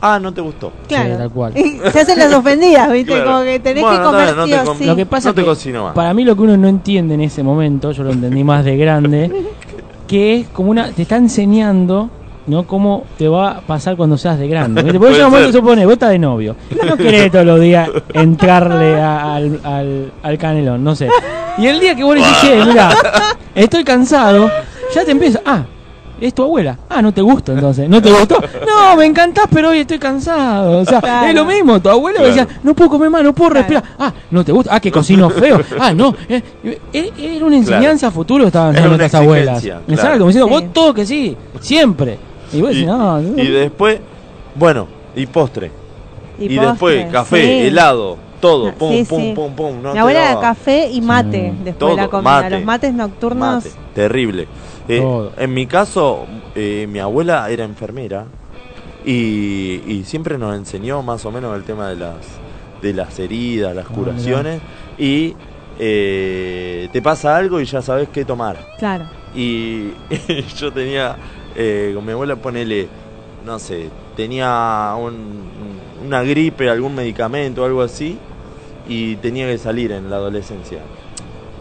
S2: Ah, no te gustó.
S3: Claro.
S4: tal cual.
S3: Y se hacen las ofendidas, viste,
S2: Claro.
S3: como que tenés
S2: Bueno,
S3: que comer
S2: dale, no
S3: sí
S2: te
S3: o
S2: com-
S3: sí.
S4: Lo que pasa
S2: No te
S4: que
S2: cocino más.
S4: Para mí lo que uno no entiende en ese momento, yo lo entendí más de grande, que es como una te está enseñando ¿no? ¿Cómo te va a pasar cuando seas de grande? ¿viste? Porque
S2: Puede
S4: yo
S2: ser.
S4: momento supone, vos estás de novio. Vos no querés todos los días entrarle a- al, al, al canelón, no sé. Y el día que vos le dices, che, mirá, estoy cansado, ya te empieza, ah, es tu abuela. Ah, no te gusta entonces, no te gustó. No, me encantás, pero hoy estoy cansado. O sea,
S3: Claro.
S4: es lo mismo, tu abuelo
S2: Claro.
S4: decía, no puedo comer más, no puedo respirar. Ah, no te gusta, ah, que cocino feo. Ah, no. eh, eh, Era una enseñanza a futuro, estaban
S2: Era
S4: dando
S2: una
S4: nuestras abuelas.
S2: exigencia, claro.
S4: Exacto, como diciendo,
S3: Sí.
S4: vos todo que sí, siempre. Y vos decís, no, no.
S2: Y después, bueno, y postre. Y,
S3: postre,
S2: después, café,
S3: sí.
S2: helado, todo.
S3: No,
S2: Pum,
S3: sí,
S2: pum,
S3: sí.
S2: pum, pum. no
S3: Mi
S2: te
S3: abuela
S2: daba
S3: era café y mate
S4: Mm.
S3: después de la
S2: Todo,
S3: comida.
S2: mate.
S3: Los mates nocturnos.
S2: mate. Terrible. Eh,
S4: Todo.
S2: en mi caso, eh, mi abuela era enfermera y, y siempre nos enseñó más o menos el tema de las, de las heridas, las curaciones. Y eh, te pasa algo y ya sabes qué tomar.
S3: Claro.
S2: Y yo tenía, eh, con mi abuela, ponele, no sé, tenía un- una gripe, algún medicamento, algo así, y tenía que salir en la adolescencia.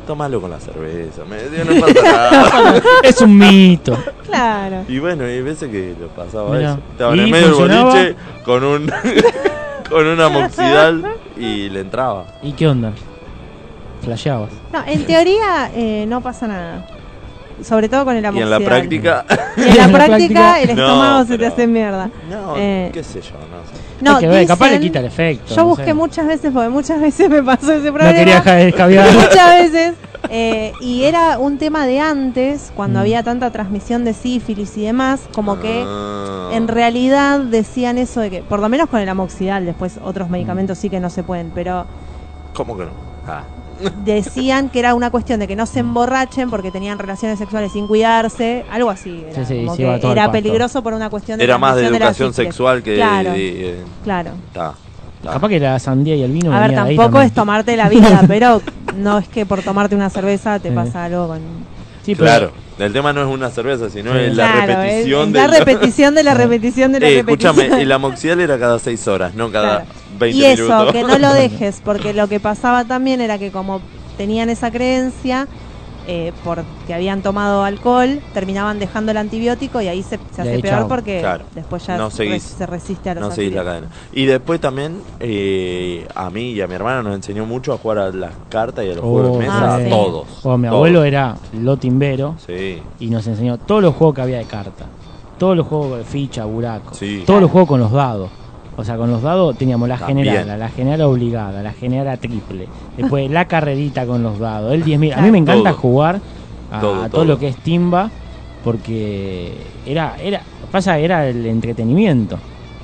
S2: Tómalo con la cerveza, me decía, no pasa nada.
S4: es un mito.
S3: Claro.
S2: y bueno, hay veces que lo pasaba
S4: Mirá.
S2: eso. Estaba en
S4: ¿Y
S2: el medio del
S4: funcionaba?
S2: boliche con un con una moxidal y le entraba.
S4: ¿Y qué onda? Flasheabas.
S3: No, en teoría eh, no pasa nada. sobre todo con el
S2: Y en
S3: amoxidal.
S2: la práctica.
S3: Y en la práctica eh, el
S2: No,
S3: estómago se te
S2: pero-
S3: hace mierda.
S2: No,
S3: Eh,
S2: qué sé yo, no sé.
S3: no,
S4: Hay que ver, capaz le
S3: dicen-
S4: quita el efecto.
S3: Yo
S4: no
S3: busqué
S4: sé.
S3: muchas veces, porque muchas veces me pasó ese problema.
S4: No quería ja- escabiar.
S3: Muchas veces. eh, y era un tema de antes, cuando
S4: Mm.
S3: había tanta transmisión de sífilis y demás, como que
S2: Ah.
S3: en realidad decían eso de que, por lo menos con el amoxidal, después otros medicamentos sí que no se pueden, pero
S2: ¿Cómo que no? Ah.
S3: decían que era una cuestión de que no se emborrachen porque tenían relaciones sexuales sin cuidarse, algo así. Era,
S4: Sí, sí,
S3: como
S4: se iba
S3: que
S4: todo al
S3: era
S4: pasto.
S3: peligroso por una cuestión de
S2: Era más de
S3: transmisión la
S2: educación
S3: sífilis.
S2: sexual que.
S3: Claro,
S2: de- eh,
S3: claro.
S2: está.
S4: Capaz que la sandía y el vino.
S3: A ver,
S4: venía de ahí
S3: tampoco
S4: también.
S3: es tomarte la vida, pero no es que por tomarte una cerveza te
S4: Sí.
S3: pasa algo con...
S4: Sí, pero-
S2: claro. El tema no es una cerveza, sino es la
S3: Claro,
S2: repetición
S3: es
S2: de.
S3: la repetición de la repetición de la
S2: Eh,
S3: repetición.
S2: Escúchame, el amoxial era cada 6 horas, no cada
S3: Claro.
S2: 20
S3: y eso,
S2: minutos.
S3: que no lo dejes, porque lo que pasaba también era que como tenían esa creencia, eh, porque habían tomado alcohol, terminaban dejando el antibiótico y ahí se, se
S2: Y
S3: hace
S2: ahí
S3: peor
S2: chau.
S3: porque
S2: Claro.
S3: después ya
S2: No
S3: res-
S2: seguís.
S3: se resiste a los
S2: No seguís la cadena. Y después también eh, a mí y a mi hermana nos enseñó mucho a jugar a las cartas y a los juegos de
S4: Oh,
S3: ah,
S2: mesa,
S4: sí.
S2: a todos.
S4: Oh, mi
S2: todos.
S4: abuelo era lotimbero
S2: Sí.
S4: y nos enseñó todos los juegos que había de carta. Todos los juegos de ficha, buraco.
S2: Sí.
S4: Todos los juegos con los dados. O sea, con los dados teníamos la
S2: También.
S4: generada, la generada obligada, la generada triple. Después la carrerita con los dados, el 10.000. A mí me encanta
S2: Todo.
S4: jugar a,
S2: Todo,
S4: a todo,
S2: todo.
S4: lo que es timba porque era era pasa era el entretenimiento.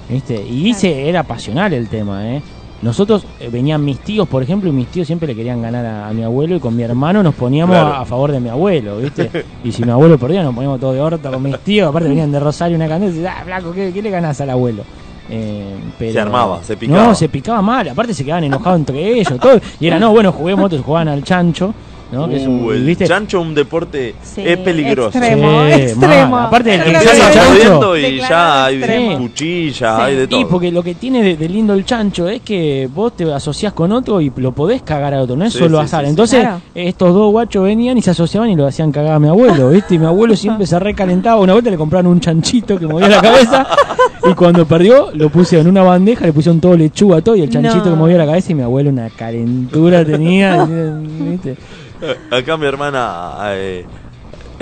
S4: ¿Viste? Y hice era pasional el tema, ¿eh? Nosotros eh, venían mis tíos, por ejemplo, y mis tíos siempre le querían ganar a, a mi abuelo y con mi hermano nos poníamos
S2: Claro.
S4: a, a favor de mi abuelo, ¿viste? Y si mi abuelo perdía, nos poníamos todo de horta con mis tíos, aparte venían de Rosario una cantidad y decían, ah, flaco, ¿qué, qué le ganás al abuelo? Eh, pero-
S2: Se armaba, se picaba.
S4: No, se picaba mal, aparte se quedaban enojados entre ellos, todo. Y era, no, bueno, juguemos, otros jugaban al chancho, ¿no? que es un,
S2: Uh, el
S4: ¿viste?
S2: chancho es un deporte es peligroso.
S4: extremo, Sí, extremo. mal. Aparte, el
S2: Empiezas
S4: extremo.
S2: sacudiendo y
S4: Declarado
S2: ya hay
S4: extremo.
S2: cuchillas,
S4: Sí.
S2: hay de todo.
S4: Y porque lo que tiene de, de lindo el chancho es que vos te asociás con otro y lo podés cagar a otro, no es
S2: Sí,
S4: solo
S2: sí,
S4: azar.
S2: sí, sí.
S4: Entonces,
S2: Claro.
S4: estos dos guachos venían y se asociaban y lo hacían cagar a mi abuelo, ¿viste? Y mi abuelo siempre se recalentaba. Una vuelta le compraron un chanchito que movía la cabeza y cuando perdió lo pusieron en una bandeja, le pusieron todo lechuga, todo y el chanchito
S3: No.
S4: que movía la cabeza y mi abuelo una calentura tenía, ¿viste?
S2: Eh, Acá mi hermana eh,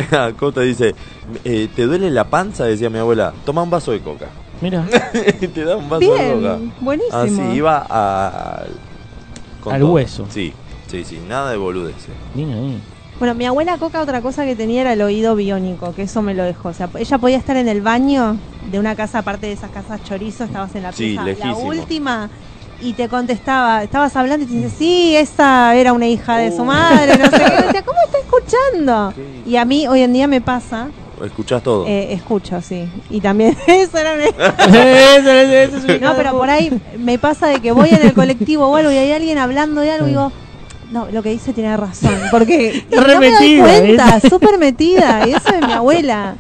S2: a Cota dice, eh, ¿te duele la panza? Decía mi abuela, toma un vaso de coca.
S4: Mira.
S2: Te da un vaso de Ah, coca.
S3: Bien, buenísimo.
S2: Así iba a- al... con
S4: Al hueso.
S2: Sí, sí, sí, nada de eh. boludeces.
S3: Bueno, mi abuela Coca otra cosa que tenía era el oído biónico, que eso me lo dejó. O sea, ella podía estar en el baño de una casa, aparte de esas casas chorizo, estabas en la
S2: Sí,
S3: pieza, la
S2: lejísimo.
S3: última, y te contestaba, estabas hablando y te dice, sí, esa era una hija de su
S2: Oh.
S3: madre, no sé qué. Yo decía, ¿cómo está escuchando? Y a mí hoy en día me pasa,
S2: Escuchás todo.
S3: eh, escucho, sí. Y también eso era una no, pero por ahí me pasa de que voy en el colectivo o algo y hay alguien hablando de algo y digo, no, lo que dice tiene razón. Porque y no me doy
S4: Remetida, ¿eh?
S3: cuenta,
S4: ¿viste?
S3: súper metida. Y eso es mi abuela.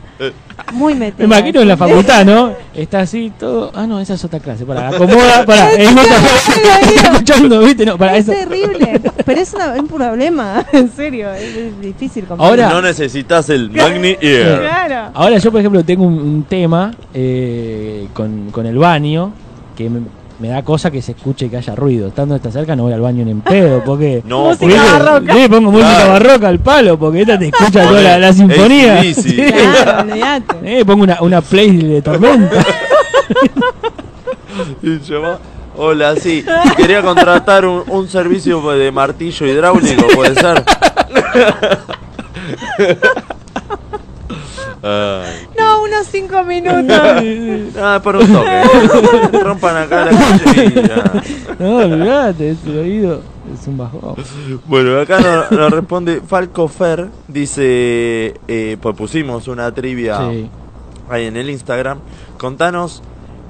S3: Muy metida.
S4: Me imagino en la facultad, ¿no? Está así todo. Ah, no, esa es otra clase. Para, acomoda, para.
S3: Es
S4: en otra-
S3: terrible,
S4: Está escuchando, ¿viste? No, para
S3: Es
S4: eso.
S3: terrible. Pero es una- un problema, en serio. Es, es difícil comprender.
S2: no necesitas el Magni Ear.
S3: Claro.
S4: Ahora yo, por ejemplo, tengo un, un tema eh, con, con el baño que me, me da cosa que se escuche y que haya ruido. Estando esta cerca no voy al baño ni en pedo, porque...
S2: No,
S4: porque-
S2: Música barroca.
S4: Sí, pongo música
S2: Claro.
S4: barroca al palo, porque esta te escucha toda la, la
S2: Es
S4: sinfonía.
S2: easy.
S4: Sí.
S2: Claro,
S4: Eh, pongo una, una play de tormenta.
S2: Y llamó, Hola, sí. Quería contratar un, un servicio pues, de martillo hidráulico, puede ser. Ay.
S3: No, unos cinco minutos.
S2: Ah, por un toque. Rompan acá la calle y nada.
S4: no, olvidate, ese oído es un bajón.
S2: Bueno, acá nos nos responde Falco Fer. Dice: eh, Pues pusimos una trivia
S4: Sí.
S2: ahí en el Instagram. Contanos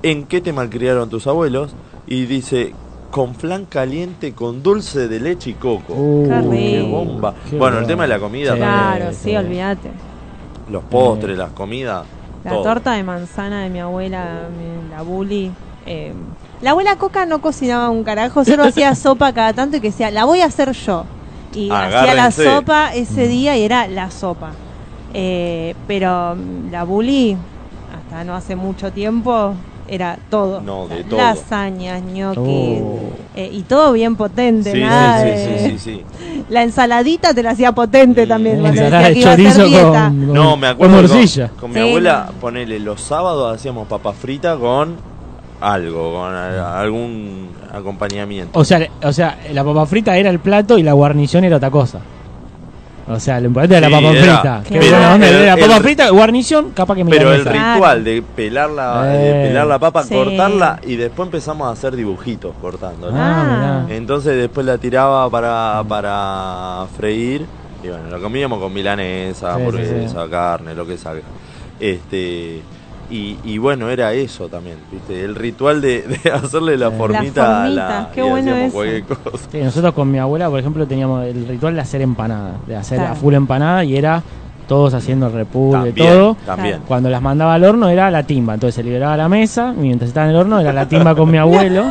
S2: en qué te malcriaron tus abuelos. Y dice: Con flan caliente, con dulce de leche y coco.
S3: Qué
S2: ¡Qué
S3: rico.
S2: bomba!
S4: Qué
S2: bueno, el
S4: bueno.
S2: tema de la comida
S4: Sí.
S2: también. eh,
S3: Claro, sí, olvídate.
S2: Los postres, las comidas.
S3: Eh. La
S2: todo.
S3: torta de manzana de mi abuela, mi- la bully. eh, la abuela Coca no cocinaba un carajo, solo hacía sopa cada tanto y que decía, la voy a hacer yo. Y hacía la
S2: Agárrense. Mm.
S3: sopa ese día y era la sopa. Eh, pero mm, la bully, hasta no hace mucho tiempo, era todo.
S2: No, de todo.
S3: Lasañas, ñoquis,
S2: Oh.
S3: eh, y todo bien potente,
S2: Sí,
S3: nada
S2: sí,
S3: de-
S2: sí, sí, sí, sí.
S3: La ensaladita te la hacía potente también. cuando
S4: ensalada
S3: decía
S4: de
S3: que iba a hacer
S4: chorizo
S3: dieta.
S4: con-
S2: No, me acuerdo.
S4: Con
S2: que
S4: morcilla.
S2: Con, con mi
S3: Sí,
S2: abuela, ponele, los sábados hacíamos papa frita con algo, con a- algún acompañamiento.
S4: O sea, o sea, la papa frita era el plato y la guarnición era otra cosa. O sea, lo importante era la
S2: Sí,
S4: papa
S2: era-
S4: frita.
S2: Claro.
S4: Que
S2: pero
S4: era,
S2: el-
S4: era
S2: el-
S4: papa frita, guarnición, capaz que me
S2: Pero el ritual de pelar la, de
S4: Eh.
S2: pelar la papa,
S4: Sí.
S2: cortarla y después empezamos a hacer dibujitos cortándola.
S4: Ah,
S2: Entonces después la tiraba para, para freír y bueno, lo comíamos con milanesa,
S4: Sí, sí,
S2: hamburguesa, carne, lo que salga. Este y, y bueno, era eso también, ¿viste? El ritual de, de hacerle la formita a la
S3: formita, qué
S2: y
S3: bueno
S2: hacíamos
S3: eso.
S2: cualquier cosa.
S4: Sí, nosotros con mi abuela, por ejemplo, teníamos el ritual de hacer empanada, de hacer
S3: Claro.
S4: a full empanada y era todos haciendo repulgue,
S2: También,
S4: todo.
S2: también.
S4: Cuando las mandaba al horno era la timba, entonces se liberaba la mesa, y mientras estaba en el horno era la timba con mi abuelo,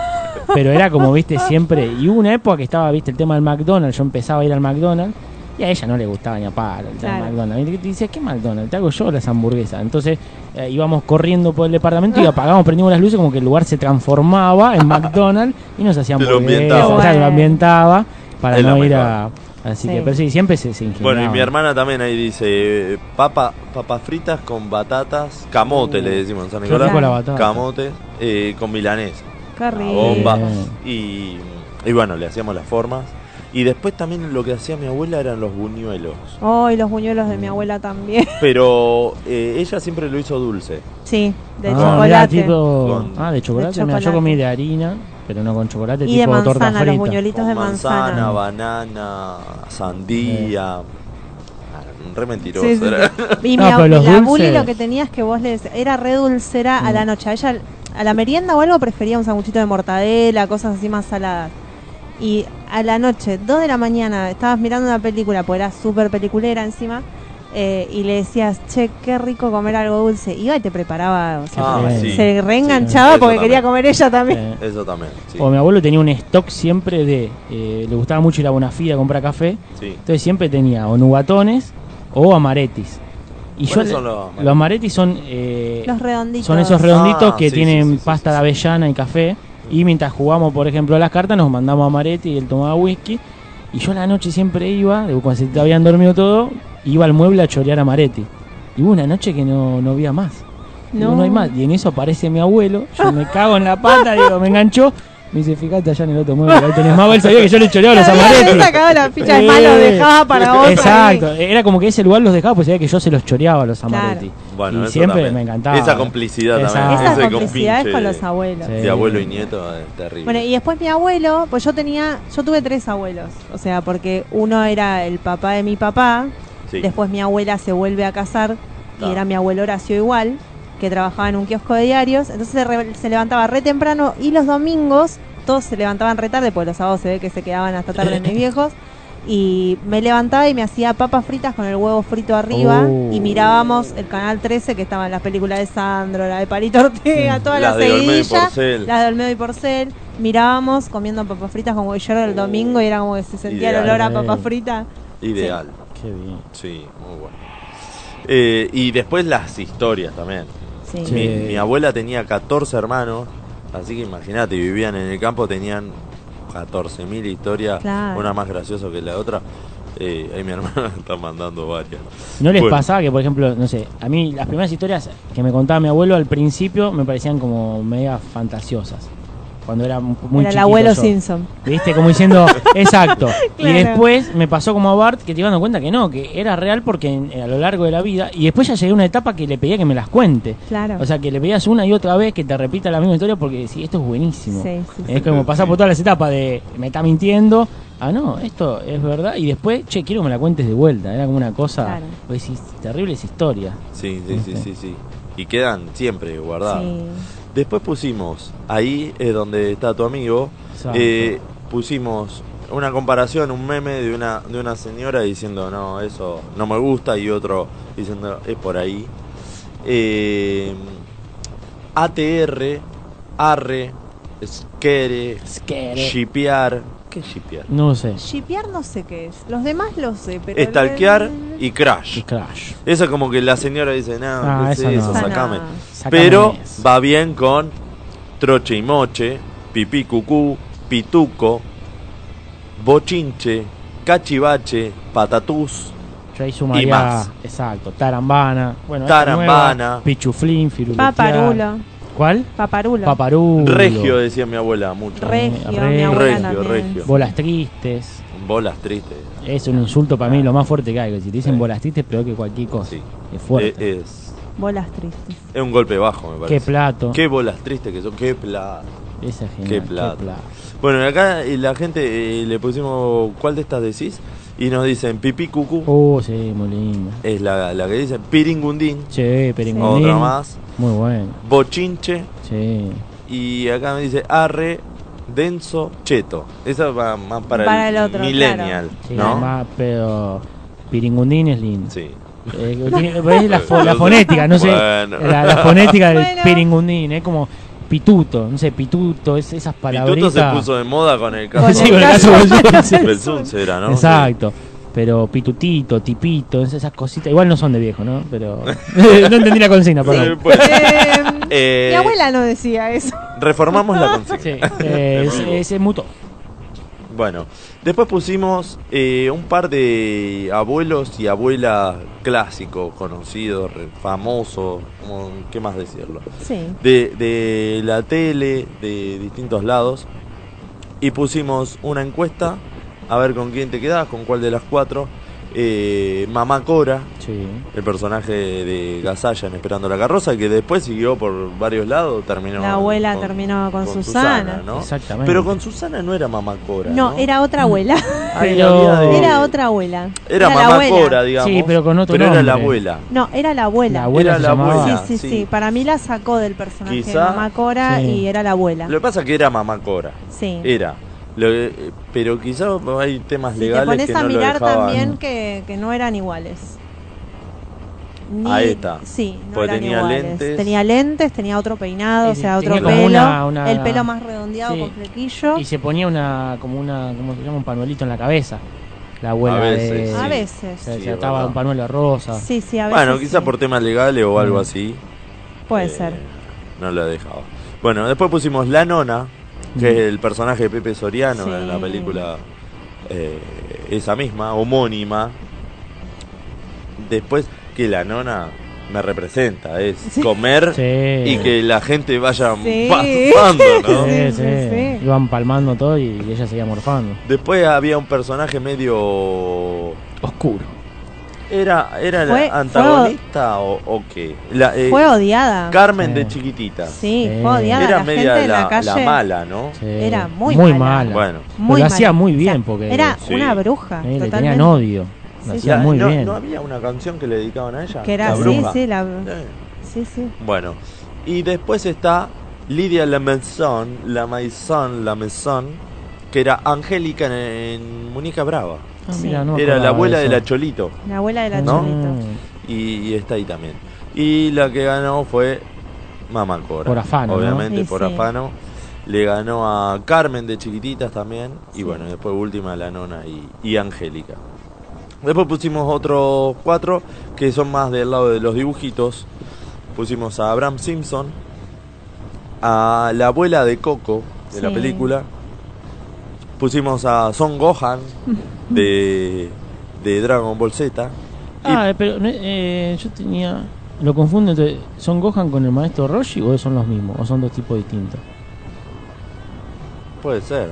S4: pero era como, viste, siempre, y hubo una época que estaba, viste, el tema del McDonald's, yo empezaba a ir al McDonald's. Y a ella no le gustaba ni a palo el tema del
S3: Claro.
S4: McDonald's. Y te dice, ¿qué McDonald's? Te hago yo las hamburguesas. Entonces eh, íbamos corriendo por el departamento y apagamos, prendimos las luces, como que el lugar se transformaba en McDonald's y nos hacían
S2: Te lo
S4: hamburguesas,
S2: ambientaba.
S4: o sea, lo ambientaba para
S2: Es la
S4: no ir a.
S3: Sí.
S4: Así que, pero sí, siempre se, se ingeniaban.
S2: Bueno, y mi hermana también ahí dice eh, papa, papas fritas con batatas, camote le decimos en San
S4: Qué
S2: Nicolás.
S4: rico la batata.
S2: Camote eh, con milanesa.
S3: Qué
S2: La
S3: rico.
S2: bomba. Y, y bueno, le hacíamos las formas. Y después también lo que hacía mi abuela eran los buñuelos.
S3: Ay, los buñuelos de mi abuela también.
S2: Pero eh, ella siempre lo hizo dulce.
S3: Sí, de
S4: Ah, mirá,
S3: chocolate.
S4: tipo-
S2: Con-
S4: ah, de chocolate.
S3: De
S4: mirá, yo
S3: chocolate.
S4: comí de harina, pero no con chocolate,
S3: Y
S4: tipo
S3: de
S4: torta
S3: manzana, los
S4: frita.
S3: buñuelitos de
S2: Con manzana,
S3: manzana.
S2: banana, sandía. Ah, Re mentiroso.
S3: Sí, sí,
S2: era.
S3: sí. Y
S4: No,
S3: mi
S4: pero
S3: ab-
S4: los
S3: la
S4: dulces- Mm.
S3: bully lo que tenías que vos le decías, era re dulcera a la noche. A ella, a la merienda o algo, prefería un sanguchito de mortadela, cosas así más saladas. Y a la noche, 2 de la mañana, estabas mirando una película, porque era súper peliculera encima, eh, y le decías, che, qué rico comer algo dulce. Iba y te preparaba, o sea,
S2: Ah, sí.
S3: se
S2: Sí,
S3: reenganchaba
S2: eso
S3: porque
S2: también.
S3: quería comer ella también.
S4: Eh,
S2: Eso también. sí.
S4: O mi abuelo tenía un stock siempre de. eh, le gustaba mucho ir a Bonafide a comprar café.
S2: Sí.
S4: Entonces siempre tenía o nugatones o amaretis. Y yo,
S2: ¿Cuáles son los amaretis?
S4: los amaretis son eh,
S3: Los redonditos.
S4: Son esos redonditos
S2: Ah,
S4: que
S2: sí,
S4: tienen
S2: sí,
S4: pasta de avellana y café. Y mientras jugamos, por ejemplo, a las cartas, nos mandamos a Maretti y él tomaba whisky. Y yo a la noche siempre iba, digo, cuando se te habían dormido todo, iba al mueble a chorear a Maretti. Y hubo una noche que no, no había más. Digo,
S3: No.
S4: no hay más. Y en eso aparece mi abuelo. Yo me cago en la pata, digo, me enganchó. Me dice, fíjate allá en el otro mueble, que ahí tenés más. Él sabía que yo le choreaba los
S3: Había
S4: amaretti.
S3: sacado la ficha de
S4: Eh,
S3: malo, dejaba para otro.
S4: Exacto.
S2: eh.
S4: Era como que ese lugar los dejaba, pues sabía que yo se los choreaba los
S3: Claro.
S4: amaretti.
S2: Bueno,
S4: y
S2: eso
S4: siempre
S2: también.
S4: me encantaba. eh.
S2: Esa complicidad también.
S4: Exacto.
S3: Esa
S2: ese
S3: complicidad es
S2: compinche
S3: con
S2: de-
S3: los abuelos.
S2: De
S4: Sí.
S2: abuelo y nieto es terrible.
S3: Bueno, y después mi abuelo, pues yo tenía, yo tuve tres abuelos, o sea, porque uno era el papá de mi papá,
S2: Sí.
S3: después mi abuela se vuelve a casar y
S2: Claro.
S3: era mi abuelo Horacio igual, que trabajaba en un kiosco de diarios, entonces se, re- se levantaba re temprano y los domingos todos se levantaban re tarde, porque los sábados se ve que se quedaban hasta tarde mis viejos. Y me levantaba y me hacía papas fritas con el huevo frito arriba
S4: Oh.
S3: y mirábamos el canal 13 que estaban las películas de Sandro, la de Palito Ortega, todas
S2: Mm. Las
S3: las
S2: de Olmedo y
S3: seguidillas,
S2: Porcel.
S3: las de Olmedo y Porcel. Mirábamos comiendo papas fritas con huellero el domingo y era como que se sentía el
S2: Oh. Ideal.
S3: olor a papas fritas.
S2: Ideal.
S4: Qué bien.
S2: Sí, muy bueno. Eh, y después las historias también.
S3: Sí.
S2: Mi,
S4: Sí.
S2: mi abuela tenía 14 hermanos, así que imagínate, vivían en el campo, tenían 14.000 historias,
S3: Claro.
S2: una más graciosa que la otra. Eh, ahí mi hermana está mandando varias.
S4: ¿No les
S2: Bueno,
S4: pasaba que, por ejemplo, no sé, a mí las primeras historias que me contaba mi abuelo al principio me parecían como mega fantasiosas? Cuando era
S3: era
S4: muy
S3: el
S4: chiquito
S3: abuelo
S4: yo.
S3: Simpson.
S4: ¿Viste? Como diciendo, exacto. Y
S3: Claro.
S4: después me pasó como a Bart que te iba dando cuenta que no, que era real porque en- eh, a lo largo de la vida. Y después ya llegué a una etapa que le pedía que me las cuente.
S3: Claro.
S4: O sea, que le pedías una y otra vez que te repita la misma historia porque decís, esto es buenísimo.
S3: Sí, sí, sí.
S4: Es como pasar por todas las etapas de me está mintiendo, ah, no, esto es verdad. Y después, che, quiero que me la cuentes de vuelta. Era como una cosa,
S3: Claro.
S4: vos decís, terrible esa historia.
S2: Sí, sí, sí, sí, sí. Y quedan siempre guardadas.
S3: Sí.
S2: Después pusimos, ahí es donde está tu amigo,
S4: Exacto.
S2: eh, pusimos una comparación, un meme de una, de una señora diciendo, no, eso no me gusta, y otro diciendo, es por ahí. Eh, ATR, ARRE, SKERE, SHIPEAR. ¿Qué es shipear?
S4: No sé.
S3: Shipear no sé qué es. Los demás lo sé, pero.
S2: Stalkear y Crash.
S4: Crash.
S2: Eso es como que la señora dice, no,
S4: Ah,
S2: ¿qué es
S4: eso no.
S2: eso?
S4: Esa
S2: Sacame.
S3: no.
S4: Sacame
S2: Pero
S4: eso.
S2: va bien con Troche y Moche, Pipí Cucú, Pituco, Bochinche, Cachivache, Patatús,
S4: Yo ahí
S2: Y
S4: sumaría.
S2: más.
S4: Exacto. Tarambana. Bueno, esta
S2: Tarambana.
S4: nueva, Pichuflín, Firuletear.
S3: Paparulo.
S4: ¿Cuál?
S3: Paparulo.
S4: Paparulo.
S2: Regio, decía mi abuela mucho.
S3: Regio, mi abuela
S2: Regio,
S3: también.
S2: regio.
S4: Bolas tristes.
S2: Bolas tristes.
S4: Es un insulto para mí lo más fuerte que hay. que Si te dicen bolas tristes, peor que cualquier cosa. Es fuerte.
S2: Eh, es,
S3: Bolas tristes.
S2: es un golpe bajo, me parece.
S4: Qué plato.
S2: Qué bolas tristes que son. Qué plata.
S4: Esa es genial,
S2: Qué
S4: qué
S2: plata.
S4: plata.
S2: Bueno, y acá eh, la gente eh, le pusimos cuál de estas decís y nos dicen pipí cucú.
S4: Oh, sí, muy lindo.
S2: Es la, la que dicen piringundín,
S4: Che, peringüín.
S2: Otra más.
S4: Muy bueno.
S2: bochinche
S4: Sí.
S2: y acá me dice arre denso cheto. Esa va más para,
S3: Para el otro,
S2: millennial,
S4: Sí,
S2: ¿no?
S4: más, pero Piringundín es lindo. Eh,
S2: Sí.
S4: la, fo- la fonética, no sé.
S2: Bueno.
S4: La, la fonética del
S3: Bueno.
S4: Piringundín, es como pituto, no sé, pituto, es, esas
S2: Pituto
S4: palabritas.
S2: se puso de moda con el
S4: Con
S2: caso.
S4: el Sí, con el caso caso Belsunce. Belsunce.
S2: Belsunce era, ¿no?
S4: Exacto. Pero pitutito, tipito, es- esas cositas. Igual no son de viejo, ¿no? Pero. no entendí la consigna,
S2: Sí.
S4: perdón.
S2: Bueno,
S3: Mi
S2: eh,
S3: abuela no decía eso.
S2: Reformamos la consigna.
S4: Sí, eh, es, es, es mutuo.
S2: Bueno, después pusimos eh, un par de abuelos y abuelas clásicos, conocidos, re- famosos, como- ¿qué más decirlo?
S3: Sí.
S2: De, de la tele, de distintos lados. Y pusimos una encuesta, a ver con quién te quedás, con cuál de las cuatro. Eh, Mamá Cora,
S4: Sí.
S2: el personaje de Gazalla en Esperando la Carroza, que después siguió por varios lados, terminó...
S3: la abuela
S2: con-
S3: terminó con,
S2: con
S3: Susana.
S2: ¿no?
S4: Exactamente.
S2: Pero con Susana no era Mamá Cora.
S3: No, era otra abuela.
S2: Ay, había de-
S3: Era otra abuela.
S2: Era
S3: la
S2: mamá
S3: abuela.
S2: Cora, digamos.
S4: Sí, pero con otro
S2: era la
S4: nombre.
S2: abuela.
S3: No, era la abuela.
S4: La abuela
S2: Era
S4: se
S2: la
S4: llamaba.
S2: abuela.
S3: Sí, sí, sí,
S2: sí.
S3: Para mí la sacó del personaje
S2: Quizá-
S3: de Mamá Cora
S4: Sí.
S3: y era la abuela.
S2: Lo que pasa es que era mamá Cora.
S3: Sí.
S2: Era. Lo- eh, pero quizás hay temas
S3: si te
S2: legales
S3: pones
S2: que
S3: a
S2: no
S3: mirar
S2: lo dejaban.
S3: también que, que no eran iguales. Ni-
S2: Ahí está.
S3: Sí, no
S2: Porque
S3: eran
S2: tenía
S3: iguales.
S2: lentes.
S3: Tenía lentes, tenía otro peinado, o
S4: Sí,
S3: sea, otro
S4: tenía
S3: pelo.
S4: como una- una-
S3: El pelo más redondeado
S4: Sí.
S3: con flequillo.
S4: Y se ponía una, como una, ¿cómo se llama? Un panuelito en la cabeza. La abuela
S2: A veces,
S4: de-
S3: A veces.
S4: Se, se
S2: Sí, es
S4: ataba
S2: verdad.
S4: un panuelo rosa.
S3: Sí, sí, a veces.
S2: Bueno, quizás
S3: sí. Mm.
S2: por temas legales o algo así.
S3: Puede
S2: eh,
S3: ser.
S2: No lo dejaba. Bueno, después pusimos La Nona, que es el personaje de Pepe Soriano
S3: Mm. Sí.
S2: en la película eh, esa misma, homónima. Después que La Nona me representa, es comer
S4: Sí.
S2: y que la gente vaya
S3: Sí.
S2: pasando, ¿no?
S4: Sí,
S3: Sí,
S4: sí.
S3: sí, sí.
S4: Iban palmando todo y ella seguía morfando.
S2: Después había un personaje medio.
S4: Oscuro.
S2: ¿Era, era
S3: Fue-
S2: la antagonista o, o qué? La, eh,
S3: Fue odiada.
S2: Carmen
S4: Sí.
S2: de chiquitita.
S3: Sí,
S4: Sí.
S3: fue odiada.
S2: Era
S3: la
S2: media
S3: gente en
S2: la,
S3: la calle.
S2: la mala, ¿no?
S4: Sí.
S3: Era muy mala.
S4: mala.
S2: Bueno.
S4: Pero
S3: Muy
S4: lo
S3: mal.
S4: hacía muy
S3: O
S4: bien
S3: sea,
S4: porque
S3: Era
S2: Sí.
S3: una bruja.
S4: eh, le tenían
S3: totalmente.
S4: odio. Lo
S3: Sí,
S4: hacía
S2: La-
S4: muy
S2: no,
S4: bien.
S2: ¿No había una canción que le dedicaban a ella?
S3: Que era,
S2: La
S3: sí,
S2: bruja.
S3: sí, la,
S2: Eh,
S3: sí, sí.
S2: Bueno, y después está Lidia La Maison, La Maison, La Maison, que era Angélica en, en Muñeca Brava.
S4: Ah,
S3: Sí.
S4: mira, no me
S2: era la
S4: acordaba
S2: abuela de
S4: eso.
S2: la Cholito.
S3: La abuela de la
S2: ¿No?
S3: Cholito.
S2: Y,
S4: Mm,
S2: y está ahí también. Y la que ganó fue Mamá Cora.
S4: Por afano, ¿no?
S2: Obviamente,
S3: Sí,
S2: por
S3: sí.
S2: afano. Le ganó a Carmen de chiquititas también. Y
S3: Sí.
S2: bueno, después última la nona y, y Angélica. Después pusimos otros cuatro que son más del lado de los dibujitos. Pusimos a Abraham Simpson, a la abuela de Coco de la
S3: Sí.
S2: película. Pusimos a Son Gohan de, de Dragon Ball Z. Y
S4: Ah, eh, pero eh, yo tenía. Lo confundo entre. ¿Son Gohan con el maestro Roshi o son los mismos? ¿O son dos tipos distintos?
S2: Puede ser.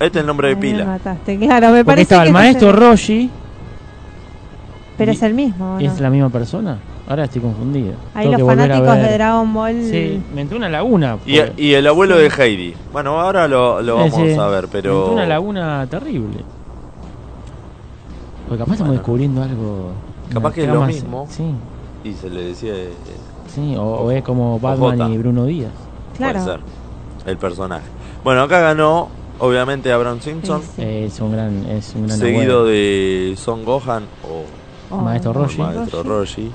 S2: Este es el nombre de
S3: Ahí Me
S2: pila.
S3: mataste, claro. Me
S4: Porque
S3: parece
S4: estaba
S3: que
S4: el
S3: no
S4: maestro
S3: sé.
S4: Roshi,
S3: Pero es el mismo. ¿o
S4: que
S3: no?
S4: es la misma persona. Ahora estoy confundido.
S3: Ahí
S4: Tengo que
S3: los
S4: volver a
S3: fanáticos
S4: ver.
S3: de Dragon Ball.
S4: Sí, me entró una laguna.
S2: Y,
S4: por-
S2: y el abuelo de Heidi. Bueno, ahora lo, lo vamos
S4: Ese-
S2: a ver,
S4: me
S2: pero.
S4: entró una laguna terrible. Porque capaz estamos
S2: Bueno.
S4: descubriendo algo. una
S2: Capaz que es lo
S4: trama-
S2: mismo.
S4: Sí,
S2: Y se le decía. eh,
S4: sí. O, o es como Batman
S2: Jota.
S4: y Bruno Díaz.
S3: Claro.
S2: Puede ser. El personaje. Bueno, acá ganó, obviamente, Abraham Simpson.
S3: Sí, sí.
S4: Eh, Es un gran. Es un gran
S2: seguido
S4: abuelo.
S2: de Son Gohan o
S3: Oh,
S4: Maestro
S2: o
S4: Roshi.
S2: Maestro Roshi.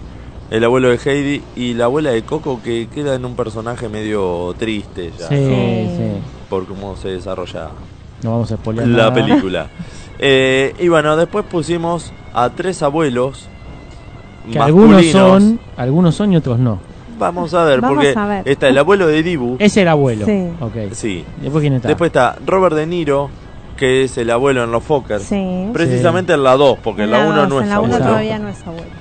S2: El abuelo de Heidi y la abuela de Coco que queda en un personaje medio triste ya,
S4: Sí,
S3: Sí.
S4: sí.
S2: por cómo se desarrolla
S4: No vamos a spoilear
S2: la
S4: nada.
S2: película. Eh, y bueno, después pusimos a tres abuelos
S4: Que algunos
S2: masculinos.
S4: son, algunos son y otros no.
S2: Vamos a ver,
S3: Vamos
S2: porque
S3: a ver.
S2: está el abuelo de Dibu.
S4: Es el abuelo.
S3: Sí.
S4: Ok.
S2: Sí.
S4: Después quién está.
S2: Después está Robert De Niro, que es el abuelo en los Fokker.
S3: Sí.
S2: Precisamente en la 2, porque en la 1 no es
S3: En la 1
S2: abuelo.
S3: todavía no es abuelo.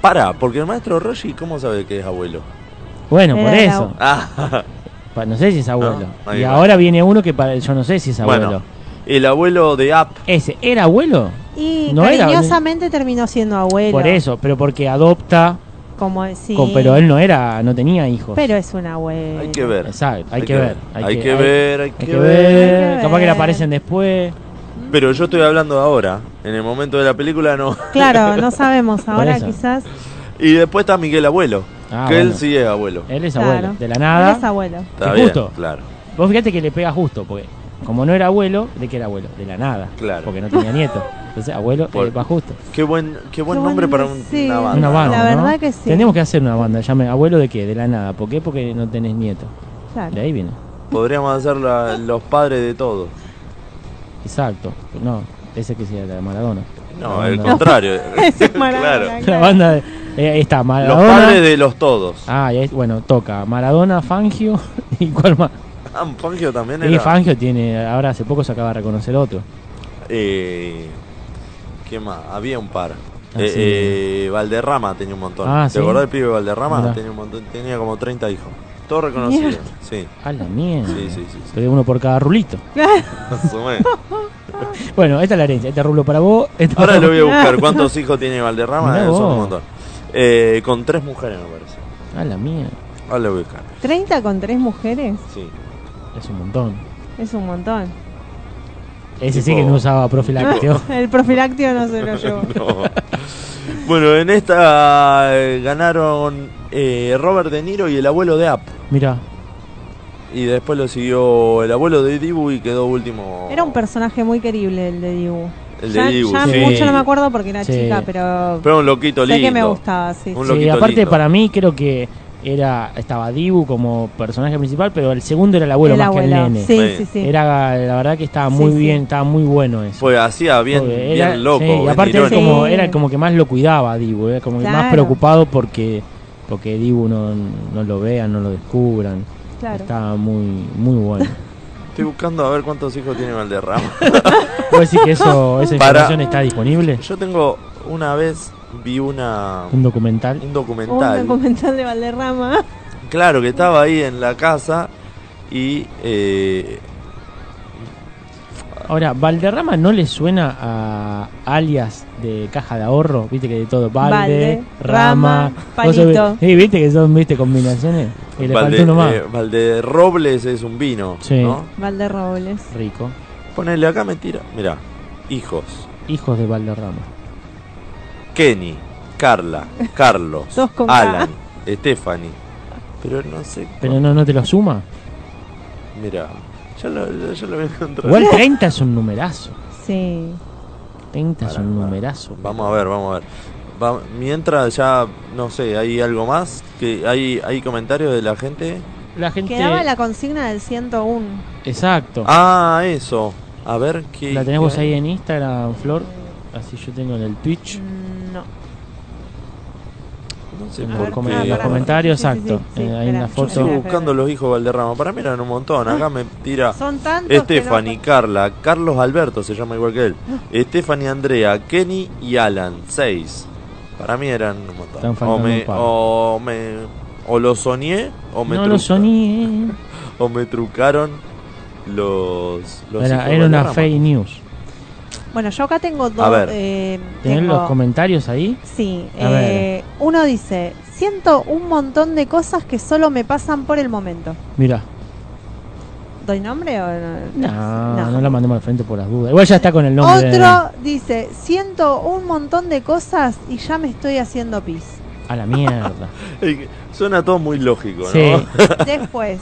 S2: Pará, porque el maestro Roshi, ¿cómo sabe que es abuelo?
S4: Bueno,
S3: Era
S4: por
S3: el
S4: eso.
S3: abuelo.
S2: Ah,
S4: Pa- No sé si es abuelo.
S2: ahí
S4: y
S2: va.
S4: ahora viene uno que para, yo no sé si es abuelo.
S2: bueno. El abuelo de App.
S4: Ese, ¿era abuelo?
S3: Y
S4: No era
S3: cariñosamente terminó siendo abuelo.
S4: Por eso, pero porque adopta.
S3: Como sí.
S4: con- pero él no era, no tenía hijos.
S3: Pero es un abuelo.
S2: Hay que ver.
S4: Exacto, hay, que ver.
S2: Hay que ver, hay que
S4: ver.
S2: ver.
S4: Capaz que le aparecen después.
S2: Pero yo estoy hablando ahora, en el momento de la película no.
S3: Claro, no sabemos. Ahora
S2: eso.
S3: quizás.
S2: Y después está Miguel Abuelo,
S4: Ah,
S2: que él
S4: bueno.
S2: sí es abuelo.
S4: Él es
S3: Claro.
S4: abuelo, de la nada.
S3: Él es abuelo.
S2: Está
S4: Que
S2: bien,
S4: justo.
S2: claro.
S4: Vos fíjate que le pega justo, porque como no era abuelo, ¿de qué era abuelo? De la nada.
S2: Claro.
S4: Porque no tenía nieto. Entonces, abuelo
S2: Por-
S4: eh, va justo.
S2: Qué buen, qué buen
S3: Qué
S2: nombre
S3: buen-
S2: para un-
S3: sí.
S2: una banda.
S4: Una banda.
S3: La
S4: ¿no?
S3: verdad que sí.
S4: Tenemos que hacer una banda. Llame abuelo de qué? De la nada. ¿Por qué? Porque no tenés nieto.
S3: Claro.
S4: De ahí viene.
S2: Podríamos hacer la- los padres de todo.
S4: Exacto. No, ese que sea la de Maradona.
S2: No,
S4: La
S2: al
S4: banda-
S2: contrario.
S3: Ese es Maradona,
S4: La banda de, eh, está
S2: Los
S4: Maradona.
S2: padres de los todos.
S4: Ah, y ahí- bueno, toca Maradona, Fangio y cuál más.
S2: Ah, Fangio también
S4: Y
S2: era.
S4: Fangio tiene, ahora hace poco se acaba de reconocer otro.
S2: Eh, ¿Qué más? Había un par.
S4: Ah,
S2: Eh,
S4: sí.
S2: eh, Valderrama tenía un montón.
S4: Ah,
S2: ¿Te
S4: sí.
S2: acordás del pibe Valderrama?
S4: Mirá.
S2: Tenía, un montón, tenía como 30 hijos. Todos reconocidos.
S4: Mierda.
S2: Sí.
S4: A la mierda.
S2: Sí, sí, sí, sí.
S4: Pero uno por cada rulito.
S2: Asumé.
S4: Bueno, esta es la herencia. Este rulo para vos. esta-
S2: Ahora lo voy a buscar. ¿Cuántos hijos tiene Valderrama?
S4: Mirá
S2: Eh, Son
S4: vos.
S2: un montón. Eh, con tres mujeres, me parece.
S4: A la mierda.
S3: Ah,
S2: Ahora lo voy a buscar.
S3: 30 con 3 mujeres
S2: Sí.
S4: Es un montón.
S3: es un montón.
S4: Ese sí
S2: Tipo-
S4: que no usaba profilácteo.
S3: El profiláctico no se lo llevó.
S2: No. Bueno, en esta eh, ganaron eh, Robert De Niro y el abuelo de App.
S4: Mira,
S2: Y después lo siguió el abuelo de Dibu y quedó último.
S3: Era un personaje muy querible el de Dibu.
S2: El de
S3: ya
S2: Dibu,
S3: ya
S2: sí.
S3: mucho no me acuerdo porque era
S4: Sí.
S3: chica, pero.
S2: Pero un loquito
S3: sé
S2: lindo.
S3: que me gustaba, sí.
S2: Un
S3: sí.
S4: sí,
S2: loquito
S4: aparte
S2: lindo.
S4: para mí creo que era estaba Dibu como personaje principal, pero el segundo era el abuelo
S3: El
S4: más que el
S3: abuelo.
S4: nene.
S3: Sí,
S2: Bueno.
S3: sí, sí.
S4: Era la verdad que estaba muy
S3: Sí, sí.
S4: bien, estaba muy bueno eso.
S2: Pues hacía bien,
S4: Porque
S2: bien loco.
S4: sí, y
S2: bien
S4: aparte él
S2: irónico.
S4: como,
S3: Sí.
S4: era como que más lo cuidaba Dibu, era como que más
S3: Claro.
S4: preocupado porque porque Dibu no, no lo vean, no lo descubran.
S3: Claro.
S4: Estaba muy muy bueno.
S2: Estoy buscando a ver cuántos hijos tiene Valderrama.
S4: ¿Puedo decir que eso, esa
S2: Para-
S4: información está disponible?
S2: Yo tengo una vez vi una
S4: Un documental.
S2: un
S3: Un
S2: documental.
S3: documental de Valderrama.
S2: Claro que estaba ahí en la casa y eh,
S4: Ahora, ¿Valderrama no le suena a alias de caja de ahorro? Viste que de todo, Valde,
S3: Valde,
S4: Rama,
S3: Rama,
S4: vos sabés-
S3: Palito.
S4: Sí, viste que son, viste, combinaciones. Y le
S2: Valde-
S4: faltó uno más.
S2: eh, Valderrobles es un vino,
S4: Sí.
S2: ¿no?
S3: Valderrobles.
S4: Rico.
S2: Ponele acá mentira. Mira, hijos.
S4: Hijos de Valderrama.
S2: Kenny, Carla, Carlos,
S3: Dos con K.
S2: Alan, Stephanie. Pero no sé.
S4: Pero no, no te lo suma.
S2: Mira, ya lo, ya- ya lo voy a encontrar.
S4: Igual 30 es un numerazo.
S3: Sí.
S4: 30 es
S2: Pará,
S4: un
S2: pará.
S4: numerazo.
S2: Vamos a ver, vamos a ver. Va- mientras ya, no sé, hay algo más. que Hay, hay comentarios de la gente.
S4: La gente.
S3: Quedaba la consigna del 101.
S4: Exacto.
S2: Ah, eso. A ver qué.
S4: la
S2: qué
S4: tenés vos
S2: hay?
S4: ahí en Instagram, Flor. Así yo tengo en el Twitch.
S3: Mm, No.
S2: No sé
S4: En
S2: por
S4: los,
S3: ver,
S4: come-
S2: qué.
S3: ah,
S4: en los
S3: pará.
S4: comentarios,
S3: Sí, sí,
S4: eh, exacto.
S3: sí, sí,
S4: Eh, hay
S3: espera.
S4: una
S3: Yo
S2: Yo
S4: foto.
S2: estoy buscando los hijos Valderrama. Para mí eran un montón. Acá me tira.
S3: Ah. Son tantos. que Ah.
S2: Stephanie, Carla, Carlos Alberto se llama igual que él. Stephanie, Andrea, Kenny y Alan. Seis. Para mí eran un montón.
S4: Están
S2: O
S4: faltando
S2: me,
S4: un par.
S2: o me. O lo soñé o me,
S4: No
S2: truca-
S4: lo soñé.
S2: o me trucaron los. los hijos
S4: Era, era una
S2: Valderrama.
S4: fake news.
S3: no- Bueno, yo acá tengo dos.
S2: A ver.
S3: eh,
S4: ¿Tenés
S3: tengo-
S4: los comentarios ahí?
S3: Sí,
S4: A
S3: eh, uno dice, siento un montón de cosas que solo me pasan por el momento.
S4: Mira.
S3: ¿Doy nombre o no?
S4: No, Ah, no,
S3: No.
S4: la mandemos al frente por las dudas. Igual ya está con el nombre. de-
S3: Otro dice, siento un montón de cosas y ya me estoy haciendo pis.
S4: A la mierda.
S2: Eh, Suena todo muy lógico, ¿no?
S4: sí.
S3: Después,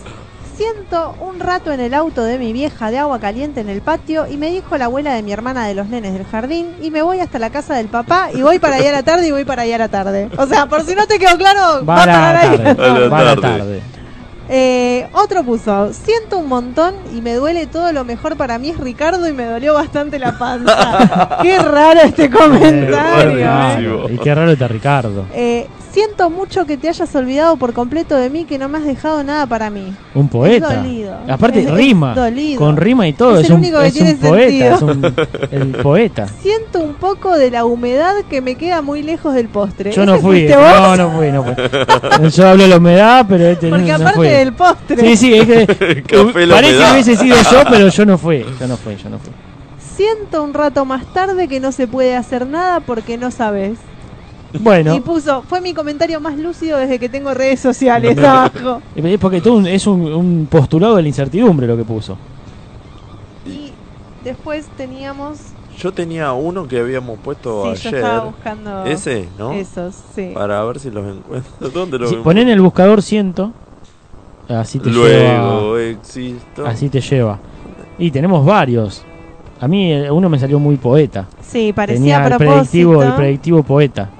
S3: siento un rato en el auto de mi vieja de agua caliente en el patio y me dijo la abuela de mi hermana de los nenes del jardín y me voy hasta la casa del papá y voy para allá a la tarde y voy para allá a la tarde. O sea, por si no te quedó claro,
S4: Va a
S3: parar ahí.
S4: la
S2: A
S4: tarde.
S2: la
S4: Va a la
S2: tarde.
S4: tarde.
S3: Eh, otro puso, siento un montón y me duele todo lo mejor para mí es Ricardo y me dolió bastante la panza. Qué raro este
S4: Eh,
S3: comentario.
S2: Qué
S3: ¿eh?
S2: buenísimo.
S4: Y qué raro está Ricardo.
S3: Eh, Siento mucho que te hayas olvidado por completo de mí, que no me has dejado nada para mí.
S4: Un poeta.
S3: Es dolido.
S4: Aparte,
S3: Es- es
S4: rima.
S3: dolido.
S4: Con rima y todo.
S3: Es
S4: Es,
S3: el
S4: un,
S3: único que
S4: es
S3: tiene
S4: un poeta. Es
S3: sentido.
S4: un- el poeta.
S3: Siento un poco de la humedad que me queda muy lejos del postre.
S4: Yo no
S3: ¿Ese
S4: fui.
S3: fuiste vos?
S4: No, no fui, no fui. Yo hablo de la humedad, pero este
S3: Porque
S4: no, no
S3: aparte
S4: fui.
S3: del postre.
S4: Sí, sí, es que.
S2: Café la
S4: parece que
S2: humedad.
S4: hubiese sido yo, pero yo no fui. Yo no fui, yo no fui.
S3: Siento un rato más tarde que no se puede hacer nada porque no sabes.
S4: Bueno.
S3: Y puso, fue mi comentario más lúcido desde que tengo redes sociales abajo.
S4: Es porque todo un- es un, un postulado de la incertidumbre lo que puso.
S3: Después teníamos.
S2: Yo tenía uno que habíamos puesto
S3: Sí,
S2: Oh,
S3: yo
S2: ayer.
S3: estaba buscando
S2: Ese, ¿no?
S3: esos, sí.
S2: Para ver si los encuentro. ¿Dónde los
S4: Si
S2: encuentro?
S4: poné en el buscador 100, así te lleva.
S2: Luego existo.
S4: Así te lleva. Y tenemos varios. A mí eh, uno me salió muy poeta.
S3: Sí,
S4: Tenía
S3: parecía a
S4: el
S3: propósito.
S4: predictivo, el predictivo poeta.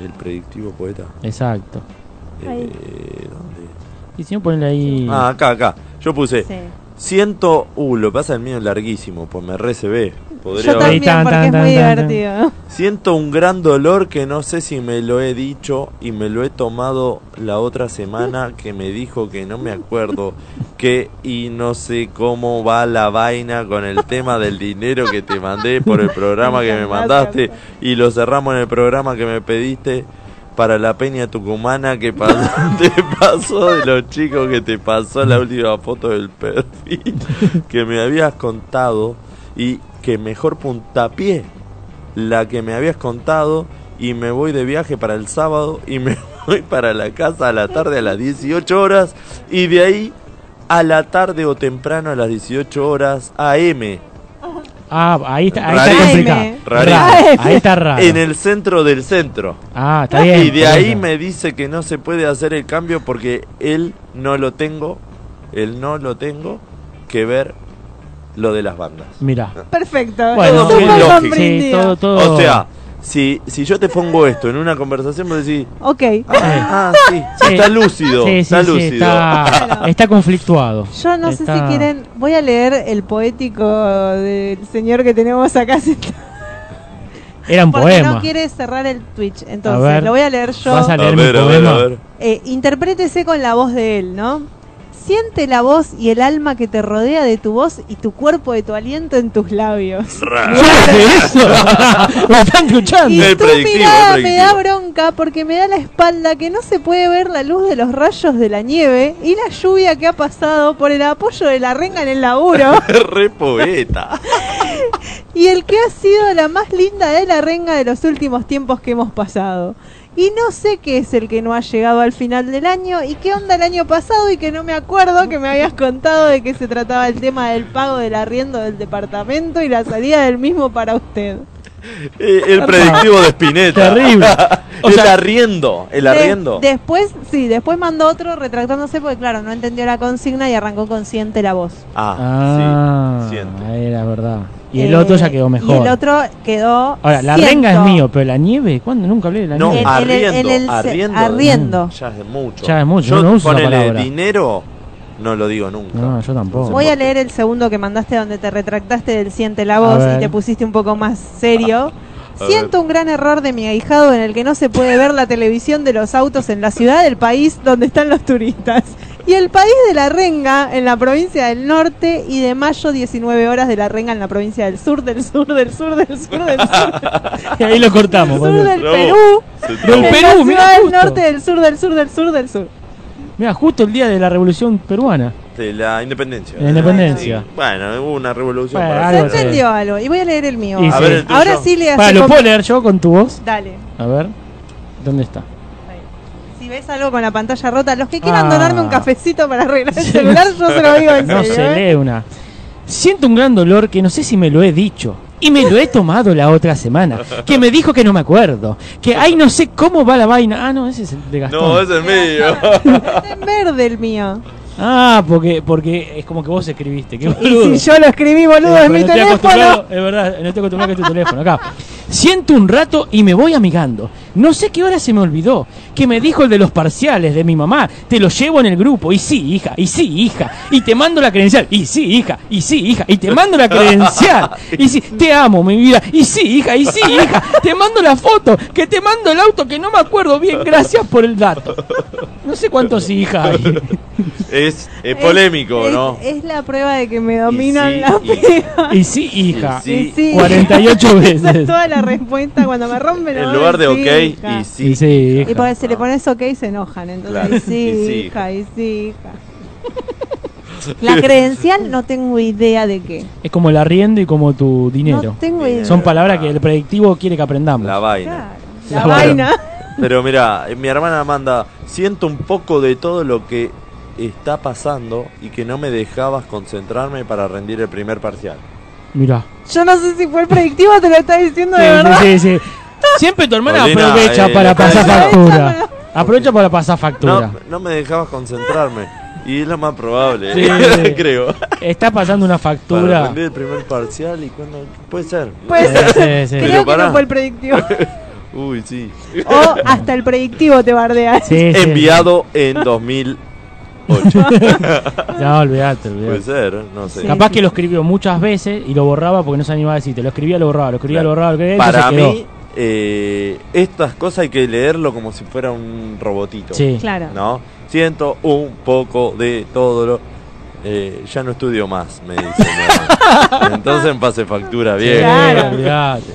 S2: El predictivo poeta.
S4: Exacto.
S3: Ahí.
S2: Eh, ¿dónde?
S4: Y si no, ponele ahí.
S2: Ah, acá, acá. Yo puse
S3: Sí.
S2: 100. Uh, lo que pasa el mío es larguísimo, pues me re se ve. Podría
S3: Yo
S2: haber-
S3: también,
S4: tan,
S3: porque
S4: tan,
S3: es
S4: tan,
S3: muy
S4: tan, tan.
S3: divertido.
S2: Siento un gran dolor que no sé si me lo he dicho y me lo he tomado la otra semana que me dijo que no me acuerdo que y no sé cómo va la vaina con el tema del dinero que te mandé por el programa que me mandaste y lo cerramos en el programa que me pediste para la peña tucumana que pa- te pasó de los chicos que te pasó la última foto del perfil que me habías contado y que mejor puntapié la que me habías contado y me voy de viaje para el sábado y me voy para la casa a la tarde a las 18 horas y de ahí a la tarde o temprano a las 18 horas AM.
S4: Ah, ahí está, ahí está
S2: Rarísimo.
S4: complicado.
S2: Rarísimo.
S4: Raro, Ahí está raro.
S2: En el centro del centro.
S4: Ah, está bien.
S2: Y de
S4: está
S2: ahí
S4: bien.
S2: me dice que no se puede hacer el cambio porque él no lo tengo, él no lo tengo que ver lo de las bandas.
S4: Mirá.
S3: Perfecto.
S4: Bueno,
S3: Súper
S4: muy lógico.
S3: comprendido.
S4: Sí, todo- todo-
S2: O sea, si, si yo te pongo esto en una conversación, vos decís,
S3: Ok.
S2: ah, sí. Está lúcido,
S4: Sí, sí,
S2: está
S4: sí,
S2: lúcido.
S4: está, está conflictuado.
S3: Yo no sé si
S4: Está-
S3: quieren. Voy a leer el poético del señor que tenemos acá sentado.
S4: Era un
S3: Porque
S4: poema.
S3: no quiere cerrar el Twitch. Entonces,
S4: ver,
S3: lo voy a leer yo.
S4: ¿vas a leer A mi ver, a ver, poema? a ver.
S3: Eh, interprétese con la voz de él, ¿no? Siente la voz y el alma que te rodea de tu voz y tu cuerpo de tu aliento en tus labios.
S4: eso? Lo están escuchando.
S3: Y tu mirada me da bronca porque me da la espalda que no se puede ver la luz de los rayos de la nieve y la lluvia que ha pasado por el apoyo de la renga en el laburo.
S2: Re poeta.
S3: y el que ha sido la más linda de la renga de los últimos tiempos que hemos pasado. Y no sé qué es el que no ha llegado al final del año y qué onda el año pasado y que no me acuerdo que me habías contado de que se trataba el tema del pago del arriendo del departamento y la salida del mismo para usted.
S2: Eh, El predictivo de Spinetta.
S4: Terrible.
S2: el arriendo, el arriendo.
S3: De- después, sí, después mandó otro retractándose porque claro, no entendió la consigna y arrancó consciente la voz.
S2: Ah,
S4: sí, Era verdad. Y el
S3: Eh,
S4: otro ya quedó
S3: Y
S4: mejor.
S3: el otro quedó
S4: Ahora, la
S3: siento.
S4: renga es mío, pero la nieve, ¿cuándo? Nunca hablé de la
S2: No,
S4: nieve.
S3: En el- en
S2: arriendo,
S3: el-
S2: arriendo.
S3: arriendo.
S2: Ya es de mucho.
S4: Ya es mucho,
S2: Yo
S4: yo no uso esa
S2: ponele
S4: palabra.
S2: dinero, no lo digo nunca.
S4: No, yo tampoco.
S3: Voy a leer el segundo que mandaste donde te retractaste del siente la voz
S4: ver.
S3: y te pusiste un poco más serio.
S2: A
S3: Siento un gran error de mi ahijado en el que no se puede ver la televisión de los autos en la ciudad del país donde están los turistas. Y el país de la renga en la provincia del norte y de mayo 19 horas de la renga en la provincia del sur, del sur, del sur, del sur, del sur.
S2: ah.
S4: Y ahí lo cortamos.
S3: Sur del
S4: Pablo.
S3: Perú.
S4: Del
S3: de la
S4: Perú,
S3: ciudad
S4: mira
S3: del
S4: justo.
S3: norte, del sur, del sur, del sur, del sur.
S4: Mirá, justo el día de la revolución peruana.
S2: De la independencia.
S4: La independencia.
S2: Sí. Bueno, hubo una revolución.
S4: Bueno,
S2: para
S4: algo
S2: hacer.
S4: se-
S3: Entendió algo. Y voy a leer el mío.
S4: Y
S2: A ver el tuyo.
S3: Ahora sí le hace
S4: Pará, ¿Lo
S3: como-
S4: puedo leer yo con tu voz?
S3: Dale.
S4: A ver, ¿dónde está?
S3: Si ves algo con la pantalla rota, los que quieran
S4: Ah.
S3: donarme un cafecito para arreglar el celular, yo se lo digo en
S4: No
S3: serio.
S4: se
S3: ¿eh?
S4: lee una. Siento un gran dolor que no sé si me lo he dicho. Y me lo he tomado la otra semana. Que me dijo que no me acuerdo. Que ay, no sé cómo va la vaina. Ah, no, ese es el de Gastón.
S2: No, es el mío.
S3: Está en verde el mío.
S4: Ah, porque, porque es como que vos escribiste. Qué boludo.
S3: Y si yo lo escribí, boludo, es
S4: Eh, pero
S3: mi
S4: no estoy
S3: teléfono.
S4: acostumbrado- Es verdad, no estoy acostumbrado que es tu teléfono. Acá. Siento un rato y me voy amigando. No sé qué hora se me olvidó. Que me dijo el de los parciales de mi mamá. Te lo llevo en el grupo. Y sí, hija. Y sí, hija. Y te mando la credencial. Y sí, hija. Y sí, hija. Y te mando la credencial. Y sí, te amo, mi vida. Y sí, hija. Y sí, hija. Te mando la foto. Que te mando el auto. Que no me acuerdo bien. Gracias por el dato. No sé cuántos hijas hay.
S2: Es, eh, polémico,
S3: es,
S2: ¿no?
S3: Es la prueba de que me dominan
S2: sí,
S3: las
S2: y-
S3: pibas.
S4: Y sí, hija.
S2: Y sí.
S4: 48
S3: Esa es
S4: veces.
S3: toda la respuesta cuando me rompen.
S2: En
S3: ¿no?
S2: lugar de
S3: Sí,
S2: ok,
S3: hija.
S2: y sí.
S4: Y sí,
S3: Y porque si le pones ok se enojan, entonces
S2: Claro.
S3: y sí,
S2: Y sí,
S3: hija, y sí, hija. La credencial no tengo idea de qué.
S4: Es como el arriendo y como tu dinero.
S3: No tengo idea.
S4: Son palabras que el predictivo quiere que aprendamos.
S2: La vaina.
S3: La vaina.
S2: Pero mira, mi hermana manda, siento un poco de todo lo que está pasando y que no me dejabas concentrarme para rendir el primer parcial.
S4: Mira.
S3: Yo no sé si fue el predictivo, te lo está diciendo de verdad.
S4: Sí, sí, sí. Siempre tu hermana
S2: Paulina,
S4: aprovecha
S2: eh,
S4: para
S2: la
S4: pasar
S2: cabeza.
S4: factura. Aprovecha para pasar
S2: No,
S4: factura.
S2: no me dejabas concentrarme. Y es lo más probable, eh,
S4: Sí.
S2: creo.
S4: Está pasando una
S2: Para
S4: factura.
S2: rendir el primer parcial y cuando... Puede ser.
S4: Pues
S3: Puede ser.
S4: Sí, sí.
S3: Creo que no fue el predictivo.
S2: Uy, sí.
S3: O hasta el predictivo te bardea.
S2: Enviado en 2008.
S4: No, olvidate,
S2: Puede
S4: olvidate.
S2: ser, no sé.
S4: Capaz que lo escribió muchas veces y lo borraba porque no se animaba a decirte. Lo escribía, lo borraba, lo escribía, lo borraba, lo escribía. y
S2: Para
S4: se quedó.
S2: mí, eh, estas cosas hay que leerlo como si fuera un robotito.
S4: Sí.
S3: Claro.
S2: ¿No? Siento un poco de todo lo. eh, ya no estudio más, me dice. ¿no? Entonces pase factura,
S4: Sí,
S2: bien.
S4: olvidate.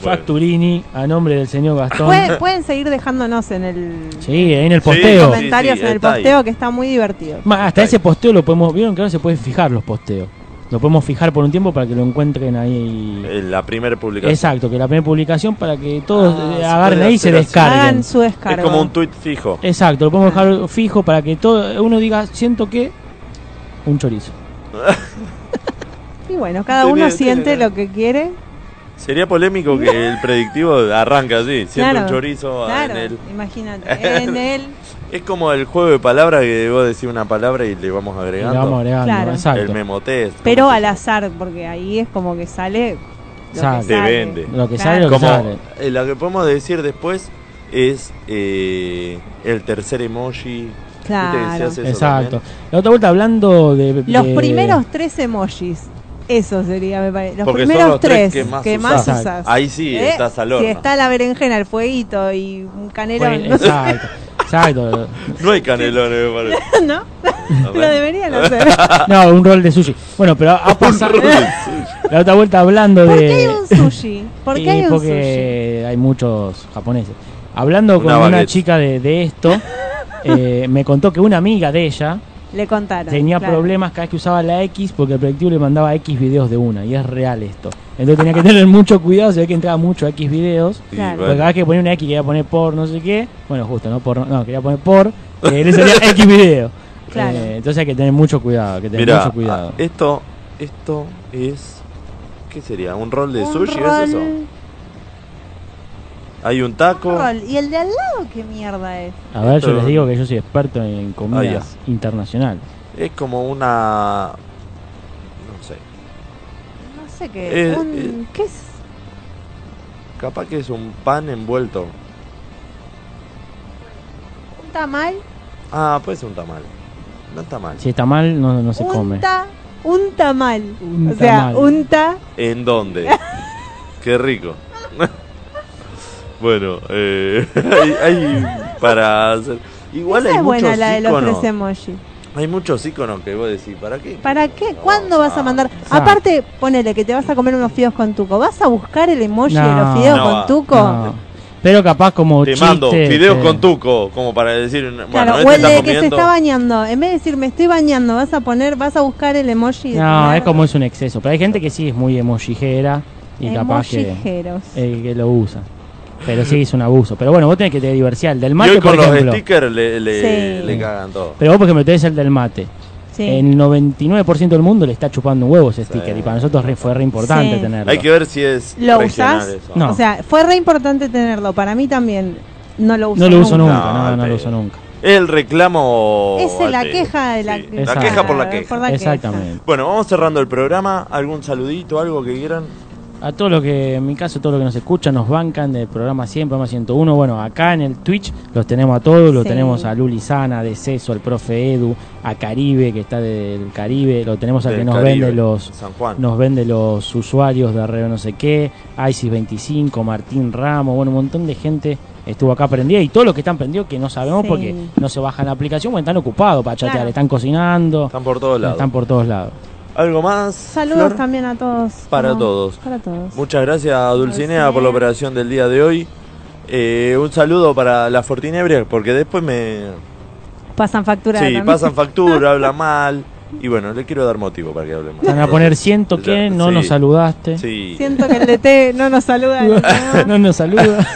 S4: Facturini a nombre del señor Gastón.
S3: Pueden, pueden seguir dejándonos en el
S4: Sí, ahí en el
S2: Sí,
S4: posteo.
S3: comentarios
S2: sí,
S3: en el
S2: está ahí.
S3: posteo que está muy divertido.
S4: Ma, hasta ese posteo lo podemos. Vieron que ahora se pueden fijar los posteos. Lo podemos fijar por un tiempo para que lo encuentren ahí.
S2: Eh, La primera publicación.
S4: Exacto, que la primera publicación para que todos
S2: Ah,
S4: eh,
S2: se
S4: agarren
S2: puede
S4: ahí y se
S2: hacer así. Ah.
S4: descarguen.
S3: Hagan su descargo.
S2: Es como un tuit fijo.
S4: Exacto, lo podemos dejar fijo para que todo uno diga, siento que un chorizo.
S3: Y bueno, cada
S2: Tiene-
S3: uno
S2: tiene
S3: siente
S2: razón.
S3: lo que quiere.
S2: Sería polémico que el predictivo arranca así, siendo
S3: Claro,
S2: un chorizo
S3: Claro,
S2: Ah, en el.
S3: imagínate. En él.
S2: Es como el juego de palabras que vos decís una palabra y le vamos
S4: Y le
S2: agregando.
S4: vamos agregando,
S3: Claro.
S2: El
S4: exacto.
S2: memotest.
S3: Pero al azar, porque ahí es como que sale. Lo
S4: Sale.
S3: Que
S2: Te
S3: sale.
S2: vende.
S4: Lo que
S3: Claro.
S4: sale, lo que
S2: Como
S4: sale.
S2: eh, lo que podemos decir después es eh, el tercer emoji. ¿Viste que se
S3: Claro.
S2: hace eso
S4: Exacto.
S2: también?
S4: La otra vuelta hablando de.
S3: Los
S4: de-
S3: primeros tres emojis. Eso sería, me parece. Los
S2: Porque son
S3: primeros
S2: los tres
S3: tres,
S2: que más
S3: que
S2: usás.
S3: más
S4: Exacto.
S3: usás.
S2: Ahí sí,
S3: ¿Eh?
S2: estás al horno.
S3: Si está la berenjena, el fueguito y un
S4: Bueno,
S3: canelón.
S4: exacto. Exacto.
S2: No hay canelones, me parece.
S3: ¿No?
S2: A
S3: Lo
S2: ver.
S3: deberían hacer.
S4: No, un rol de sushi. Bueno, pero ha pasado. La otra vuelta hablando
S3: ¿Por
S4: de.
S3: qué hay un sushi? ¿Por
S4: Y
S3: qué hay un sushi?
S4: porque hay muchos japoneses. Hablando con
S2: Una
S4: una,
S2: baguette.
S4: chica de, de esto, eh, me contó que una amiga de ella
S3: Le contaron.
S4: tenía
S3: claro.
S4: problemas cada vez que usaba la X porque el proyectivo le mandaba X videos de una, y es real esto. Entonces tenía que tener mucho cuidado, se ve que entraba mucho a X videos.
S2: Sí,
S3: Claro.
S4: Porque cada
S2: bueno.
S4: vez que ponía una X quería poner por no sé qué. Bueno, justo, no por, no, quería poner por, eh, le salía X video.
S3: Claro.
S4: Eh, entonces hay que tener mucho cuidado, hay que tener
S2: Mirá,
S4: mucho cuidado.
S2: ah, esto, esto es. ¿Qué sería? ¿Un rol de
S3: Un
S2: sushi?
S3: rol-
S2: ¿Es eso? Hay un
S3: un
S2: taco.
S3: rol. ¿Y el de al lado qué mierda es?
S4: A ver, yo
S2: esto-
S4: les digo que yo soy experto en comidas internacionales.
S2: Es como una. No sé.
S3: No sé qué es.
S2: Eh,
S3: un- ¿Qué es?
S2: Capaz que es un pan envuelto.
S3: ¿Un tamal?
S2: Ah, puede ser un tamal. No está mal.
S4: Si está mal, no, no se
S3: un
S4: come.
S3: ta- un tamal.
S4: Un
S3: o sea,
S4: tamal.
S3: un ta.
S2: ¿En dónde? Qué rico. bueno, eh, hay, hay para hacer. Igual
S3: Esa
S2: hay
S3: es buena
S2: muchos
S3: la de los tres
S2: iconos.
S3: emoji.
S2: Hay muchos iconos que vos decís, ¿para qué?
S3: ¿Para qué?
S2: No,
S3: ¿Cuándo vas a
S2: no.
S3: mandar?
S4: Ah.
S3: Aparte, ponele que te vas a comer unos fideos con tuco. ¿Vas a buscar el emoji de
S4: No.
S3: los fideos
S2: No va.
S3: con tuco?
S4: No. Pero capaz como
S2: Te
S4: chiste,
S2: mando videos
S4: este,
S2: con tuco, como para decir, bueno,
S3: Claro,
S2: este
S3: o el
S2: está
S3: de que se
S2: comiendo.
S3: está bañando. En vez de decir me estoy bañando, vas a poner, vas a buscar el emoji. de
S4: No,
S3: tener
S4: es como es un exceso. Pero hay gente que sí es muy emojijera y capaz que,
S3: emojijeros.
S4: eh, que lo usa. Pero sí es un abuso. Pero bueno, vos tenés que tener diversidad. El del
S2: y hoy
S4: mate,
S2: con
S4: por ejemplo.
S2: los stickers le, le,
S3: Sí.
S2: le cagan todo.
S4: Pero vos, por ejemplo, tenés el del mate.
S3: Sí.
S4: El 99% del mundo le está chupando un huevo ese sticker.
S2: Sí.
S4: Y para nosotros re- fue re importante
S3: Sí.
S4: tenerlo.
S2: Hay que ver si es
S3: ¿Lo
S2: regional
S3: usás?
S2: eso.
S4: No.
S3: O sea, fue re importante tenerlo. Para mí también no lo uso
S4: no lo uso nunca,
S2: No,
S4: no, no,
S2: al
S4: lo
S2: pedo.
S4: uso nunca.
S2: El reclamo.
S3: Esa es la
S2: al pedo.
S3: queja de la
S2: Sí,
S3: queja.
S2: La queja por la
S3: Por
S2: queja.
S3: la queja.
S4: Exactamente.
S2: Bueno, vamos cerrando el programa. ¿Algún saludito, algo que quieran?
S4: a todos los que, en mi caso, todos los que nos escuchan, nos bancan del programa 100, programa 101. Bueno, acá en el Twitch los tenemos a todos, los
S3: Sí.
S4: tenemos a Luli Sana, de Ceso, al profe Edu, a Caribe, que está del Caribe, lo tenemos al
S2: Del
S4: que nos
S2: Caribe,
S4: vende los
S2: San Juan.
S4: nos vende los usuarios de Arreo no sé qué, ISIS 25, Martín Ramos, bueno, un montón de gente estuvo acá prendida y todos los que están prendidos que no sabemos
S3: Sí.
S4: porque no se bajan la aplicación porque están ocupados para chatear,
S3: Claro.
S4: están cocinando.
S2: Están por todos lados.
S4: Están por todos lados.
S2: ¿Algo más?
S3: Saludos
S2: Flor?
S3: también a todos.
S2: Para
S3: Como-
S2: todos.
S3: Para todos.
S2: Muchas gracias a Dulcinea por la operación del día de hoy. Eh, un saludo para la Fortinebria, porque después me.
S3: Pasan factura.
S2: sí,
S3: también.
S2: pasan factura, habla mal. Y bueno, le quiero dar motivo para que hable mal.
S4: Van a poner siento que no
S2: Sí.
S4: nos saludaste.
S2: Sí.
S3: Siento que el DT no nos saluda.
S4: no nos saluda.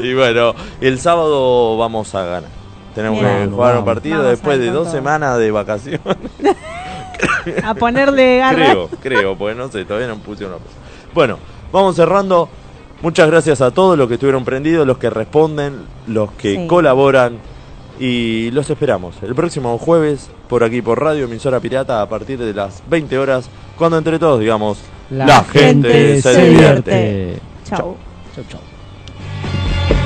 S2: Y bueno, el sábado vamos a ganar. Tenemos
S3: Bien.
S2: que jugar un
S4: Vamos.
S2: partido
S3: Vamos a
S2: después
S3: ir
S2: de
S3: con
S2: dos
S3: todo.
S2: semanas de vacaciones.
S3: A ponerle garra.
S2: creo, creo, pues no sé, todavía no puse una. Bueno, vamos cerrando. Muchas gracias a todos los que estuvieron prendidos, los que responden, los que
S3: Sí.
S2: colaboran. Y los esperamos el próximo jueves por aquí por Radio Emisora Pirata a partir de las 20 horas, cuando entre todos digamos,
S4: La gente se divierte.
S3: Chau.
S4: Chau, chau.